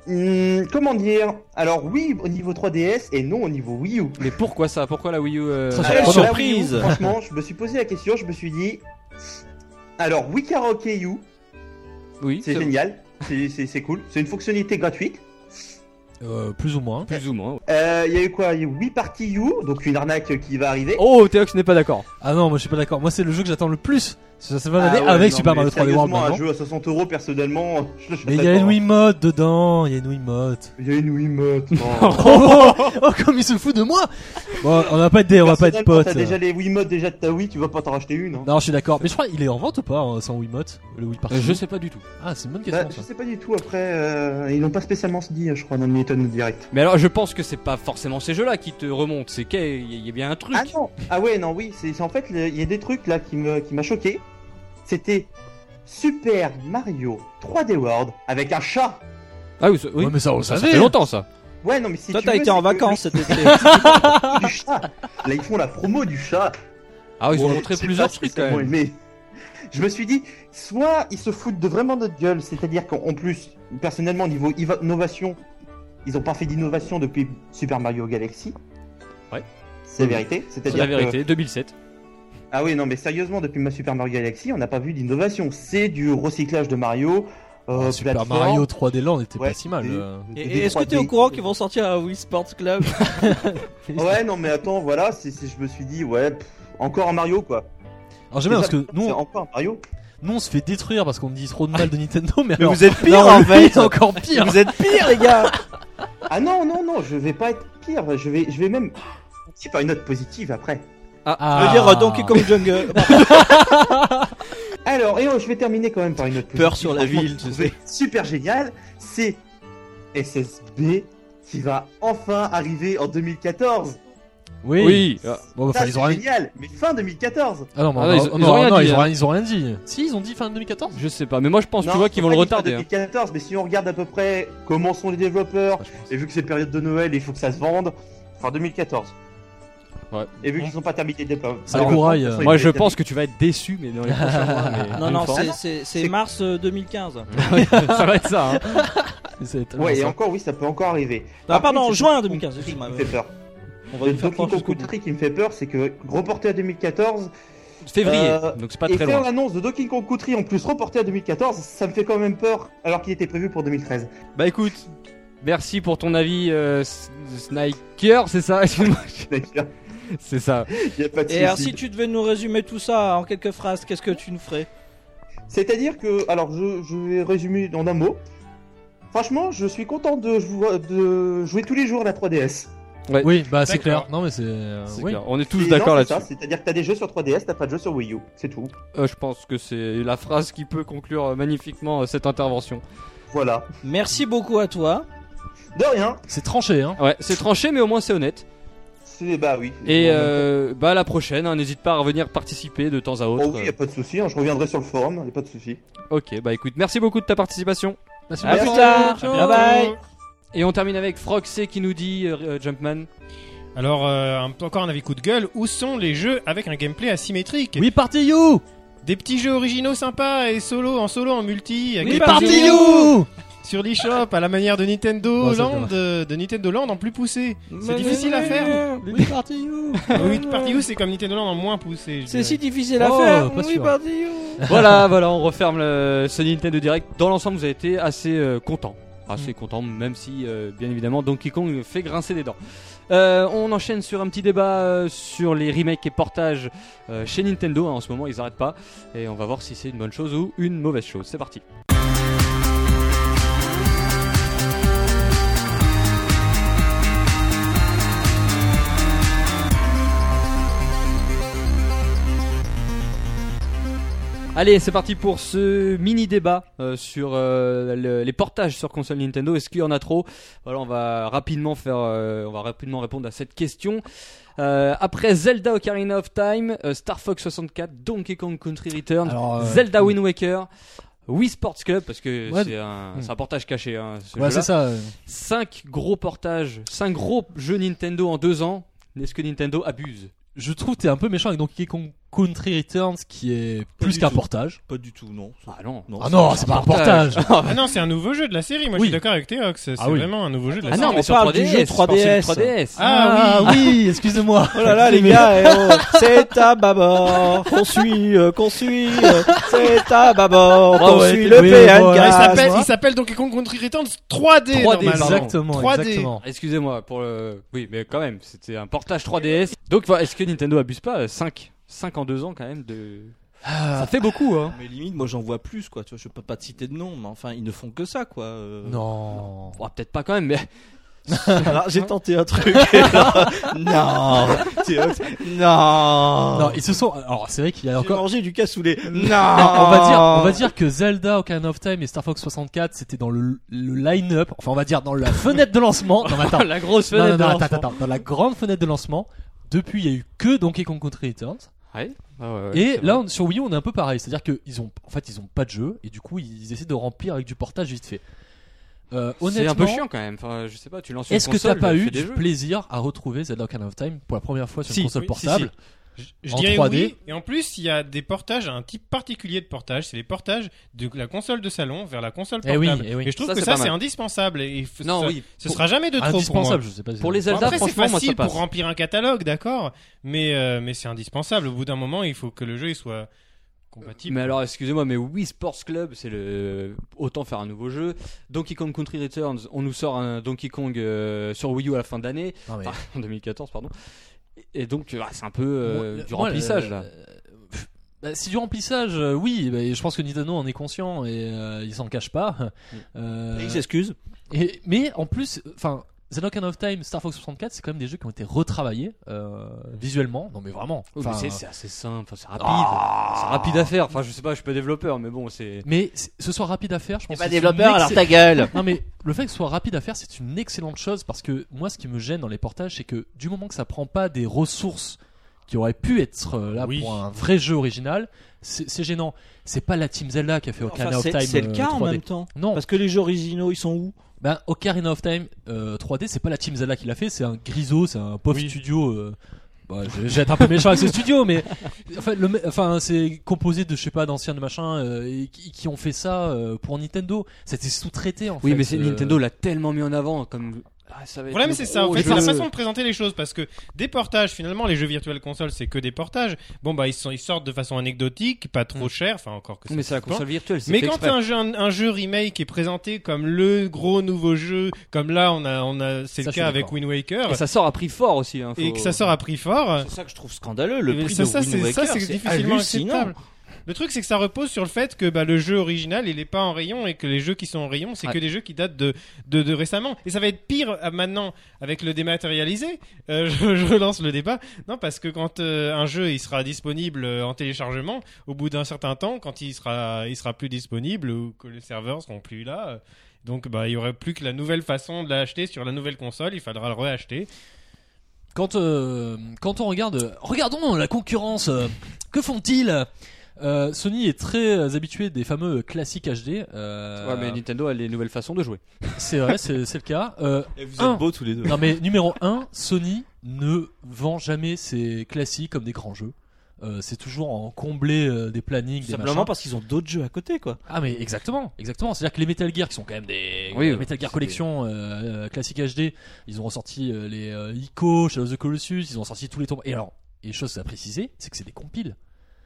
[SPEAKER 7] Hum, comment dire Alors oui au niveau 3DS et non au niveau Wii U.
[SPEAKER 5] Mais pourquoi ça Pourquoi la Wii U euh,
[SPEAKER 6] Très
[SPEAKER 7] Alors,
[SPEAKER 2] surprenant.
[SPEAKER 7] la Wii U,
[SPEAKER 2] Ah, Surprise.
[SPEAKER 7] Franchement, je me suis posé la question, je me suis dit... Alors Wii Karaoke U,
[SPEAKER 5] Oui,
[SPEAKER 7] c'est génial, c'est- c'est c'est cool, c'est une fonctionnalité gratuite.
[SPEAKER 6] Euh, Plus ou moins.
[SPEAKER 5] Plus ou moins. ouais.
[SPEAKER 7] Euh, Il y a eu quoi Il y a eu Wii Party U, donc une arnaque qui va arriver.
[SPEAKER 5] Oh, Théox n'est pas d'accord.
[SPEAKER 6] Ah non, moi je suis pas d'accord. Moi c'est le jeu que j'attends le plus sur cette fin
[SPEAKER 7] Ah
[SPEAKER 6] d'année
[SPEAKER 7] ouais,
[SPEAKER 6] avec
[SPEAKER 7] non,
[SPEAKER 6] Super
[SPEAKER 7] mais
[SPEAKER 6] Mario 3D World.
[SPEAKER 7] sérieusement, un
[SPEAKER 6] maintenant.
[SPEAKER 7] jeu à 60 euros personnellement. je l'achèterais
[SPEAKER 6] Mais il y a une
[SPEAKER 7] pas.
[SPEAKER 6] Wiimote dedans, il y a une Wiimote.
[SPEAKER 7] Il y a une Wiimote. non.
[SPEAKER 6] Oh, oh, oh, comme il se fout de moi Bon, on va pas être des, on va pas être
[SPEAKER 7] Personnellement,
[SPEAKER 6] potes.
[SPEAKER 7] T'as déjà les Wiimote déjà de ta Wii, tu vas pas t'en racheter une. hein.
[SPEAKER 6] Non, je suis d'accord. Mais je crois il est en vente ou pas euh, sans Wiimote le Wii Party
[SPEAKER 5] Euh, je sais pas du tout.
[SPEAKER 6] Ah, c'est une bonne
[SPEAKER 7] Bah,
[SPEAKER 6] question.
[SPEAKER 7] je
[SPEAKER 6] ça.
[SPEAKER 7] sais pas du tout après, euh, ils n'ont pas spécialement se dit, je crois, dans le Nintendo Direct.
[SPEAKER 5] Mais alors, je pense que c'est pas forcément ces jeux-là qui te remontent. C'est qu'il y a- y a bien un truc.
[SPEAKER 7] Ah non Ah ouais, non, oui, c'est c'est en fait, le- il y a des trucs là qui me- qui m'a choqué. C'était Super Mario 3D World avec un chat
[SPEAKER 5] Ah oui, ça- oui.
[SPEAKER 6] Ouais, mais ça, on
[SPEAKER 5] ça, ça
[SPEAKER 6] savait.
[SPEAKER 5] fait longtemps ça.
[SPEAKER 7] Ouais, non, mais si
[SPEAKER 2] Toi,
[SPEAKER 7] tu
[SPEAKER 2] t'as
[SPEAKER 7] veux,
[SPEAKER 2] été en
[SPEAKER 7] c'est que
[SPEAKER 2] vacances cet été.
[SPEAKER 7] le- du chat. Là, ils font la promo du chat.
[SPEAKER 5] Ah, ils ont
[SPEAKER 7] Bon,
[SPEAKER 5] montré
[SPEAKER 7] j'ai
[SPEAKER 5] plusieurs
[SPEAKER 7] pas
[SPEAKER 5] trucs quand
[SPEAKER 7] spécialement
[SPEAKER 5] même.
[SPEAKER 7] aimé. Je me suis dit, soit ils se foutent de vraiment notre gueule, c'est-à-dire qu'en en plus, personnellement, au niveau iva- innovation, ils ont pas fait d'innovation depuis Super Mario Galaxy.
[SPEAKER 5] Ouais.
[SPEAKER 7] C'est la vérité.
[SPEAKER 5] C'est
[SPEAKER 7] C'est-à-dire
[SPEAKER 5] la
[SPEAKER 7] que-
[SPEAKER 5] vérité, 2007.
[SPEAKER 7] Ah oui, non, mais sérieusement, depuis ma Super Mario Galaxy, on n'a pas vu d'innovation. C'est du recyclage de Mario. Euh,
[SPEAKER 5] Ah,
[SPEAKER 6] Oh, Super
[SPEAKER 7] plateforme.
[SPEAKER 6] Mario 3D Land était
[SPEAKER 7] Ouais,
[SPEAKER 6] pas si mal.
[SPEAKER 7] des-
[SPEAKER 6] euh.
[SPEAKER 7] des-
[SPEAKER 2] Et,
[SPEAKER 7] des
[SPEAKER 2] et est-ce que
[SPEAKER 7] 3D.
[SPEAKER 2] t'es au courant qu'ils vont sortir à Wii Sports Club
[SPEAKER 7] Ah Ouais, non, mais attends, voilà, c'est c'est- je me suis dit, ouais, pff, encore un Mario, quoi.
[SPEAKER 6] Alors j'aime bien parce
[SPEAKER 7] C'est ça,
[SPEAKER 6] que nous,
[SPEAKER 7] c'est
[SPEAKER 6] on,
[SPEAKER 7] encore un Mario.
[SPEAKER 6] nous, on se fait détruire parce qu'on dit trop de mal de Nintendo, mais, alors,
[SPEAKER 2] êtes
[SPEAKER 6] non, lui, c'est encore pire.
[SPEAKER 2] Vous êtes pire, les gars
[SPEAKER 7] Ah non, non, non, je vais pas être pire. Je vais, je vais même. Si par une note positive après.
[SPEAKER 6] Ah.
[SPEAKER 2] Je veux
[SPEAKER 5] Ah.
[SPEAKER 2] dire, euh, Donkey Kong Jungle.
[SPEAKER 7] Alors, et oh, je vais terminer quand même par une autre
[SPEAKER 2] Peur
[SPEAKER 7] positive,
[SPEAKER 2] sur la
[SPEAKER 7] franchement,
[SPEAKER 2] ville,
[SPEAKER 7] que
[SPEAKER 2] tu
[SPEAKER 7] je trouvais Super génial, c'est SSB qui va enfin arriver en 2014.
[SPEAKER 6] Oui.
[SPEAKER 5] Ah,
[SPEAKER 6] Bon, bah, enfin,
[SPEAKER 7] Ça,
[SPEAKER 6] ils
[SPEAKER 7] c'est
[SPEAKER 6] ont rien.
[SPEAKER 7] génial, mais fin 2014.
[SPEAKER 6] Ah non, mais
[SPEAKER 5] Ah
[SPEAKER 6] on-
[SPEAKER 5] non, ils-
[SPEAKER 6] on-
[SPEAKER 5] ils ont rien
[SPEAKER 6] non,
[SPEAKER 5] dit,
[SPEAKER 6] ils ont
[SPEAKER 5] hein.
[SPEAKER 6] rien- ils ont rien dit. Si, ils ont dit fin 2014.
[SPEAKER 5] Je sais pas, mais moi je pense, tu
[SPEAKER 7] Non,
[SPEAKER 5] vois, qu'ils
[SPEAKER 7] faut
[SPEAKER 5] vont le
[SPEAKER 7] pas dire fin
[SPEAKER 5] retarder. hein.
[SPEAKER 7] 2014, mais si on regarde à peu près comment sont les développeurs, et vu que c'est période de Noël, il faut que ça se vende, enfin 2014.
[SPEAKER 5] Ouais.
[SPEAKER 7] Et vu qu'ils sont pas terminé de développer.
[SPEAKER 6] Ça couraille, euh,
[SPEAKER 5] Moi je pense que tu vas être déçu, mais dans les prochains mois. mais
[SPEAKER 2] Non,
[SPEAKER 5] d'une
[SPEAKER 2] non,
[SPEAKER 5] forme.
[SPEAKER 2] c'est- c'est c'est
[SPEAKER 7] C'est-
[SPEAKER 2] mars euh, 2015.
[SPEAKER 5] ça va être ça. hein.
[SPEAKER 6] C'est tellement
[SPEAKER 7] Ouais, et
[SPEAKER 6] ça.
[SPEAKER 7] encore, oui, ça peut encore arriver.
[SPEAKER 2] Ah,
[SPEAKER 7] Par
[SPEAKER 2] pardon,
[SPEAKER 7] contre,
[SPEAKER 2] en
[SPEAKER 7] c'est
[SPEAKER 2] juin
[SPEAKER 7] Donkey
[SPEAKER 2] 2015,
[SPEAKER 7] Kong qui
[SPEAKER 2] excuse-moi. euh,
[SPEAKER 7] me fait peur.
[SPEAKER 2] On va
[SPEAKER 7] Le
[SPEAKER 2] lui faire croire
[SPEAKER 7] Donkey Kong
[SPEAKER 2] jusqu'au bout.
[SPEAKER 7] Country qui me fait peur, c'est que reporté à 2014,
[SPEAKER 5] Février,
[SPEAKER 7] Euh,
[SPEAKER 5] donc c'est pas
[SPEAKER 7] et
[SPEAKER 5] très
[SPEAKER 7] faire
[SPEAKER 5] loin.
[SPEAKER 7] l'annonce de Donkey Kong Country en plus reporté à 2014, ça me fait quand même peur, alors qu'il était prévu pour 2013.
[SPEAKER 5] Bah écoute, merci pour ton avis, euh, S- Sniker, c'est ça Excuse-moi,
[SPEAKER 7] D'accord,
[SPEAKER 5] C'est ça.
[SPEAKER 6] Ah
[SPEAKER 7] y a pas de
[SPEAKER 2] Et alors,
[SPEAKER 7] souci.
[SPEAKER 2] si tu devais nous résumer tout ça en quelques phrases, qu'est-ce que tu nous ferais
[SPEAKER 7] C'est-à-dire que, alors je, je vais résumer en un mot. Franchement, je suis content de, jou- de jouer tous les jours à la 3DS.
[SPEAKER 6] Oui, bah c'est
[SPEAKER 3] D'accord.
[SPEAKER 6] clair. Non, mais c'est. euh,
[SPEAKER 5] C'est
[SPEAKER 6] oui.
[SPEAKER 5] clair. On est
[SPEAKER 7] Et
[SPEAKER 5] tous
[SPEAKER 7] non,
[SPEAKER 5] d'accord
[SPEAKER 7] c'est
[SPEAKER 5] là-dessus.
[SPEAKER 7] ça, C'est-à-dire que t'as des jeux sur 3DS, t'as pas de jeux sur Wii U, c'est tout.
[SPEAKER 5] Euh, je pense que c'est la phrase qui peut conclure euh, magnifiquement euh, cette intervention.
[SPEAKER 7] Voilà.
[SPEAKER 2] Merci beaucoup à toi.
[SPEAKER 7] De rien.
[SPEAKER 6] C'est tranché, hein.
[SPEAKER 5] Ouais, c'est tranché, mais au moins c'est honnête.
[SPEAKER 7] C'est bah oui.
[SPEAKER 5] Et
[SPEAKER 7] Bon,
[SPEAKER 5] euh, bah à la prochaine, hein, n'hésite pas à revenir participer de temps à
[SPEAKER 7] Oh
[SPEAKER 5] autre. euh,
[SPEAKER 7] oui, y a pas de souci, hein, je reviendrai sur le forum, y a pas de souci.
[SPEAKER 5] Ok, bah écoute, merci beaucoup de ta participation.
[SPEAKER 6] Merci
[SPEAKER 2] À
[SPEAKER 6] beaucoup.
[SPEAKER 2] plus tard. Bye bye.
[SPEAKER 5] Et on termine avec Froxé qui nous dit euh, euh, Jumpman.
[SPEAKER 3] Alors, euh, un- encore un avis coup de gueule. Où sont les jeux avec un gameplay asymétrique
[SPEAKER 6] Oui, partez you.
[SPEAKER 3] Des petits jeux originaux sympas et solo, en solo, en multi. à
[SPEAKER 2] Oui,
[SPEAKER 3] quelques
[SPEAKER 6] bah,
[SPEAKER 2] partez
[SPEAKER 3] euros
[SPEAKER 2] you.
[SPEAKER 3] Sur l'eShop, à la manière de Nintendo
[SPEAKER 6] Bon, ça,
[SPEAKER 3] Land, euh, de Nintendo Land en plus poussé.
[SPEAKER 2] Mais-
[SPEAKER 3] difficile à faire.
[SPEAKER 6] Oui, partez you.
[SPEAKER 3] Oui, Party U, c'est comme Nintendo Land en moins poussé. je
[SPEAKER 2] C'est
[SPEAKER 3] dirais.
[SPEAKER 2] si difficile à
[SPEAKER 6] Oh,
[SPEAKER 2] faire.
[SPEAKER 6] pas
[SPEAKER 2] Oui,
[SPEAKER 6] sûr.
[SPEAKER 2] parti.
[SPEAKER 5] voilà, voilà, on referme le, ce Nintendo Direct. Dans l'ensemble, vous avez été assez euh, content.
[SPEAKER 2] Mm.
[SPEAKER 5] Assez content, même si, euh, bien évidemment, Donkey Kong fait grincer des dents. Euh, on enchaîne sur un petit débat euh, sur les remakes et portages euh, chez Nintendo. hein. en ce moment, ils n'arrêtent pas. Et on va voir si c'est une bonne chose ou une mauvaise chose. C'est parti. Allez, c'est parti pour ce mini débat euh, sur euh, le- les portages sur console Nintendo. Est-ce qu'il y en a trop Voilà, on va rapidement faire, euh, on va rapidement répondre à cette question. Euh, après Zelda Ocarina of Time, euh, Star Fox 64, Donkey Kong Country Return,
[SPEAKER 6] Alors, euh,
[SPEAKER 5] Zelda Wind Waker, Wii Sports Club parce que
[SPEAKER 6] Ouais.
[SPEAKER 5] c'est un,
[SPEAKER 6] Hmm.
[SPEAKER 5] c'est un portage caché. Hein, ce
[SPEAKER 6] Ouais,
[SPEAKER 5] jeu-là.
[SPEAKER 6] c'est ça. euh.
[SPEAKER 5] Cinq gros portages, cinq gros jeux Nintendo en deux ans. Est-ce que Nintendo abuse
[SPEAKER 6] Je trouve que t'es un peu méchant avec Donkey Kong Country Returns qui est plus
[SPEAKER 2] du
[SPEAKER 6] qu'un
[SPEAKER 2] tout.
[SPEAKER 6] portage.
[SPEAKER 2] Pas du tout, non.
[SPEAKER 5] Ah non.
[SPEAKER 6] Ah non, c'est pas un portage.
[SPEAKER 3] Ah non, c'est un nouveau jeu de la série. Moi, je
[SPEAKER 5] Oui.
[SPEAKER 3] suis d'accord avec Théox. C'est
[SPEAKER 6] Ah oui.
[SPEAKER 3] vraiment un nouveau jeu de la
[SPEAKER 5] Ah
[SPEAKER 3] série.
[SPEAKER 5] non,
[SPEAKER 2] on
[SPEAKER 5] mais sur
[SPEAKER 2] parle
[SPEAKER 5] 3DS,
[SPEAKER 2] du jeu
[SPEAKER 5] c'est
[SPEAKER 2] 3DS.
[SPEAKER 5] sur 3DS.
[SPEAKER 3] Ah oui.
[SPEAKER 6] oui, excusez-moi.
[SPEAKER 2] Oh là là, les gars, eh, oh, c'est à bâbord qu'on suit, euh, qu'on suit, euh, c'est à bâbord qu'on
[SPEAKER 6] Ah ouais,
[SPEAKER 2] suit le
[SPEAKER 6] oui,
[SPEAKER 2] PNK.
[SPEAKER 6] voilà.
[SPEAKER 3] Ah, il s'appelle-
[SPEAKER 6] moi.
[SPEAKER 3] il s'appelle Donkey Kong Country Returns 3D,
[SPEAKER 5] 3D,
[SPEAKER 3] normalement.
[SPEAKER 6] Exactement,
[SPEAKER 3] 3D.
[SPEAKER 6] exactement.
[SPEAKER 5] Excusez-moi pour le. Oui, mais quand même, c'était un portage 3DS. Donc, voilà, est-ce que Nintendo abuse pas 5 5 en 2 ans, quand même, de.
[SPEAKER 2] Ah.
[SPEAKER 5] Ça fait beaucoup, hein.
[SPEAKER 2] Mais limite, moi j'en vois plus, quoi. Tu vois, je peux pas te citer de nom, mais enfin, ils ne font que ça, quoi. euh.
[SPEAKER 6] Non.
[SPEAKER 5] Bon, oh, peut-être pas quand même, mais.
[SPEAKER 2] Alors, j'ai tenté un truc. non, T'es hot. non.
[SPEAKER 6] Ah. Non, ils se sont. Alors, c'est vrai qu'il y a
[SPEAKER 2] J'ai
[SPEAKER 6] encore.
[SPEAKER 2] mangé Ah. du cassoulet. Non.
[SPEAKER 6] Non, on va dire, on va dire que Zelda Ocarina of Time et Star Fox 64, c'était dans le, le line-up. Enfin, on va dire dans la fenêtre de lancement. Non, mais attends.
[SPEAKER 5] la grosse
[SPEAKER 6] non, non,
[SPEAKER 5] fenêtre.
[SPEAKER 6] non,
[SPEAKER 5] de
[SPEAKER 6] attends,
[SPEAKER 5] lancement.
[SPEAKER 6] attends, attends. Dans la grande fenêtre de lancement. Depuis, il y a eu que Donkey Kong Country Returns.
[SPEAKER 5] Ouais. Ah ouais, ouais,
[SPEAKER 6] et
[SPEAKER 5] c'est
[SPEAKER 6] là,
[SPEAKER 5] vrai.
[SPEAKER 6] on- sur Wii U, on est un peu pareil. C'est-à-dire qu'ils ont, en fait, ils ont pas de jeu. Et du coup, ils essaient de remplir avec du portage vite fait. Euh,
[SPEAKER 5] c'est
[SPEAKER 6] honnêtement.
[SPEAKER 5] un peu chiant quand même. Enfin, je sais pas, tu lances une
[SPEAKER 6] Est-ce que
[SPEAKER 5] console,
[SPEAKER 6] t'as pas
[SPEAKER 5] tu
[SPEAKER 6] eu
[SPEAKER 5] fais des
[SPEAKER 6] du
[SPEAKER 5] jeux.
[SPEAKER 6] plaisir à retrouver Zelda Ocarina of Time pour la première fois sur
[SPEAKER 5] Si,
[SPEAKER 6] une console
[SPEAKER 5] oui, si,
[SPEAKER 6] portable
[SPEAKER 3] Je
[SPEAKER 6] En
[SPEAKER 3] dirais
[SPEAKER 6] 3D.
[SPEAKER 3] oui. Et en plus, il y a des portages, un type particulier de portage. C'est les portages de la console de salon vers la console
[SPEAKER 6] Eh
[SPEAKER 3] portable.
[SPEAKER 6] oui, eh oui.
[SPEAKER 3] Et je trouve
[SPEAKER 5] Ça,
[SPEAKER 3] que
[SPEAKER 5] c'est
[SPEAKER 3] ça,
[SPEAKER 5] pas mal.
[SPEAKER 3] c'est indispensable. Et il faut-
[SPEAKER 5] Non,
[SPEAKER 3] ça-
[SPEAKER 5] oui.
[SPEAKER 3] Ce
[SPEAKER 5] Pour-
[SPEAKER 3] sera jamais de trop pour moi.
[SPEAKER 6] Indispensable, je sais pas. si-
[SPEAKER 5] Pour les
[SPEAKER 3] Bon,
[SPEAKER 5] Zelda,
[SPEAKER 3] après, c'est
[SPEAKER 5] franchement, moi, ça
[SPEAKER 3] facile
[SPEAKER 5] passe.
[SPEAKER 3] pour remplir un catalogue, d'accord. Mais, euh, mais c'est indispensable. Au bout d'un moment, il faut que le jeu il soit compatible.
[SPEAKER 5] Mais alors, excusez-moi, mais Wii Sports Club, c'est le. Autant faire un nouveau jeu. Donkey Kong Country Returns, on nous sort un Donkey Kong euh, sur Wii U à la fin d'année.
[SPEAKER 6] Non, mais-
[SPEAKER 5] Enfin, en 2014, pardon. Et donc, tu vois, c'est un peu euh,
[SPEAKER 6] Moi,
[SPEAKER 5] du
[SPEAKER 6] moi,
[SPEAKER 5] remplissage
[SPEAKER 6] euh,
[SPEAKER 5] là.
[SPEAKER 6] pff, bah, si du remplissage, euh, oui, bah, je pense que Nintendo en est conscient et euh, il s'en cache pas.
[SPEAKER 5] Mm.
[SPEAKER 6] Euh,
[SPEAKER 2] Ils s'excusent.
[SPEAKER 6] et- mais en plus, enfin, Zenokan of Time, Star Fox 64, c'est quand même des jeux qui ont été retravaillés euh, visuellement. Non mais vraiment.
[SPEAKER 5] Oui,
[SPEAKER 6] Enfin,
[SPEAKER 5] mais c'est- c'est assez simple, enfin, c'est rapide. C'est rapide à faire. Enfin, je sais pas, je suis pas développeur, mais bon, c'est.
[SPEAKER 6] mais c'est- ce soit rapide à faire, je pense.
[SPEAKER 2] Bah,
[SPEAKER 8] T'es pas
[SPEAKER 6] que c'est
[SPEAKER 8] développeur,
[SPEAKER 6] une
[SPEAKER 8] alors
[SPEAKER 6] excell-
[SPEAKER 8] ta gueule.
[SPEAKER 6] Non mais le fait que ce soit rapide à faire, c'est une excellente chose parce que moi, ce qui me gêne dans les portages, c'est que du moment que ça prend pas des ressources qui auraient pu être euh, là
[SPEAKER 3] Oui.
[SPEAKER 6] pour un vrai jeu original, c'est c'est gênant. C'est pas la Team Zelda qui a fait
[SPEAKER 2] Enfin,
[SPEAKER 6] Ocarina
[SPEAKER 2] c'est-
[SPEAKER 6] of Time.
[SPEAKER 2] c'est le
[SPEAKER 6] euh,
[SPEAKER 2] cas en
[SPEAKER 6] 3D.
[SPEAKER 2] même temps.
[SPEAKER 6] Non,
[SPEAKER 2] Parce que les jeux originaux, ils sont où
[SPEAKER 6] ben Ocarina of Time euh, 3D, c'est pas la Team Zelda qui l'a fait, c'est un griseau, c'est un pauvre studio. euh, bah, je- je vais être un peu méchant avec ce studio, mais enfin, le me- enfin, c'est composé de je sais pas d'anciens de machin euh, et qui, qui ont fait ça euh, pour Nintendo. C'était sous-traité en fait.
[SPEAKER 5] Oui, mais c'est
[SPEAKER 6] euh,
[SPEAKER 5] Nintendo l'a tellement mis en avant comme. Ah, ça va
[SPEAKER 3] Le
[SPEAKER 5] être
[SPEAKER 3] problème
[SPEAKER 5] le
[SPEAKER 3] c'est ça, en
[SPEAKER 5] gros
[SPEAKER 3] fait, c'est la
[SPEAKER 5] jeu.
[SPEAKER 3] façon de présenter les choses parce que des portages finalement, les jeux virtual console c'est que des portages. Bon bah ils, sont, ils sortent de façon anecdotique, pas trop cher, enfin encore que ça
[SPEAKER 5] Mm. Mais c'est la
[SPEAKER 3] coûte pas.
[SPEAKER 5] console virtuelle. c'est
[SPEAKER 3] Mais
[SPEAKER 5] fait
[SPEAKER 3] quand
[SPEAKER 5] exprès.
[SPEAKER 3] un jeu, un, un jeu remake est présenté comme le gros nouveau jeu, comme là on a, on a, c'est le
[SPEAKER 6] Ça, je suis
[SPEAKER 3] cas avec
[SPEAKER 6] d'accord.
[SPEAKER 3] Wind Waker,
[SPEAKER 5] Et
[SPEAKER 3] et,
[SPEAKER 5] ça sort à prix fort aussi. hein, faut-
[SPEAKER 3] que ça sort à prix fort,
[SPEAKER 2] C'est ça que je trouve scandaleux. Le
[SPEAKER 3] Mais
[SPEAKER 2] prix
[SPEAKER 3] ça,
[SPEAKER 2] de
[SPEAKER 3] ça,
[SPEAKER 2] Wind
[SPEAKER 3] c'est- ça,
[SPEAKER 2] Waker,
[SPEAKER 3] c'est
[SPEAKER 2] c'est
[SPEAKER 3] difficilement
[SPEAKER 2] hallucinant.
[SPEAKER 3] acceptable. le truc c'est que ça repose sur le fait que bah, le jeu original il est pas en rayon et que les jeux qui sont en rayon c'est
[SPEAKER 5] Ouais.
[SPEAKER 3] que des jeux qui datent de, de, de récemment. Et ça va être pire euh, maintenant avec le dématérialisé. Euh, je, je relance le débat. Non parce que quand euh, un jeu il sera disponible euh, en téléchargement, au bout d'un certain temps, quand il sera, il sera plus disponible ou que les serveurs seront plus là. euh, donc bah, il y aurait plus que la nouvelle façon de l'acheter sur la nouvelle console, il faudra le réacheter.
[SPEAKER 6] Quand, euh, quand on regarde, regardons la concurrence. euh, que font-ils Euh, Sony est très euh, habitué des fameux classiques HD. euh,
[SPEAKER 5] Ouais, mais Nintendo a les nouvelles façons de jouer.
[SPEAKER 6] C'est vrai, c'est c'est le cas. Euh,
[SPEAKER 2] Et vous
[SPEAKER 6] Un.
[SPEAKER 2] êtes beaux tous les deux.
[SPEAKER 6] Non mais numéro 1, Sony ne vend jamais ses classiques comme des grands jeux. Euh, c'est toujours en combler euh, des plannings, des
[SPEAKER 2] Simplement
[SPEAKER 6] machins.
[SPEAKER 2] parce qu'ils ont d'autres jeux à côté, quoi.
[SPEAKER 6] Ah mais exactement, exactement. C'est-à-dire que les Metal Gear qui sont quand même des
[SPEAKER 5] Oui,
[SPEAKER 6] euh,
[SPEAKER 5] oui.
[SPEAKER 6] Metal Gear Collection euh, euh, classique HD, ils ont ressorti euh, les euh, Ico, Shadow of the Colossus, ils ont sorti tous les tombes. Et alors, et chose à préciser, c'est que c'est des compiles.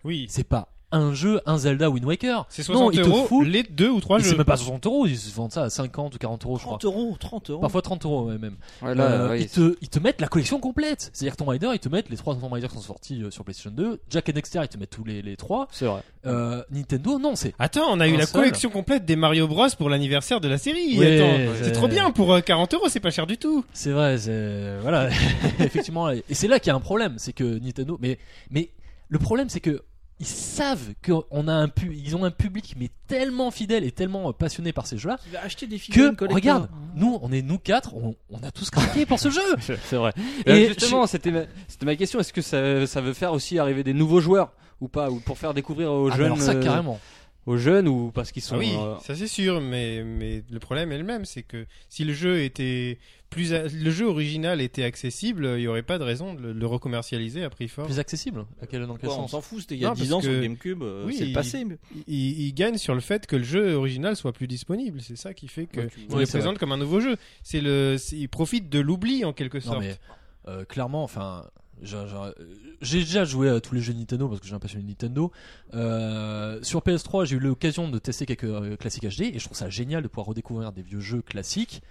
[SPEAKER 3] Oui.
[SPEAKER 6] C'est pas un jeu, un Zelda, Wind Waker.
[SPEAKER 3] C'est
[SPEAKER 6] non,
[SPEAKER 3] 60
[SPEAKER 6] ils te
[SPEAKER 3] euros
[SPEAKER 6] foutent.
[SPEAKER 3] les deux ou trois
[SPEAKER 6] et
[SPEAKER 3] jeux.
[SPEAKER 6] C'est même pas 60 euros, ils se vendent ça à 50 ou 40 euros, je crois.
[SPEAKER 2] 30 euros, 30 euros.
[SPEAKER 6] Parfois 30 euros ouais, même.
[SPEAKER 5] Ouais, là,
[SPEAKER 6] Euh,
[SPEAKER 5] ouais,
[SPEAKER 6] ils, te, ils te mettent la collection complète. C'est-à-dire Tomb Raider, ils te mettent les trois Tomb Raider qui sont sortis euh, sur PlayStation 2. Jack and Dexter, ils te mettent tous les, les trois.
[SPEAKER 5] c'est vrai.
[SPEAKER 6] Euh, Nintendo, non, c'est.
[SPEAKER 3] Attends, on a eu
[SPEAKER 6] Un
[SPEAKER 3] la
[SPEAKER 6] seul.
[SPEAKER 3] collection complète des Mario Bros pour l'anniversaire de la série.
[SPEAKER 6] Ouais,
[SPEAKER 3] Attends,
[SPEAKER 6] ouais.
[SPEAKER 3] c'est trop bien pour euh, 40 euros, c'est pas cher du tout.
[SPEAKER 6] C'est vrai, c'est. Voilà, effectivement. Et c'est là qu'il y a un problème, c'est que Nintendo. Mais, mais le problème, c'est que. Ils savent qu'on a un pu... ils ont un public mais tellement fidèle et tellement euh, passionné par ces jeux-là
[SPEAKER 2] Il a acheté des figurines
[SPEAKER 6] que
[SPEAKER 2] collector.
[SPEAKER 6] regarde, nous on est nous quatre, on, on a tous craqué pour ce jeu.
[SPEAKER 5] C'est vrai.
[SPEAKER 6] Et
[SPEAKER 5] Et Euh, justement, c'était ma, c'était ma question. Est-ce que ça, ça veut faire aussi arriver des nouveaux joueurs ou pas, ou pour faire découvrir aux
[SPEAKER 6] Ah, mais
[SPEAKER 5] jeunes,
[SPEAKER 6] alors ça
[SPEAKER 5] euh,
[SPEAKER 6] carrément.
[SPEAKER 5] aux jeunes, ou parce qu'ils sont.
[SPEAKER 3] Ah oui,
[SPEAKER 5] euh,
[SPEAKER 3] ça c'est sûr, mais, mais le problème est le même, c'est que si le jeu était plus, a- le jeu original était accessible, il y aurait pas de raison de le, le recommercialialiser à prix fort.
[SPEAKER 6] Plus accessible. À quel, dans quel
[SPEAKER 2] Quoi, on
[SPEAKER 6] sens
[SPEAKER 2] s'en fout, c'était il y a
[SPEAKER 3] Non,
[SPEAKER 2] 10
[SPEAKER 3] parce
[SPEAKER 2] ans sur
[SPEAKER 3] que-
[SPEAKER 2] Gamecube, euh,
[SPEAKER 3] Oui,
[SPEAKER 2] c'est
[SPEAKER 3] il-
[SPEAKER 2] passé. mais-
[SPEAKER 3] Il, il gagne sur le fait que le jeu original soit plus disponible, c'est ça qui fait que
[SPEAKER 5] Ouais,
[SPEAKER 3] on
[SPEAKER 5] tu-
[SPEAKER 6] Oui,
[SPEAKER 3] le
[SPEAKER 6] c'est vrai.
[SPEAKER 3] présente comme un nouveau jeu. C'est le, c'est- il profite de l'oubli en quelque
[SPEAKER 6] Non
[SPEAKER 3] sorte.
[SPEAKER 6] mais euh, clairement, enfin, j'ai- j'ai- j'ai déjà joué à tous les jeux Nintendo parce que j'ai un passionné de Nintendo. Euh, sur PS3, j'ai eu l'occasion de tester quelques euh, classiques HD et je trouve ça génial de pouvoir redécouvrir des vieux jeux classiques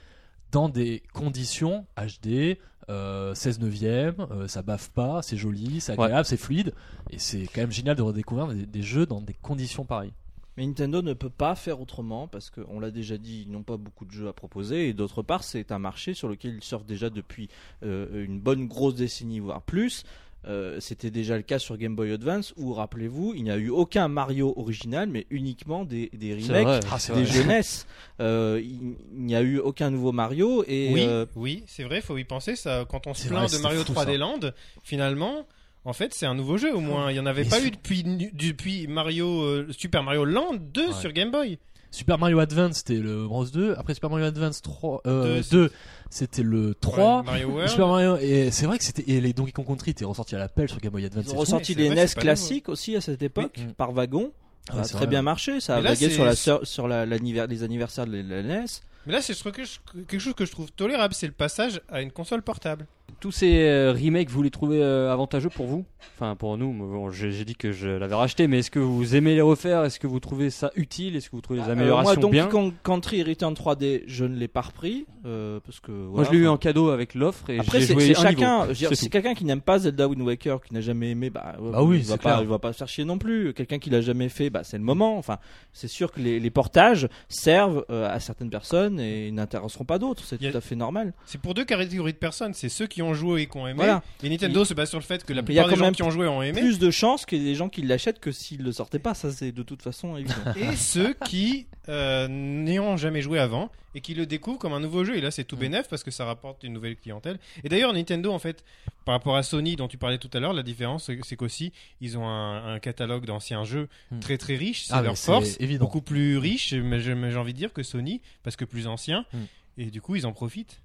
[SPEAKER 6] dans des conditions HD. euh, 16 neuvième, euh, ça bave pas, c'est joli, c'est agréable, c'est fluide, et c'est quand même génial de redécouvrir des, des jeux dans des conditions pareilles.
[SPEAKER 2] Mais Nintendo ne peut pas faire autrement parce qu'on l'a déjà dit, ils n'ont pas beaucoup de jeux à proposer et d'autre part, c'est un marché sur lequel ils surfent déjà depuis euh, une bonne grosse décennie voire plus. Euh, C'était déjà le cas sur Game Boy Advance où, rappelez-vous, il n'y a eu aucun Mario original mais uniquement des, des
[SPEAKER 5] c'est
[SPEAKER 2] remakes.
[SPEAKER 5] vrai.
[SPEAKER 6] c'est
[SPEAKER 2] Des jeunesses, Euh, il il n'y a eu aucun nouveau Mario et
[SPEAKER 3] Oui,
[SPEAKER 2] euh,
[SPEAKER 3] oui, c'est vrai, faut y penser. Ça, quand on se
[SPEAKER 6] C'est
[SPEAKER 3] plaint
[SPEAKER 6] vrai,
[SPEAKER 3] de
[SPEAKER 6] c'est
[SPEAKER 3] Mario
[SPEAKER 6] fou,
[SPEAKER 3] 3D
[SPEAKER 6] ça.
[SPEAKER 3] Land, finalement, en fait, c'est un nouveau jeu au moins. Il n'y en avait
[SPEAKER 6] Mais
[SPEAKER 3] pas
[SPEAKER 6] c'est-
[SPEAKER 3] eu depuis, depuis Mario euh, Super Mario Land 2
[SPEAKER 6] Ouais.
[SPEAKER 3] sur Game Boy.
[SPEAKER 6] Super Mario Advance c'était le Bros 2, après Super Mario Advance 3, euh,
[SPEAKER 3] Deux, c'est-
[SPEAKER 6] 2 c'était le 3,
[SPEAKER 3] Ouais, Mario World.
[SPEAKER 6] Super Mario et c'est vrai que c'était et les Donkey Kong Country étaient ressortis à la pelle sur Game Boy Advance.
[SPEAKER 2] ils ont
[SPEAKER 6] c'est fou.
[SPEAKER 2] ressorti
[SPEAKER 3] mais c'est
[SPEAKER 2] les
[SPEAKER 3] vrai,
[SPEAKER 2] NES
[SPEAKER 3] c'est pas
[SPEAKER 2] classiques aussi à cette époque
[SPEAKER 6] Oui.
[SPEAKER 2] par wagon.
[SPEAKER 6] Ah,
[SPEAKER 2] Ça a
[SPEAKER 6] c'est
[SPEAKER 2] très
[SPEAKER 6] vrai.
[SPEAKER 2] bien marché, ça a
[SPEAKER 3] Mais là,
[SPEAKER 2] vagué
[SPEAKER 3] c'est-
[SPEAKER 2] sur, la, sur, sur la- l'anniver- les anniversaires de la E la NES.
[SPEAKER 3] Mais là, c'est je trouve que je- quelque chose que je trouve tolérable, c'est le passage à une console portable.
[SPEAKER 5] tous ces euh, remakes, vous les trouvez euh, avantageux pour vous Enfin, pour nous, mais bon, j'ai j'ai dit que je l'avais racheté, mais est-ce que vous aimez les refaire Est-ce que vous trouvez ça utile Est-ce que vous trouvez les améliorations
[SPEAKER 2] Euh, moi, Donkey
[SPEAKER 5] bien
[SPEAKER 2] Kong Country Return 3D, je ne l'ai pas repris euh, parce que.
[SPEAKER 5] Moi, je l'ai eu en cadeau avec l'offre et
[SPEAKER 2] Après,
[SPEAKER 5] j'ai
[SPEAKER 2] c'est
[SPEAKER 5] joué
[SPEAKER 2] c'est
[SPEAKER 5] un
[SPEAKER 2] chacun.
[SPEAKER 5] niveau.
[SPEAKER 2] je veux dire,
[SPEAKER 5] C'est
[SPEAKER 2] C'est
[SPEAKER 5] tout. Ah
[SPEAKER 2] quelqu'un qui n'aime pas Zelda Wind Waker, qui n'a jamais aimé, bah, ouais,
[SPEAKER 6] Bah oui,
[SPEAKER 2] il va
[SPEAKER 6] c'est
[SPEAKER 2] pas,
[SPEAKER 6] clair.
[SPEAKER 2] il va pas se faire chier non plus. Quelqu'un qui l'a jamais fait, bah, c'est le moment. Enfin, c'est sûr que les, les portages servent euh, à certaines personnes et ils n'intéresseront pas d'autres. C'est
[SPEAKER 3] Il y a-
[SPEAKER 2] tout à fait normal.
[SPEAKER 3] C'est pour deux catégories de personnes. C'est ceux qui ont joué et qui ont aimé.
[SPEAKER 2] Voilà.
[SPEAKER 3] Et Nintendo se base sur le fait que
[SPEAKER 2] Il y
[SPEAKER 3] la
[SPEAKER 2] a
[SPEAKER 3] plupart des
[SPEAKER 2] quand
[SPEAKER 3] gens
[SPEAKER 2] même
[SPEAKER 3] qui ont joué ont aimé.
[SPEAKER 2] Plus de chances qu'il y ait des gens qui l'achètent que s'ils le sortaient pas. Ça, c'est de toute façon évident.
[SPEAKER 3] Et ceux qui euh, n'y ont jamais joué avant et qui le découvrent comme un nouveau jeu. Et là, c'est
[SPEAKER 6] Mm.
[SPEAKER 3] tout bénef parce que ça rapporte une nouvelle clientèle. Et d'ailleurs, Nintendo, en fait, par rapport à Sony dont tu parlais tout à l'heure, la différence, c'est- c'est qu'aussi, ils ont un, un catalogue d'anciens jeux
[SPEAKER 6] Hmm.
[SPEAKER 3] très très riche. C'est
[SPEAKER 6] Ah, mais
[SPEAKER 3] leur
[SPEAKER 6] c'est
[SPEAKER 3] force.
[SPEAKER 6] évident.
[SPEAKER 3] Beaucoup plus riche, mais j'ai mais j'ai envie de dire que Sony, parce que plus ancien.
[SPEAKER 6] Hmm.
[SPEAKER 3] Et du coup, ils en profitent.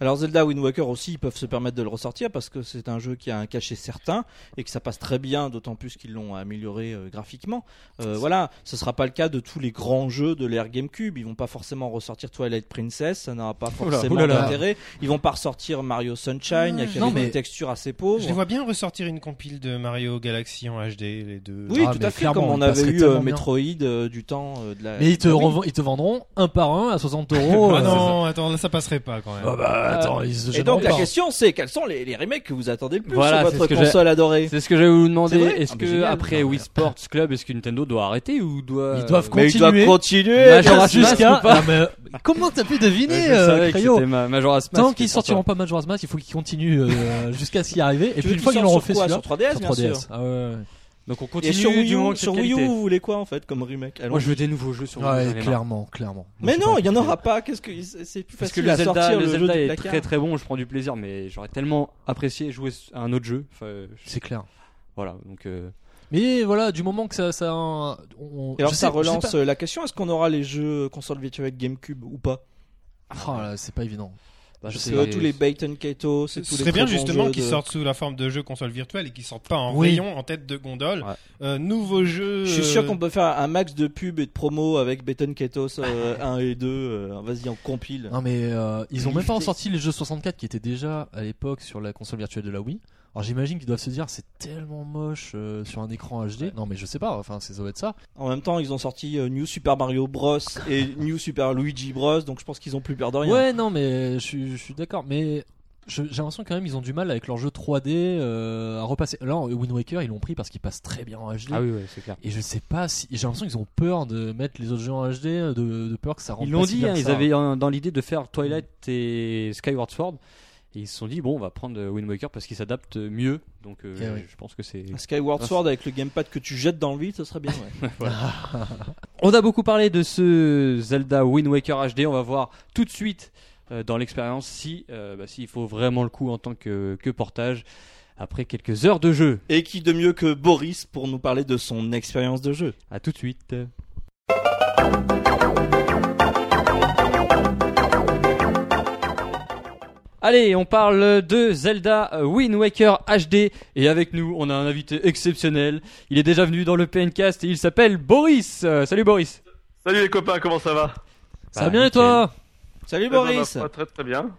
[SPEAKER 2] Alors Zelda Wind Waker aussi, ils peuvent se permettre de le ressortir parce que c'est un jeu qui a un cachet certain et que ça passe très bien, d'autant plus qu'ils l'ont amélioré euh, graphiquement. Euh, voilà, ce sera pas le cas de tous les grands jeux de l'ère GameCube. Ils vont pas forcément ressortir Twilight Princess, ça n'aura pas
[SPEAKER 6] Oula,
[SPEAKER 2] forcément
[SPEAKER 6] oulala.
[SPEAKER 2] d'intérêt. Ils vont pas ressortir Mario Sunshine, il y a
[SPEAKER 6] Non,
[SPEAKER 2] quelques
[SPEAKER 6] mais-
[SPEAKER 2] textures assez
[SPEAKER 6] Oh.
[SPEAKER 3] Je les
[SPEAKER 2] pauvres.
[SPEAKER 3] vois bien ressortir une compile de Mario Galaxy en HD, les deux.
[SPEAKER 2] Oui,
[SPEAKER 6] Ah,
[SPEAKER 2] tout
[SPEAKER 6] mais
[SPEAKER 2] à fait,
[SPEAKER 6] clairement,
[SPEAKER 2] comme on
[SPEAKER 6] ils passeraient
[SPEAKER 2] avait eu
[SPEAKER 6] tellement
[SPEAKER 2] euh,
[SPEAKER 6] bien.
[SPEAKER 2] Metroid euh, du temps euh, de la.
[SPEAKER 6] Mais ils te,
[SPEAKER 2] Ah oui.
[SPEAKER 6] revend- ils te vendront un par un à 60 euros.
[SPEAKER 3] ah
[SPEAKER 6] euh,
[SPEAKER 3] non, attends, là, ça passerait pas quand même.
[SPEAKER 6] Ah bah attends, ils se
[SPEAKER 2] Et
[SPEAKER 6] gêneront
[SPEAKER 2] donc la
[SPEAKER 6] pas.
[SPEAKER 2] question c'est quels sont les, les remakes que vous attendez le plus
[SPEAKER 5] Voilà, c'est
[SPEAKER 2] sur
[SPEAKER 5] ce
[SPEAKER 2] votre
[SPEAKER 5] que j'ai-
[SPEAKER 2] console adorée
[SPEAKER 5] C'est ce que j'allais vous demander.
[SPEAKER 2] C'est vrai
[SPEAKER 5] Est-ce
[SPEAKER 2] Ah,
[SPEAKER 5] que
[SPEAKER 2] mais génial.
[SPEAKER 5] après
[SPEAKER 2] Non,
[SPEAKER 5] Wii Sports Club, est-ce que Nintendo doit arrêter ou doit
[SPEAKER 6] Ils doivent
[SPEAKER 2] Euh, Mais ils doivent
[SPEAKER 6] continuer. Bah,
[SPEAKER 2] continuer
[SPEAKER 5] Majora's Mask
[SPEAKER 6] Jusqu'à.
[SPEAKER 5] ou pas
[SPEAKER 6] Ah, mais Comment t'as pu deviner,
[SPEAKER 5] Je savais
[SPEAKER 6] euh,
[SPEAKER 5] que
[SPEAKER 6] Crayo
[SPEAKER 5] c'était ma- Majora's Mask,
[SPEAKER 6] Tant qu'ils
[SPEAKER 5] c'est pour
[SPEAKER 6] sortiront pas Majora's Mask, il faut qu'ils continuent euh, jusqu'à ce y arriver. Et
[SPEAKER 2] Tu
[SPEAKER 6] puis
[SPEAKER 2] veux
[SPEAKER 6] une
[SPEAKER 2] qu'il
[SPEAKER 6] fois qu'ils
[SPEAKER 2] sorte
[SPEAKER 6] l'ont
[SPEAKER 2] sur
[SPEAKER 6] refait
[SPEAKER 2] quoi
[SPEAKER 6] celui-là,
[SPEAKER 2] Sur 3DS, bien sûr.
[SPEAKER 6] Ah ouais, ouais.
[SPEAKER 5] ça. Donc on
[SPEAKER 2] Et
[SPEAKER 5] continue
[SPEAKER 2] sur Wii
[SPEAKER 5] du moment
[SPEAKER 2] U,
[SPEAKER 5] que c'est
[SPEAKER 2] sur
[SPEAKER 5] de
[SPEAKER 2] Wii U,
[SPEAKER 5] qualité.
[SPEAKER 2] vous voulez quoi en fait comme remake Allons.
[SPEAKER 5] Moi je veux des nouveaux jeux sur Wii U. j'en ai
[SPEAKER 6] Ouais,
[SPEAKER 5] marre.
[SPEAKER 6] clairement, clairement.
[SPEAKER 2] Mais
[SPEAKER 6] Moi,
[SPEAKER 2] non,
[SPEAKER 6] je
[SPEAKER 2] il y en
[SPEAKER 6] sais pas.
[SPEAKER 2] aura pas. Qu'est-ce que c'est c'est plus
[SPEAKER 5] Parce que
[SPEAKER 2] facile
[SPEAKER 5] le
[SPEAKER 2] à
[SPEAKER 5] Zelda,
[SPEAKER 2] sortir le
[SPEAKER 5] le
[SPEAKER 2] jeu
[SPEAKER 5] Zelda
[SPEAKER 2] du
[SPEAKER 5] est
[SPEAKER 2] placard.
[SPEAKER 5] très très bon, je prends du plaisir, mais j'aurais tellement apprécié jouer à un autre jeu. Enfin, je-
[SPEAKER 6] C'est clair.
[SPEAKER 5] voilà, donc euh,
[SPEAKER 6] Mais voilà, du moment que ça, ça, on,
[SPEAKER 2] Et alors
[SPEAKER 6] je
[SPEAKER 2] ça
[SPEAKER 6] sais- je sais
[SPEAKER 2] relance
[SPEAKER 6] pas.
[SPEAKER 2] euh, la question est-ce qu'on aura les jeux console virtuelle GameCube ou pas
[SPEAKER 6] Oh là, c'est pas évident.
[SPEAKER 5] bah, je
[SPEAKER 2] Parce
[SPEAKER 5] sais
[SPEAKER 2] que
[SPEAKER 5] pas.
[SPEAKER 2] tous les Bait and Kato, c'est
[SPEAKER 3] Ce
[SPEAKER 2] tous les
[SPEAKER 3] serait bien
[SPEAKER 2] très bons
[SPEAKER 3] justement
[SPEAKER 2] jeux
[SPEAKER 3] qu'ils
[SPEAKER 2] de-
[SPEAKER 3] sortent sous la forme de jeux console virtuelle et qu'ils sortent pas en
[SPEAKER 6] Oui.
[SPEAKER 3] rayon, en tête de gondole.
[SPEAKER 5] Ouais.
[SPEAKER 3] Euh, nouveau jeu.
[SPEAKER 2] Je suis sûr
[SPEAKER 3] euh,
[SPEAKER 2] qu'on peut faire un max de pubs et de promos avec Beton Ketos 1 et 2. euh, Vas-y, on compile.
[SPEAKER 6] Non mais euh, ils ont même pas
[SPEAKER 2] Lifté.
[SPEAKER 6] ressorti les jeux 64 qui étaient déjà à l'époque sur la console virtuelle de la Wii. Alors j'imagine qu'ils doivent se dire c'est tellement moche euh, sur un écran HD. Non mais je sais pas, enfin c'est ça doit être ça.
[SPEAKER 2] En même temps, ils ont sorti euh, New Super Mario Bros. et New Super Luigi Bros. Donc je pense qu'ils ont plus peur de rien.
[SPEAKER 6] Ouais non mais je suis, je suis d'accord, mais je- j'ai l'impression quand même ils ont du mal avec leur jeu 3D euh, à repasser. Là en- Wind Waker ils l'ont pris parce qu'il passe très bien en HD.
[SPEAKER 5] Ah oui, ouais, c'est clair.
[SPEAKER 6] Et je sais pas si j'ai l'impression qu'ils ont peur de mettre les autres jeux en HD, de, de peur que ça rentre.
[SPEAKER 5] Ils
[SPEAKER 6] pas
[SPEAKER 5] l'ont
[SPEAKER 6] si
[SPEAKER 5] dit,
[SPEAKER 6] bien
[SPEAKER 5] hein,
[SPEAKER 6] que
[SPEAKER 5] ils
[SPEAKER 6] ça.
[SPEAKER 5] avaient euh, dans l'idée de faire Twilight et Skyward Sword. Et ils se sont dit, bon, on va prendre euh, Wind Waker parce qu'il s'adapte mieux. Donc euh,
[SPEAKER 6] Eh oui.
[SPEAKER 5] je pense que c'est.
[SPEAKER 2] Un Skyward Sword avec le gamepad que tu jettes dans le vide, ce serait bien. Ouais.
[SPEAKER 5] On a beaucoup parlé de ce Zelda Wind Waker HD. On va voir tout de suite euh, dans l'expérience si, euh, bah, s'il faut vraiment le coup en tant que, que portage après quelques heures de jeu.
[SPEAKER 2] Et qui de mieux que Boris pour nous parler de son expérience de jeu
[SPEAKER 5] À tout de suite. Allez, on parle de Zelda euh, Wind Waker HD et avec nous, on a un invité exceptionnel. Il est déjà venu dans le PNcast et il s'appelle Boris. Euh, salut Boris. Bah,
[SPEAKER 8] Salut les copains, comment ça va
[SPEAKER 6] Ça va bien et toi
[SPEAKER 2] Salut
[SPEAKER 8] Eh ben,
[SPEAKER 2] Boris
[SPEAKER 8] ma foi, Très très bien.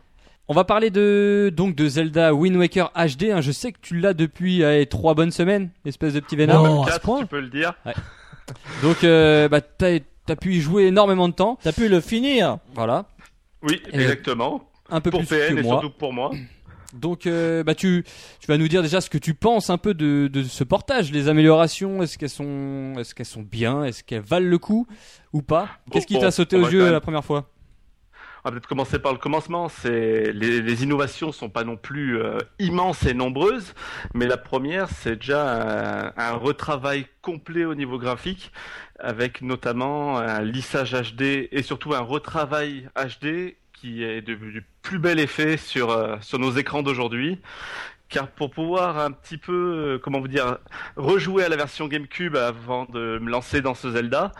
[SPEAKER 5] On va parler de donc de Zelda Wind Waker HD. hein. Je sais que tu l'as depuis allez, trois bonnes semaines, espèce de petit vénard.
[SPEAKER 6] Non, à ce
[SPEAKER 8] Quatre,
[SPEAKER 6] point.
[SPEAKER 8] tu peux le dire.
[SPEAKER 5] Donc euh, bah, t'as t'as pu y jouer énormément de temps.
[SPEAKER 2] T'as pu le finir
[SPEAKER 5] Voilà,
[SPEAKER 8] Oui,
[SPEAKER 5] Et-
[SPEAKER 8] exactement.
[SPEAKER 5] un peu
[SPEAKER 8] Pour
[SPEAKER 5] plus
[SPEAKER 8] PN
[SPEAKER 5] que
[SPEAKER 8] et
[SPEAKER 5] moi.
[SPEAKER 8] surtout pour moi.
[SPEAKER 5] Donc, euh, bah, tu, tu vas nous dire déjà ce que tu penses un peu de, de ce portage, les améliorations. Est-ce qu'elles sont, est-ce qu'elles sont bien Est-ce qu'elles valent le coup ou pas
[SPEAKER 8] Bon,
[SPEAKER 5] Qu'est-ce qui
[SPEAKER 8] bon,
[SPEAKER 5] t'a sauté
[SPEAKER 8] on
[SPEAKER 5] aux
[SPEAKER 8] va quand
[SPEAKER 5] yeux
[SPEAKER 8] même-
[SPEAKER 5] la première fois
[SPEAKER 8] On va peut-être commencer par le commencement. C'est les, les innovations sont pas non plus euh, immenses et nombreuses, mais la première, c'est déjà un, un retravail complet au niveau graphique, avec notamment un lissage HD et surtout un retravail HD qui est devenu du plus bel effet sur euh, sur nos écrans d'aujourd'hui. Car pour pouvoir un petit peu, euh, comment vous dire, rejouer à la version GameCube avant de me lancer dans ce Zelda,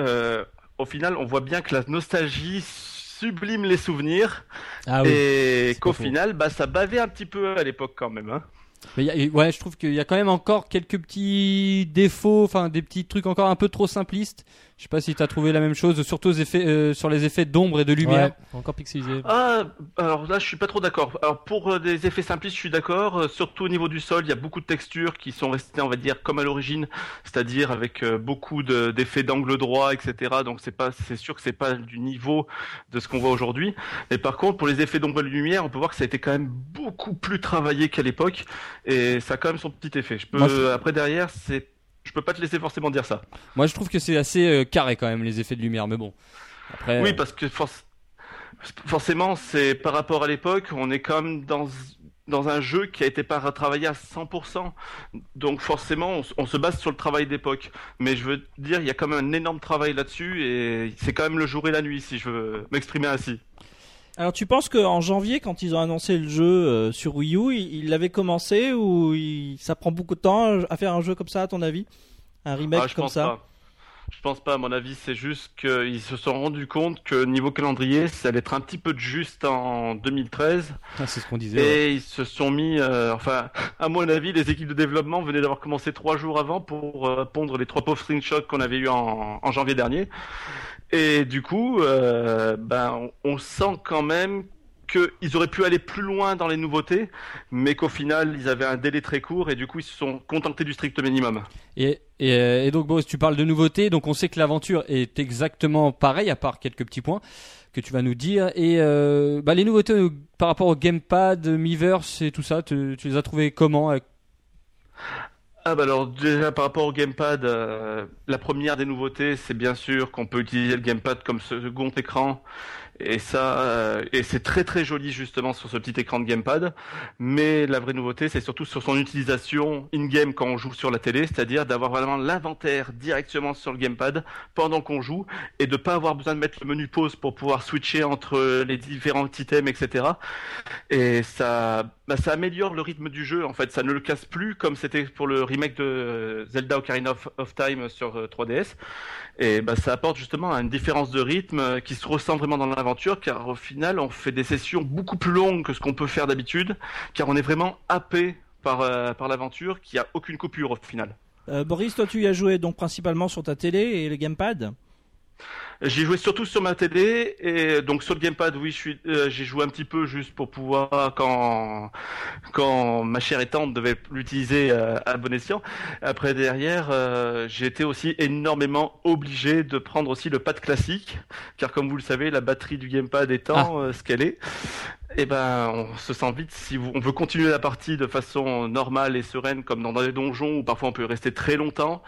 [SPEAKER 8] euh, au final, on voit bien que la nostalgie sublime les souvenirs
[SPEAKER 6] Ah oui.
[SPEAKER 8] et
[SPEAKER 6] c'est
[SPEAKER 8] qu'au
[SPEAKER 6] pas faux.
[SPEAKER 8] final, bah, ça bavait un petit peu à l'époque quand même. hein.
[SPEAKER 5] Mais il y a- et ouais, je trouve qu'il y a quand même encore quelques petits défauts, enfin des petits trucs encore un peu trop simplistes. Je sais pas si t'as trouvé la même chose, surtout aux effets, euh, sur les effets d'ombre et de lumière.
[SPEAKER 6] encore pixelisé.
[SPEAKER 8] Ah, alors là, je suis pas trop d'accord. Alors pour euh, des effets simplistes, je suis d'accord. Euh, surtout au niveau du sol, il y a beaucoup de textures qui sont restées, on va dire, comme à l'origine, c'est-à-dire avec euh, beaucoup de- d'effets d'angle droit, etc. Donc c'est pas, c'est sûr que c'est pas du niveau de ce qu'on voit aujourd'hui. Mais par contre, pour les effets d'ombre et de lumière, on peut voir que ça a été quand même beaucoup plus travaillé qu'à l'époque, et ça a quand même son petit effet. Je peux
[SPEAKER 5] Moi, je-
[SPEAKER 8] après derrière, c'est, je peux pas te laisser forcément dire ça.
[SPEAKER 5] Moi, je trouve que c'est assez euh, carré quand même les effets de lumière, mais bon. Après,
[SPEAKER 8] Oui,
[SPEAKER 5] euh,
[SPEAKER 8] parce que forc- forcément, c'est par rapport à l'époque, on est quand même dans dans un jeu qui a été pas retravaillé à 100%. Donc forcément, on, s- on se base sur le travail d'époque. Mais je veux dire, il y a quand même un énorme travail là-dessus et c'est quand même le jour et la nuit, si je veux m'exprimer ainsi.
[SPEAKER 2] Alors tu penses qu'en janvier, quand ils ont annoncé le jeu euh, sur Wii U, ils ils l'avaient commencé ou il- ça prend beaucoup de temps à faire un jeu comme ça, à ton avis Un remake
[SPEAKER 8] Ah, je
[SPEAKER 2] comme
[SPEAKER 8] pense
[SPEAKER 2] ça
[SPEAKER 8] pas. Je pense pas, à mon avis, c'est juste qu'ils se sont rendus compte que niveau calendrier, ça allait être un petit peu de juste en 2013.
[SPEAKER 5] putain, c'est ce qu'on disait. ouais.
[SPEAKER 8] Et ils se sont mis, euh, enfin, à mon avis, les équipes de développement venaient d'avoir commencé trois jours avant pour euh, pondre les trois pauvres screenshots qu'on avait eu en, en janvier dernier. Et du coup, euh, ben, on, on sent quand même qu'ils auraient pu aller plus loin dans les nouveautés, mais qu'au final, ils avaient un délai très court et du coup, ils se sont contentés du strict minimum.
[SPEAKER 5] Et, et, euh, et donc, Boris, tu parles de nouveautés, donc on sait que l'aventure est exactement pareille, à part quelques petits points que tu vas nous dire. Et euh, bah, les nouveautés euh, par rapport au gamepad, euh, Miiverse et tout ça, tu, tu les as trouvées comment euh,
[SPEAKER 8] Ah bah alors déjà par rapport au gamepad, euh, la première des nouveautés, c'est bien sûr qu'on peut utiliser le gamepad comme second écran. Et ça, euh, et c'est très très joli justement sur ce petit écran de gamepad. Mais la vraie nouveauté, c'est surtout sur son utilisation in-game quand on joue sur la télé, c'est-à-dire d'avoir vraiment l'inventaire directement sur le gamepad pendant qu'on joue et de pas avoir besoin de mettre le menu pause pour pouvoir switcher entre les différents items, etc. Et ça, bah, ça améliore le rythme du jeu en fait. Ça ne le casse plus comme c'était pour le remake de euh, Zelda Ocarina of, of Time sur euh, 3DS. Et bah, ça apporte justement une différence de rythme euh, qui se ressent vraiment dans l'aventure car au final on fait des sessions beaucoup plus longues que ce qu'on peut faire d'habitude car on est vraiment happé par, euh, par l'aventure qui a aucune coupure au final.
[SPEAKER 2] Euh, Boris, toi tu y as joué donc principalement sur ta télé et le gamepad.
[SPEAKER 8] J'ai joué surtout sur ma télé et donc sur le gamepad, oui, je suis, euh, j'ai joué un petit peu juste pour pouvoir quand quand ma chère étante devait l'utiliser euh, à bon escient. Après derrière, euh, j'ai été aussi énormément obligé de prendre aussi le pad classique, car comme vous le savez, la batterie du gamepad étant euh, ce qu'elle est, eh ben on se sent vite si vous- on veut continuer la partie de façon normale et sereine comme dans les donjons où parfois on peut rester très longtemps.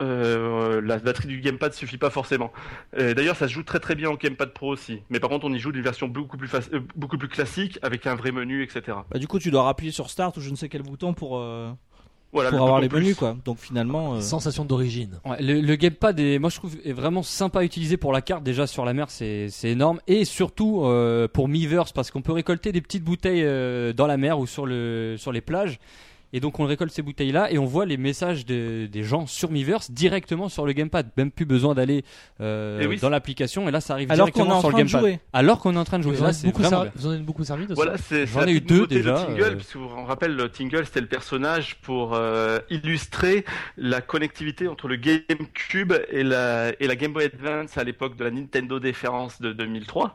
[SPEAKER 8] euh, la batterie du gamepad suffit pas forcément. Euh, D'ailleurs, ça se joue très très bien en Gamepad Pro aussi. Mais par contre, on y joue d'une version beaucoup plus, faci- euh, beaucoup plus classique avec un vrai menu, etc.
[SPEAKER 2] Bah, du coup tu dois appuyer sur Start ou je ne sais quel bouton pour, euh,
[SPEAKER 8] Voilà,
[SPEAKER 2] pour
[SPEAKER 8] le
[SPEAKER 2] avoir
[SPEAKER 8] truc
[SPEAKER 2] les
[SPEAKER 8] en plus.
[SPEAKER 2] menus quoi. Donc finalement... euh,
[SPEAKER 6] Sensation d'origine.
[SPEAKER 5] Ouais, le, le gamepad est, moi je trouve, est vraiment sympa à utiliser pour la carte. Déjà sur la mer, c'est c'est énorme, et surtout euh, pour Miiverse parce qu'on peut récolter des petites bouteilles euh, dans la mer ou sur le sur les plages. Et donc on récolte ces bouteilles là et on voit les messages de- des gens sur Miiverse directement sur le gamepad. Même plus besoin d'aller euh,
[SPEAKER 8] Eh oui.
[SPEAKER 5] dans l'application. Et là, ça arrive
[SPEAKER 2] Alors qu'on est
[SPEAKER 5] directement
[SPEAKER 2] en
[SPEAKER 5] sur le
[SPEAKER 2] train de
[SPEAKER 5] gamepad.
[SPEAKER 2] jouer.
[SPEAKER 5] Alors qu'on est en train de jouer.
[SPEAKER 6] Vous en
[SPEAKER 5] Ça,
[SPEAKER 6] êtes
[SPEAKER 5] c'est
[SPEAKER 6] beaucoup
[SPEAKER 5] vraiment
[SPEAKER 6] servi-
[SPEAKER 5] bien.
[SPEAKER 6] vous en êtes beaucoup servi de ça
[SPEAKER 8] Voilà, c'est
[SPEAKER 5] J'en
[SPEAKER 8] c'est la
[SPEAKER 5] ai eu
[SPEAKER 8] petite
[SPEAKER 5] deux
[SPEAKER 8] nouveauté de
[SPEAKER 5] déjà,
[SPEAKER 8] Tingle,
[SPEAKER 5] euh.
[SPEAKER 8] parce que vous- on rappelle, le Tingle c'était le personnage pour euh, illustrer la connectivité entre le GameCube et la, et la Game Boy Advance à l'époque de la Nintendo Déférence de 2003.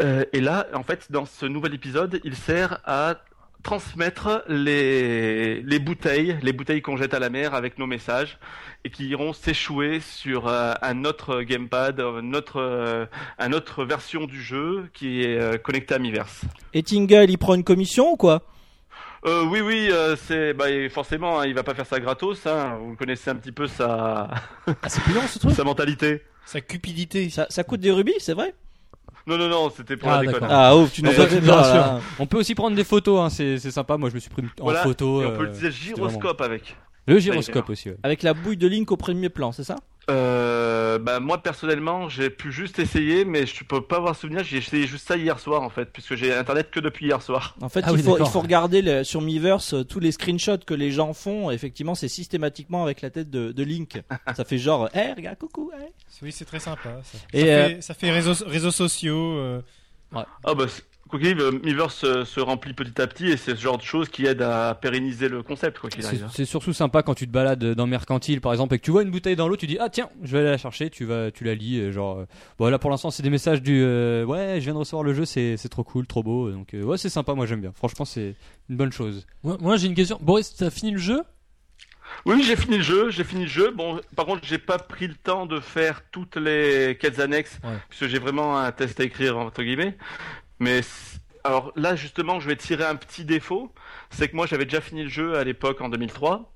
[SPEAKER 8] Euh, et là, en fait, dans ce nouvel épisode, il sert à transmettre les, les bouteilles, les bouteilles qu'on jette à la mer avec nos messages et qui iront s'échouer sur euh, un autre gamepad, un autre, euh, un autre version du jeu qui est euh, connectée à Miiverse.
[SPEAKER 2] Et Tingle il prend une commission ou quoi
[SPEAKER 8] Euh, oui, oui, euh, c'est bah, et forcément, hein, il va pas faire ça gratos. Hein, vous connaissez un petit peu sa,
[SPEAKER 6] Ah, c'est plus long ce truc
[SPEAKER 8] sa mentalité.
[SPEAKER 3] Sa cupidité.
[SPEAKER 2] ça, ça coûte des rubis, c'est vrai
[SPEAKER 8] Non, non, non, c'était pour
[SPEAKER 6] Ah,
[SPEAKER 8] la déconne.
[SPEAKER 6] d'accord.
[SPEAKER 2] Ah oh, tu nous
[SPEAKER 8] Eh,
[SPEAKER 2] fais
[SPEAKER 6] bien
[SPEAKER 2] bien
[SPEAKER 6] sûr.
[SPEAKER 2] là.
[SPEAKER 5] On peut aussi prendre des photos. Hein, c'est c'est sympa. Moi, je me suis pris en
[SPEAKER 8] Voilà,
[SPEAKER 6] Ah,
[SPEAKER 5] photo.
[SPEAKER 8] et on peut
[SPEAKER 5] euh,
[SPEAKER 8] utiliser le gyroscope avec.
[SPEAKER 5] le gyroscope aussi. ouais.
[SPEAKER 2] Avec la bouille de Link au premier plan, c'est ça
[SPEAKER 8] Euh, bah, moi, personnellement, j'ai pu juste essayer, mais je peux pas avoir souvenir. J'ai essayé juste ça hier soir, en fait, puisque j'ai internet que depuis hier soir.
[SPEAKER 2] En fait,
[SPEAKER 6] Ah
[SPEAKER 2] il,
[SPEAKER 6] oui,
[SPEAKER 2] faut, il
[SPEAKER 6] d'accord.
[SPEAKER 2] faut regarder le- sur Miiverse euh, tous les screenshots que les gens font. Effectivement, c'est systématiquement avec la tête de, de Link. ça fait genre, hé, regarde, coucou. eh.
[SPEAKER 3] Oui, c'est très sympa. Ça,
[SPEAKER 2] Et,
[SPEAKER 3] ça
[SPEAKER 2] euh,
[SPEAKER 3] fait, ça fait réseaux, réseaux sociaux. euh,
[SPEAKER 8] Ah bah, c'est- Quoi qu'il arrive, euh, Miiverse se, se remplit petit à petit et c'est ce genre de choses qui aide à pérenniser le concept, quoi qu'il
[SPEAKER 5] C'est
[SPEAKER 8] arrive. hein.
[SPEAKER 5] c'est surtout sympa quand tu te balades dans Mercantile par exemple et que tu vois une bouteille dans l'eau, tu dis ah tiens, je vais aller la chercher, tu vas, tu la lis, et genre euh, bon là pour l'instant c'est des messages du euh, ouais je viens de recevoir le jeu, c'est c'est trop cool, trop beau, donc euh, ouais c'est sympa, moi j'aime bien, franchement c'est une bonne chose.
[SPEAKER 6] Moi, moi, j'ai une question. Boris, t'as fini le jeu
[SPEAKER 8] Oui, j'ai fini le jeu, j'ai fini le jeu. Bon, par contre, j'ai pas pris le temps de faire toutes les quêtes annexes,
[SPEAKER 6] Ouais.
[SPEAKER 8] puisque j'ai vraiment un test à écrire, entre guillemets. Mais c- alors là, justement, je vais tirer un petit défaut. C'est que moi, j'avais déjà fini le jeu à l'époque, en 2003.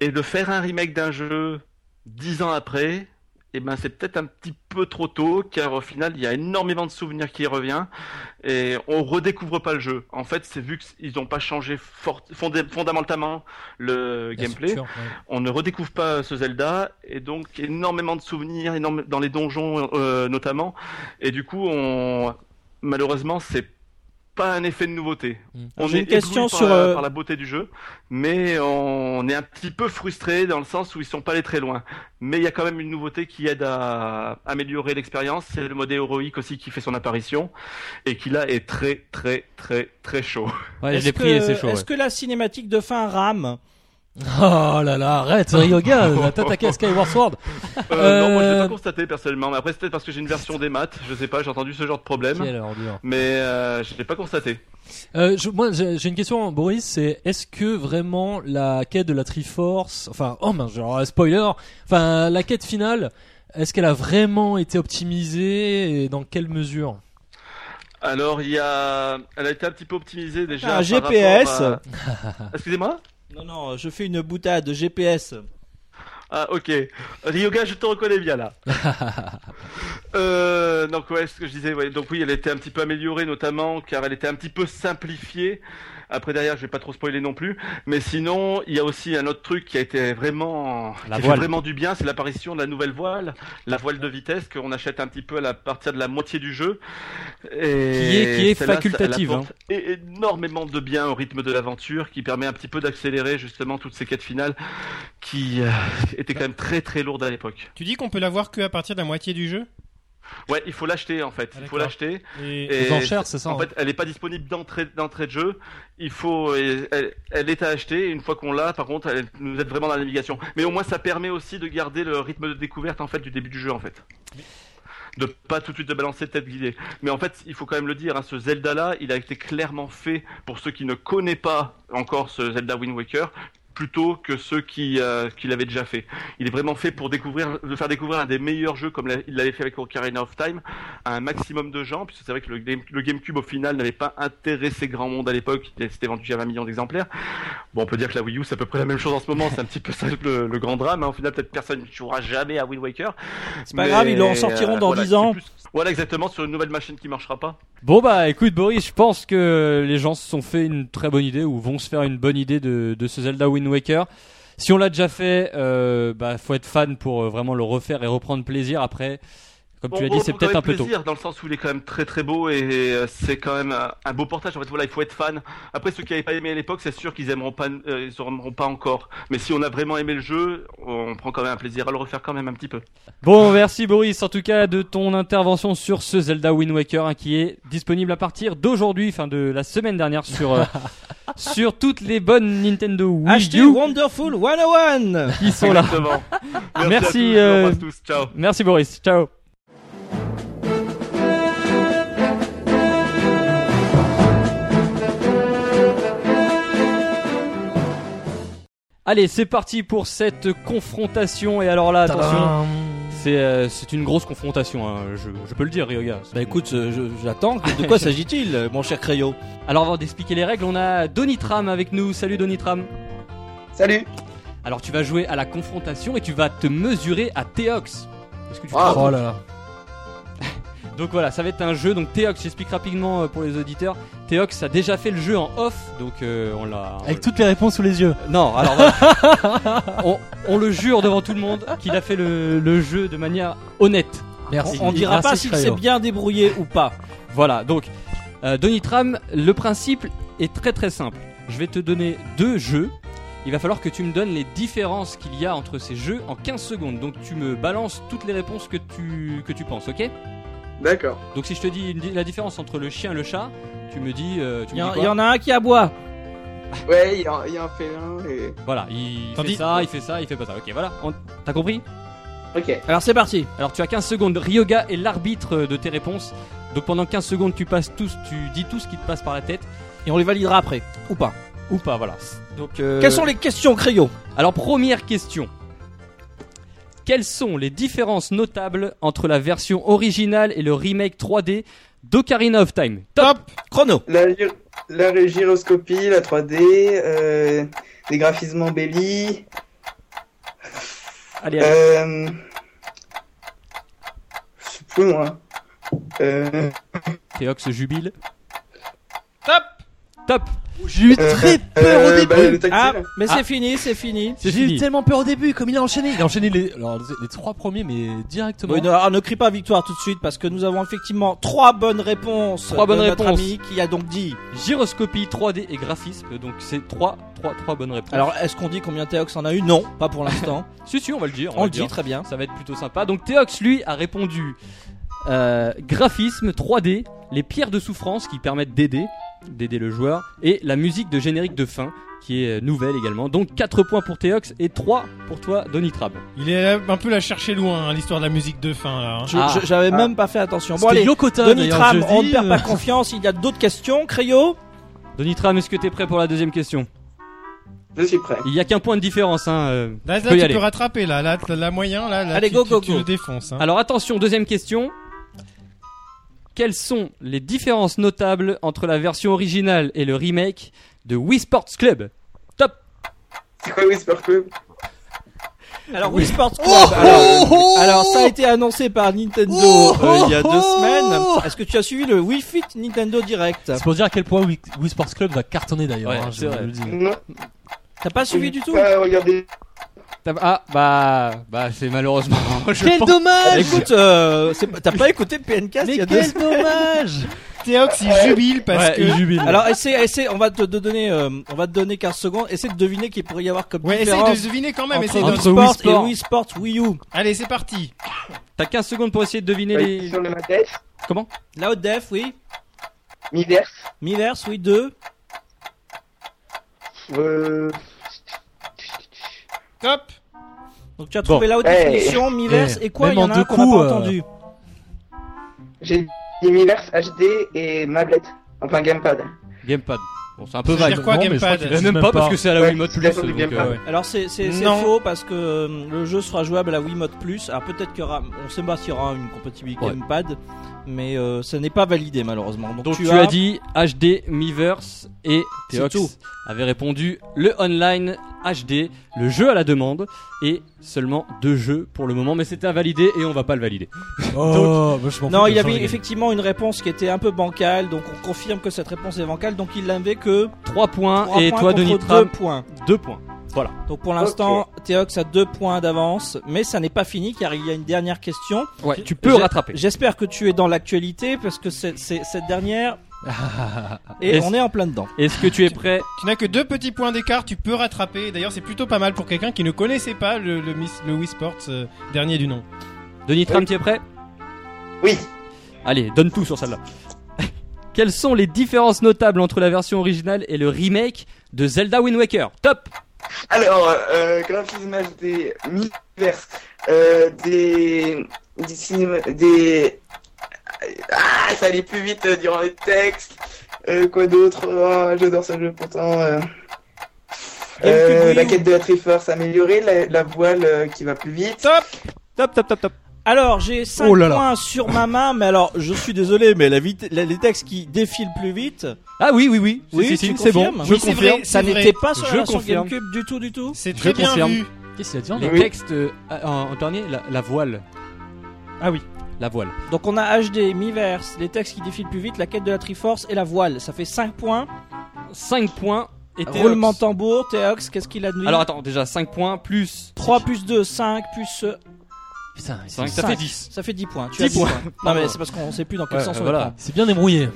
[SPEAKER 8] Et de faire un remake d'un jeu dix ans après, eh ben, c'est peut-être un petit peu trop tôt, car au final, il y a énormément de souvenirs qui revient et on redécouvre pas le jeu. En fait, c'est vu qu'ils ont pas changé fort- fondé- fondamentalement le
[SPEAKER 6] La
[SPEAKER 8] gameplay
[SPEAKER 6] structure, ouais.
[SPEAKER 8] on ne redécouvre pas ce Zelda et donc énormément de souvenirs énorme- dans les donjons euh, notamment et du coup on malheureusement c'est pas un effet de nouveauté.
[SPEAKER 6] Mm.
[SPEAKER 8] On
[SPEAKER 2] J'ai
[SPEAKER 8] est
[SPEAKER 2] une question
[SPEAKER 8] ébloui par,
[SPEAKER 2] sur,
[SPEAKER 8] la-
[SPEAKER 2] euh,
[SPEAKER 8] par la beauté du jeu, mais on est un petit peu frustré dans le sens où ils sont pas allés très loin. Mais il y a quand même une nouveauté qui aide à améliorer l'expérience, c'est le mode héroïque aussi qui fait son apparition et qui là est très très très très chaud.
[SPEAKER 5] Ouais je
[SPEAKER 2] Est-ce
[SPEAKER 5] l'ai pris et
[SPEAKER 2] que-
[SPEAKER 5] c'est chaud.
[SPEAKER 2] Est-ce
[SPEAKER 5] ouais.
[SPEAKER 2] que la cinématique de fin rame
[SPEAKER 6] Oh là là, arrête, Ryoga, t'as attaqué à Skyward Sword.
[SPEAKER 8] Euh,
[SPEAKER 6] Euh,
[SPEAKER 8] Non, moi je l'ai pas constaté personnellement, mais après c'est peut-être parce que j'ai une version des maths, je sais pas, j'ai entendu ce genre de problème.
[SPEAKER 6] Quelle ordure.
[SPEAKER 8] mais euh, je l'ai pas constaté.
[SPEAKER 6] Euh, je- moi, j'ai j'ai une question, Boris, c'est est-ce que vraiment la quête de la Triforce, enfin, oh mince, genre, spoiler, enfin, la quête finale, est-ce qu'elle a vraiment été optimisée et dans quelle mesure
[SPEAKER 8] Alors il y a, elle a été un petit peu optimisée déjà.
[SPEAKER 2] Un
[SPEAKER 8] par
[SPEAKER 2] GPS.
[SPEAKER 8] rapport à- Excusez-moi.
[SPEAKER 2] Non, non, je fais une boutade GPS.
[SPEAKER 8] Ah ok. Ryoga, je te reconnais bien là. euh, donc ouais, ce que je disais, ouais. donc oui, elle était un petit peu améliorée notamment car elle était un petit peu simplifiée. Après derrière, je vais pas trop spoiler non plus, mais sinon il y a aussi un autre truc qui a été vraiment,
[SPEAKER 5] La
[SPEAKER 8] qui fait
[SPEAKER 5] voile.
[SPEAKER 8] vraiment du bien, c'est l'apparition de la nouvelle voile, la voile de vitesse qu'on achète un petit peu à la- à partir de la moitié du jeu. Et
[SPEAKER 5] Qui est- qui est
[SPEAKER 8] celle-là, ça- elle
[SPEAKER 5] facultative, hein.
[SPEAKER 8] apporte é- énormément de bien au rythme de l'aventure, qui permet un petit peu d'accélérer justement toutes ces quêtes finales qui euh, étaient quand même très très lourdes à l'époque.
[SPEAKER 3] Tu dis qu'on peut l'avoir que à partir de la moitié du jeu
[SPEAKER 8] Ouais, il faut l'acheter en fait.
[SPEAKER 3] Ah,
[SPEAKER 8] Il
[SPEAKER 3] d'accord.
[SPEAKER 8] faut l'acheter.
[SPEAKER 3] et...
[SPEAKER 8] Et
[SPEAKER 6] Les enchères, c'est ça
[SPEAKER 8] en
[SPEAKER 6] hein
[SPEAKER 8] fait, elle n'est pas disponible d'entrée d'entrée de jeu. Il faut, et- elle, elle est à acheter. Et une fois qu'on l'a, par contre, elle nous aide vraiment dans la navigation. Mais au moins, ça permet aussi de garder le rythme de découverte en fait du début du jeu en fait. De pas tout de suite de balancer tête guidée. Mais en fait, il faut quand même le dire, hein, ce Zelda-là, il a été clairement fait pour ceux qui ne connaissent pas encore ce Zelda Wind Waker, plutôt que ceux qui, euh, qui l'avaient déjà fait. Il est vraiment fait pour découvrir, de faire découvrir un des meilleurs jeux, comme l'a- il l'avait fait avec Ocarina of Time, à un maximum de gens, puisque c'est vrai que le, Game- le GameCube au final n'avait pas intéressé grand monde à l'époque, il s'était vendu déjà 20 millions d'exemplaires. Bon, on peut dire que la Wii U c'est à peu près la même chose en ce moment, c'est un petit peu ça le, le grand drame, hein. au final peut-être personne ne jouera jamais à Wind Waker.
[SPEAKER 2] C'est pas
[SPEAKER 8] Mais,
[SPEAKER 2] grave, ils en sortiront
[SPEAKER 8] euh,
[SPEAKER 2] dans
[SPEAKER 8] voilà,
[SPEAKER 2] 10 ans.
[SPEAKER 8] c'est plus- Voilà exactement sur une nouvelle machine qui marchera pas.
[SPEAKER 5] Bon bah écoute Boris, je pense que les gens se sont fait une très bonne idée ou vont se faire une bonne idée de, de ce Zelda Wind Waker. Si on l'a déjà fait, euh, bah faut être fan pour euh, vraiment le refaire et reprendre plaisir après. Comme tu
[SPEAKER 8] Bon,
[SPEAKER 5] l'as dit,
[SPEAKER 8] on
[SPEAKER 5] c'est
[SPEAKER 8] prend quand
[SPEAKER 5] peut-être
[SPEAKER 8] même
[SPEAKER 5] un peu tôt.
[SPEAKER 8] plaisir, Dans le sens où il est quand même très très beau et euh, c'est quand même euh, un beau portage. En fait, voilà, il faut être fan. Après, ceux qui n'avaient pas aimé à l'époque, c'est sûr qu'ils aimeront pas, euh, ils aimeront pas encore. Mais si on a vraiment aimé le jeu, on prend quand même un plaisir à le refaire quand même un petit peu.
[SPEAKER 5] Bon, merci Boris en tout cas de ton intervention sur ce Zelda Wind Waker hein, qui est disponible à partir d'aujourd'hui, enfin de la semaine dernière sur euh, sur toutes les bonnes Nintendo Wii
[SPEAKER 2] Achetez
[SPEAKER 5] U
[SPEAKER 2] Wonderful 101
[SPEAKER 5] qui sont là.
[SPEAKER 8] Exactement. Merci.
[SPEAKER 5] Merci,
[SPEAKER 8] à tous, je vous
[SPEAKER 5] euh,
[SPEAKER 8] embrasse tous. Ciao.
[SPEAKER 5] Merci Boris, ciao. Allez, c'est parti pour cette confrontation. Et alors là, attention,
[SPEAKER 6] Tadam.
[SPEAKER 5] c'est euh, c'est une grosse confrontation, hein, je, je peux le dire, Ryoga.
[SPEAKER 2] Bah écoute, euh, je- j'attends. De quoi s'agit-il, euh, mon cher Crayo
[SPEAKER 5] Alors, avant d'expliquer les règles, on a Donitram avec nous. Salut Donitram.
[SPEAKER 7] Salut
[SPEAKER 5] Alors, tu vas jouer à la confrontation et tu vas te mesurer à Théox. Est-ce que tu
[SPEAKER 7] Ah,
[SPEAKER 5] te
[SPEAKER 6] Oh là là.
[SPEAKER 5] Donc voilà, ça va être un jeu. Donc Théox, j'explique rapidement euh, pour les auditeurs. Théox a déjà fait le jeu en off, donc euh, on l'a. on
[SPEAKER 6] Avec toutes les réponses sous les yeux.
[SPEAKER 5] l'a- Non, alors voilà. on, on le jure devant tout le monde qu'il a fait le, le jeu de manière honnête.
[SPEAKER 6] Merci.
[SPEAKER 2] On dira pas
[SPEAKER 6] Merci,
[SPEAKER 2] s'il s'est
[SPEAKER 6] Crayo.
[SPEAKER 2] bien débrouillé ou pas.
[SPEAKER 5] Voilà, donc euh, Donitram, le principe est très très simple. Je vais te donner deux jeux. Il va falloir que tu me donnes les différences qu'il y a entre ces jeux en 15 secondes. Donc tu me balances toutes les réponses que tu, que tu penses, ok
[SPEAKER 9] D'accord.
[SPEAKER 5] Donc si je te dis une di- la différence entre le chien et le chat, tu me dis. euh, tu
[SPEAKER 2] Il y,
[SPEAKER 5] me dis
[SPEAKER 2] en-
[SPEAKER 5] quoi
[SPEAKER 2] il y en a un qui aboie.
[SPEAKER 9] Ouais, il y, a- il y a un félin et.
[SPEAKER 5] Voilà, il
[SPEAKER 3] Tandis-
[SPEAKER 5] fait ça, il fait ça, il fait pas ça. Ok, voilà. On- T'as compris
[SPEAKER 9] Ok.
[SPEAKER 2] Alors c'est parti.
[SPEAKER 5] Alors tu as 15 secondes. Ryoga est l'arbitre euh, de tes réponses. Donc pendant 15 secondes, tu passes tous, tu dis tout ce qui te passe par la tête
[SPEAKER 2] Et on les validera après. Ou pas.
[SPEAKER 5] ou pas. Voilà. Donc. euh,
[SPEAKER 2] Quelles sont les questions, Crayo
[SPEAKER 5] Alors première question. Quelles sont les différences notables entre la version originale et le remake 3D d'Ocarina of Time
[SPEAKER 3] Top
[SPEAKER 2] Chrono.
[SPEAKER 9] La, gy- la gyroscopie, la 3D, euh, les graphismes embellis.
[SPEAKER 5] Allez, allez.
[SPEAKER 9] Euh... Je sais plus moi. hein. Euh...
[SPEAKER 5] Théox jubile.
[SPEAKER 3] Top
[SPEAKER 5] Top
[SPEAKER 6] J'ai eu
[SPEAKER 9] euh,
[SPEAKER 6] très peur au
[SPEAKER 9] euh, bah,
[SPEAKER 6] début.
[SPEAKER 9] le tactile.
[SPEAKER 2] Ah, mais
[SPEAKER 5] Ah.
[SPEAKER 2] c'est fini, c'est fini.
[SPEAKER 5] C'est
[SPEAKER 6] J'ai eu
[SPEAKER 5] fini.
[SPEAKER 6] tellement peur au début, comme il a enchaîné. Il a enchaîné les, alors, les trois premiers, mais directement.
[SPEAKER 2] Bon, ne, ah, ne crie pas victoire tout de suite parce que nous avons effectivement trois bonnes réponses.
[SPEAKER 5] Trois
[SPEAKER 2] de
[SPEAKER 5] bonnes
[SPEAKER 2] notre
[SPEAKER 5] réponses.
[SPEAKER 2] ami qui a donc dit.
[SPEAKER 5] Gyroscopie, 3D et graphisme. Donc c'est 3, 3, 3 bonnes réponses.
[SPEAKER 2] Alors est-ce qu'on dit combien Théox en a eu Non, pas pour l'instant.
[SPEAKER 5] si, si, on va le dire.
[SPEAKER 2] on
[SPEAKER 5] va
[SPEAKER 2] le dit très bien.
[SPEAKER 5] Ça va être plutôt sympa. Donc Théox, lui, a répondu euh, graphisme, 3D, les pierres de souffrance qui permettent d'aider, d'aider le joueur, et la musique de générique de fin qui est euh, nouvelle également. Donc 4 points pour Théox et 3 pour toi, Donitrab.
[SPEAKER 3] Il est un peu la chercher loin, hein, l'histoire de la musique de fin là. hein.
[SPEAKER 2] Je-
[SPEAKER 5] Ah.
[SPEAKER 2] je- J'avais
[SPEAKER 9] Ah.
[SPEAKER 2] même pas fait attention. Bon
[SPEAKER 6] C'était
[SPEAKER 2] allez,
[SPEAKER 6] Yokota,
[SPEAKER 2] Denis
[SPEAKER 6] d'ailleurs,
[SPEAKER 2] Tram,
[SPEAKER 6] je
[SPEAKER 2] on
[SPEAKER 6] dis,
[SPEAKER 2] ne perd pas
[SPEAKER 6] euh,
[SPEAKER 2] confiance. Il y a d'autres questions, Crayo
[SPEAKER 5] Donitrab, est-ce que t'es prêt pour la deuxième question
[SPEAKER 9] Je suis prêt.
[SPEAKER 5] Il n'y a qu'un point de différence. Hein, euh.
[SPEAKER 3] Là, là,
[SPEAKER 5] peux y
[SPEAKER 3] tu
[SPEAKER 5] aller.
[SPEAKER 3] peux rattraper là, là, t'as la moyen là, là
[SPEAKER 2] Allez,
[SPEAKER 3] tu,
[SPEAKER 2] go,
[SPEAKER 3] tu-
[SPEAKER 2] go,
[SPEAKER 3] tu
[SPEAKER 2] go.
[SPEAKER 3] le défonces. hein.
[SPEAKER 5] Alors attention, deuxième question. Quelles sont les différences notables entre la version originale et le remake de Wii Sports Club Top
[SPEAKER 9] C'est quoi Whisper Club
[SPEAKER 2] Alors Wii Sports Club. alors, euh, alors, ça a été annoncé par Nintendo euh, il y a deux semaines. Est-ce que tu as suivi le Wii Fit Nintendo Direct
[SPEAKER 6] C'est pour dire à quel point Wii, Wii Sports Club va cartonner d'ailleurs.
[SPEAKER 5] Ouais,
[SPEAKER 6] hein,
[SPEAKER 5] c'est
[SPEAKER 6] je
[SPEAKER 5] vrai.
[SPEAKER 6] le dis.
[SPEAKER 9] Non.
[SPEAKER 2] T'as pas suivi du tout
[SPEAKER 9] Ah, regardez.
[SPEAKER 5] T'as- Ah bah bah c'est malheureusement.
[SPEAKER 2] Ah,
[SPEAKER 5] Je
[SPEAKER 6] Quel
[SPEAKER 5] pense-
[SPEAKER 6] dommage
[SPEAKER 2] Écoute, euh, c'est pas- t'as pas écouté PNK il y a
[SPEAKER 6] Mais
[SPEAKER 2] deux
[SPEAKER 6] quel dommage
[SPEAKER 3] Théox il jubile parce
[SPEAKER 6] Ouais,
[SPEAKER 3] que.
[SPEAKER 6] il jubile.
[SPEAKER 2] Alors essaie, essaie, on va te te donner, euh, on va te donner 15 secondes. Essaie de deviner qu'il pourrait y avoir comme
[SPEAKER 3] Ouais, essaye
[SPEAKER 2] différence
[SPEAKER 3] de deviner quand même.
[SPEAKER 2] entre,
[SPEAKER 3] essaye de-
[SPEAKER 2] Wii
[SPEAKER 5] entre
[SPEAKER 2] Sport,
[SPEAKER 5] Wii Sport.
[SPEAKER 2] et Wii Sport Wii U.
[SPEAKER 3] Allez, c'est parti.
[SPEAKER 5] T'as 15 secondes pour essayer de deviner
[SPEAKER 9] Ouais,
[SPEAKER 5] les.
[SPEAKER 9] Sur le maquette.
[SPEAKER 5] Comment
[SPEAKER 2] La haute def, oui.
[SPEAKER 9] Miders.
[SPEAKER 2] Millers, oui 2.
[SPEAKER 9] Euh...
[SPEAKER 3] Top.
[SPEAKER 2] Donc tu as trouvé la haute
[SPEAKER 9] Hey.
[SPEAKER 2] définition, Millers
[SPEAKER 6] Eh,
[SPEAKER 2] et quoi Il
[SPEAKER 6] même
[SPEAKER 2] y en
[SPEAKER 6] en
[SPEAKER 2] a
[SPEAKER 6] deux
[SPEAKER 2] un qu'on n'a
[SPEAKER 6] coups,
[SPEAKER 2] pas
[SPEAKER 6] euh,
[SPEAKER 2] entendu.
[SPEAKER 9] J'ai dit Millers HD et Mablette. Enfin, Gamepad.
[SPEAKER 5] Gamepad. Bon c'est un peu
[SPEAKER 3] Ça veut
[SPEAKER 5] vague.
[SPEAKER 3] dire quoi
[SPEAKER 6] Non, mais je crois
[SPEAKER 3] Gamepad
[SPEAKER 6] qu'il
[SPEAKER 5] Bah,
[SPEAKER 6] existe
[SPEAKER 5] même pas, parce que c'est à la
[SPEAKER 9] Ouais,
[SPEAKER 5] Wiimote
[SPEAKER 9] c'est
[SPEAKER 5] Plus.
[SPEAKER 9] sur le
[SPEAKER 5] donc,
[SPEAKER 9] Gamepad.
[SPEAKER 5] euh,
[SPEAKER 2] Alors c'est c'est- c'est
[SPEAKER 3] Non.
[SPEAKER 2] faux parce que euh, le jeu sera jouable à la Wiimote Plus. Alors peut-être qu'il y aura, on sait pas s'il y aura une compatibilité
[SPEAKER 5] Ouais.
[SPEAKER 2] Gamepad, mais euh, ça n'est pas validé malheureusement. Donc,
[SPEAKER 5] Donc tu as dit HD Miiverse et
[SPEAKER 2] C'est
[SPEAKER 5] Théox
[SPEAKER 2] tout.
[SPEAKER 5] avait répondu le online HD, le jeu à la demande et seulement deux jeux pour le moment mais c'était invalidé et on va pas le valider.
[SPEAKER 6] Oh, bah, je m'en
[SPEAKER 2] Non,
[SPEAKER 6] fous,
[SPEAKER 2] il y
[SPEAKER 6] ça change
[SPEAKER 2] avait
[SPEAKER 6] rien.
[SPEAKER 2] effectivement une réponse qui était un peu bancale, donc on confirme que cette réponse est bancale, donc il n'avait que
[SPEAKER 5] 3 points
[SPEAKER 2] 3
[SPEAKER 5] et
[SPEAKER 2] points
[SPEAKER 5] toi
[SPEAKER 2] contre
[SPEAKER 5] Denis
[SPEAKER 2] 2
[SPEAKER 5] Tram
[SPEAKER 2] points.
[SPEAKER 5] 2 points.
[SPEAKER 2] Donc pour l'instant, Théox a deux points d'avance, mais ça n'est pas fini car il y a une dernière question.
[SPEAKER 5] Ouais, tu peux
[SPEAKER 2] J'ai-
[SPEAKER 5] rattraper.
[SPEAKER 2] J'espère que tu es dans l'actualité parce que c'est c'est- cette dernière et
[SPEAKER 5] Ah, Est-ce-
[SPEAKER 2] on est en plein dedans.
[SPEAKER 5] Est-ce que tu es prêt
[SPEAKER 3] Tu n'as que deux petits points d'écart, tu peux rattraper. D'ailleurs, c'est plutôt pas mal pour quelqu'un qui ne connaissait pas le, le, Miss- le Wii Sports euh, dernier du nom.
[SPEAKER 5] Denis Tram, tu es prêt
[SPEAKER 9] Oui.
[SPEAKER 5] Allez, donne tout sur celle-là. Quelles sont les différences notables entre la version originale et le remake de Zelda Wind Waker Top
[SPEAKER 9] Alors, euh, graphisme HD, Miiverse, euh, des, des, cinéma, des, ah, ça allait plus vite euh, durant les textes. Euh, quoi d'autre Oh, J'adore ce jeu pourtant. euh. Euh, la quête de la Triforce améliorée, la, la voile euh, qui va plus vite.
[SPEAKER 5] Top, top, top, top.
[SPEAKER 2] Alors j'ai 5
[SPEAKER 6] Oh là là.
[SPEAKER 2] points sur ma main, mais alors je suis désolé, mais la vite, la- les textes qui défilent plus vite,
[SPEAKER 5] Ah oui, oui, oui. Si,
[SPEAKER 2] Oui,
[SPEAKER 5] si,
[SPEAKER 2] tu
[SPEAKER 5] si,
[SPEAKER 2] me
[SPEAKER 5] c'est bon.
[SPEAKER 2] confirmes
[SPEAKER 5] Je
[SPEAKER 3] Oui, c'est
[SPEAKER 5] confirme.
[SPEAKER 3] vrai.
[SPEAKER 2] ça
[SPEAKER 3] C'est
[SPEAKER 2] n'était
[SPEAKER 3] vrai.
[SPEAKER 2] pas sur
[SPEAKER 5] Je
[SPEAKER 2] la version
[SPEAKER 5] confirme.
[SPEAKER 2] GameCube du tout, du tout.
[SPEAKER 3] C'est
[SPEAKER 5] Je
[SPEAKER 3] très bien
[SPEAKER 5] confirme.
[SPEAKER 3] vu.
[SPEAKER 6] Qu'est-ce qu'il a dit en
[SPEAKER 5] Les
[SPEAKER 9] Oui.
[SPEAKER 5] textes euh, en, en dernier, la, la voile.
[SPEAKER 2] Ah oui.
[SPEAKER 5] La voile.
[SPEAKER 2] Donc on a HD, Miiverse, les textes qui défilent plus vite, la quête de la Triforce et la voile. Ça fait 5 points.
[SPEAKER 5] 5 points. Et Théox.
[SPEAKER 2] Roulement de tambour, Théox, qu'est-ce qu'il a de
[SPEAKER 5] Alors attends, déjà 5 points plus
[SPEAKER 2] 3 plus 2, 5 plus euh,
[SPEAKER 6] Putain, ils sont-
[SPEAKER 5] 5, ça
[SPEAKER 2] cinq.
[SPEAKER 5] fait 10.
[SPEAKER 2] Ça fait 10 points. Tu
[SPEAKER 5] 10
[SPEAKER 2] as 10
[SPEAKER 5] points.
[SPEAKER 2] points. Non,
[SPEAKER 5] Pardon.
[SPEAKER 2] mais c'est parce qu'on sait plus dans quel
[SPEAKER 5] Ouais,
[SPEAKER 2] sens
[SPEAKER 5] euh,
[SPEAKER 2] on
[SPEAKER 5] voilà.
[SPEAKER 2] est.
[SPEAKER 6] c'est bien débrouillé.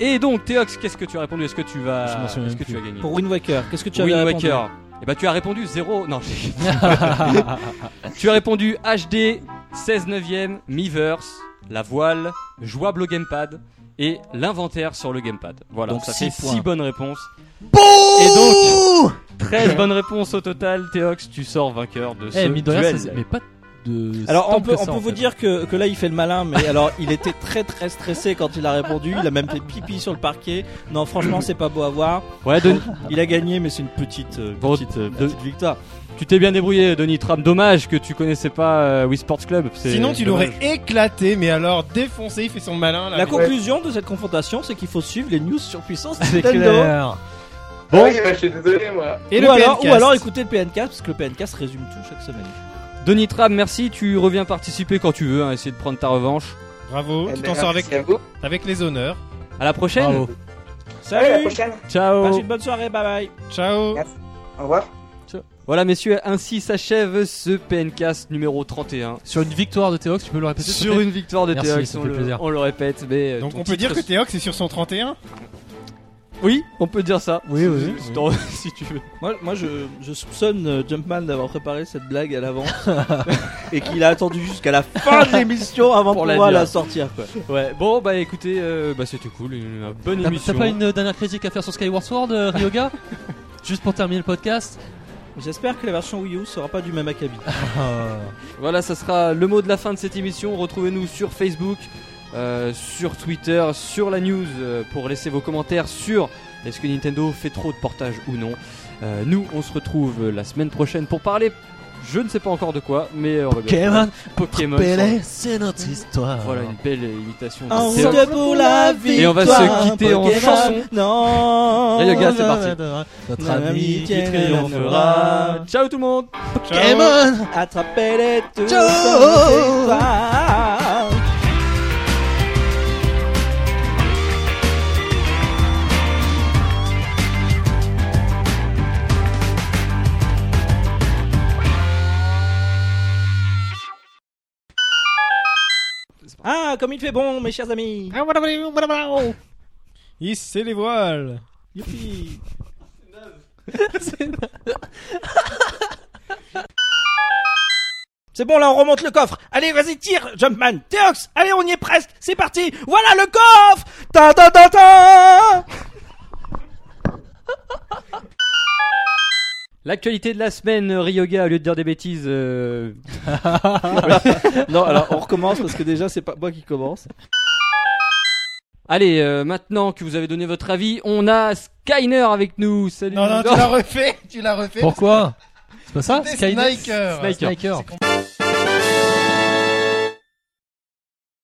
[SPEAKER 5] Et donc, Théox, qu'est-ce que tu as répondu Est-ce que tu vas.
[SPEAKER 6] Je m'en souviens
[SPEAKER 5] Est-ce que
[SPEAKER 6] même
[SPEAKER 5] tu as gagné
[SPEAKER 2] Pour Wind Waker, qu'est-ce que tu avais
[SPEAKER 5] Wind
[SPEAKER 2] répondu
[SPEAKER 5] Waker. Et bah, tu as répondu 0. Non, j'ai- tu as répondu HD, 16 neuvième, Miiverse, la voile, jouable au gamepad et l'inventaire sur le gamepad. Voilà,
[SPEAKER 2] Donc
[SPEAKER 5] ça
[SPEAKER 2] six
[SPEAKER 5] fait
[SPEAKER 2] points.
[SPEAKER 5] 6 bonnes réponses. et donc 13 bonnes réponses au total, Théox, tu sors vainqueur de ce
[SPEAKER 6] Eh, mine de rien, ça,
[SPEAKER 5] duel.
[SPEAKER 6] c'est- mais pas de.
[SPEAKER 2] Alors on
[SPEAKER 6] stamp
[SPEAKER 2] peut,
[SPEAKER 6] que
[SPEAKER 2] on
[SPEAKER 6] ça,
[SPEAKER 2] peut
[SPEAKER 6] en
[SPEAKER 2] vous
[SPEAKER 6] fait.
[SPEAKER 2] dire que, que là il fait le malin, mais alors il était très très stressé quand il a répondu, il a même fait pipi sur le parquet. Non franchement c'est pas beau à voir.
[SPEAKER 5] Ouais, Denis,
[SPEAKER 2] Il a gagné mais c'est une petite, euh,
[SPEAKER 5] Bon,
[SPEAKER 2] petite, euh,
[SPEAKER 5] de-
[SPEAKER 2] petite victoire.
[SPEAKER 5] tu t'es bien débrouillé, Denis Tram. Dommage que tu connaissais pas euh, Wii Sports Club. c'est
[SPEAKER 3] Sinon, tu
[SPEAKER 5] dommage.
[SPEAKER 3] l'aurais éclaté, mais alors défoncé, il fait son malin là.
[SPEAKER 2] La
[SPEAKER 3] Mais-
[SPEAKER 2] conclusion de cette confrontation c'est qu'il faut suivre les news sur puissance
[SPEAKER 6] C'est
[SPEAKER 5] euh,
[SPEAKER 2] Nintendo.
[SPEAKER 6] clair.
[SPEAKER 9] Bon. Oui, bah, je suis désolé, moi.
[SPEAKER 3] Et
[SPEAKER 2] ou,
[SPEAKER 3] le
[SPEAKER 2] alors, ou
[SPEAKER 3] PNcast.
[SPEAKER 2] alors écouter le PNK parce que le PNK résume tout chaque semaine.
[SPEAKER 5] Denis Tram, merci. Tu reviens participer quand tu veux. hein, essayer de prendre ta revanche.
[SPEAKER 3] Bravo,
[SPEAKER 9] Eh
[SPEAKER 3] tu
[SPEAKER 9] ben,
[SPEAKER 3] t'en sors avec,
[SPEAKER 9] merci à vous.
[SPEAKER 3] avec les honneurs.
[SPEAKER 5] À la prochaine.
[SPEAKER 6] Bravo.
[SPEAKER 9] Ouais, à la
[SPEAKER 2] Salut,
[SPEAKER 9] prochaine.
[SPEAKER 5] Ciao.
[SPEAKER 2] passe une bonne soirée, bye bye.
[SPEAKER 3] Ciao.
[SPEAKER 9] Eh, Au revoir.
[SPEAKER 5] Voilà, messieurs, ainsi s'achève ce PNcast numéro 31.
[SPEAKER 6] Sur une victoire de Théox, tu peux le répéter s'il te
[SPEAKER 5] Sur
[SPEAKER 6] plaît
[SPEAKER 5] une victoire de
[SPEAKER 6] Merci,
[SPEAKER 5] Théox,
[SPEAKER 6] ça
[SPEAKER 5] on,
[SPEAKER 6] fait
[SPEAKER 5] le-
[SPEAKER 6] plaisir.
[SPEAKER 5] on le répète, mais euh,
[SPEAKER 3] Donc
[SPEAKER 5] ton
[SPEAKER 3] on peut dire
[SPEAKER 5] titre-
[SPEAKER 3] que Théox est sur son 31
[SPEAKER 5] oui, on peut dire ça.
[SPEAKER 6] Oui, oui,
[SPEAKER 5] Si-
[SPEAKER 6] oui.
[SPEAKER 5] dans- si tu veux.
[SPEAKER 2] Moi, moi je, je soupçonne euh, Jumpman d'avoir préparé cette blague à l'avance et qu'il a attendu jusqu'à la fin de l'émission avant
[SPEAKER 5] Pour
[SPEAKER 2] de
[SPEAKER 5] la
[SPEAKER 2] pouvoir
[SPEAKER 5] dire.
[SPEAKER 2] la sortir. Quoi.
[SPEAKER 5] Ouais. Bon, bah écoutez, euh, bah c'était cool, une, une bonne
[SPEAKER 6] T'as-
[SPEAKER 5] émission.
[SPEAKER 6] T'as pas une euh, dernière critique à faire sur Skyward Sword, euh, Ryoga Juste pour terminer le podcast
[SPEAKER 2] J'espère que la version Wii U sera pas du même acabit.
[SPEAKER 5] Voilà, ça sera le mot de la fin de cette émission. Retrouvez-nous sur Facebook, euh, sur Twitter, sur la news euh, pour laisser vos commentaires sur est-ce que Nintendo fait trop de portages ou non. Euh, nous, on se retrouve euh, la semaine prochaine pour parler. Je ne sais pas encore de quoi, mais euh, on va bien
[SPEAKER 6] Pokémon,
[SPEAKER 5] faire. Pokémon.
[SPEAKER 2] hein.
[SPEAKER 6] Pélé, c'est notre histoire.
[SPEAKER 5] Voilà une belle imitation. de
[SPEAKER 2] En
[SPEAKER 5] Théo.
[SPEAKER 2] route pour la vie.
[SPEAKER 5] Et on va se quitter en chanson.
[SPEAKER 2] Non.
[SPEAKER 5] Allez, gars, c'est parti.
[SPEAKER 6] Notre
[SPEAKER 2] Notre
[SPEAKER 6] ami
[SPEAKER 2] ami
[SPEAKER 6] qui
[SPEAKER 2] qui
[SPEAKER 6] triomphera.
[SPEAKER 2] triomphera.
[SPEAKER 5] Ciao tout le monde.
[SPEAKER 2] Eh ben,
[SPEAKER 6] Pokémon
[SPEAKER 2] Attrapez-les tous. dans
[SPEAKER 6] Ciao.
[SPEAKER 2] les étoiles. Ah, comme il fait bon, mes chers amis.
[SPEAKER 3] Ah, Hissez les voiles
[SPEAKER 2] Youpi. C'est bon, là, on remonte le coffre. Allez, vas-y, tire, Jumpman. Théox, allez, on y est presque. C'est parti. Voilà le coffre. Ta ta ta ta.
[SPEAKER 5] L'actualité de la semaine, euh, Ryoga, au lieu de dire des bêtises, euh,
[SPEAKER 2] Non, alors, on recommence parce que déjà, c'est pas moi qui commence.
[SPEAKER 5] Allez, euh, maintenant que vous avez donné votre avis, on a Skyner avec nous. Salut.
[SPEAKER 3] Non, non, tu l'as refait Tu l'as refait
[SPEAKER 6] Pourquoi C'est pas ça
[SPEAKER 3] C'était
[SPEAKER 6] Skynet
[SPEAKER 3] Sniker.
[SPEAKER 5] Sniker.
[SPEAKER 6] Sniker.
[SPEAKER 3] C'est-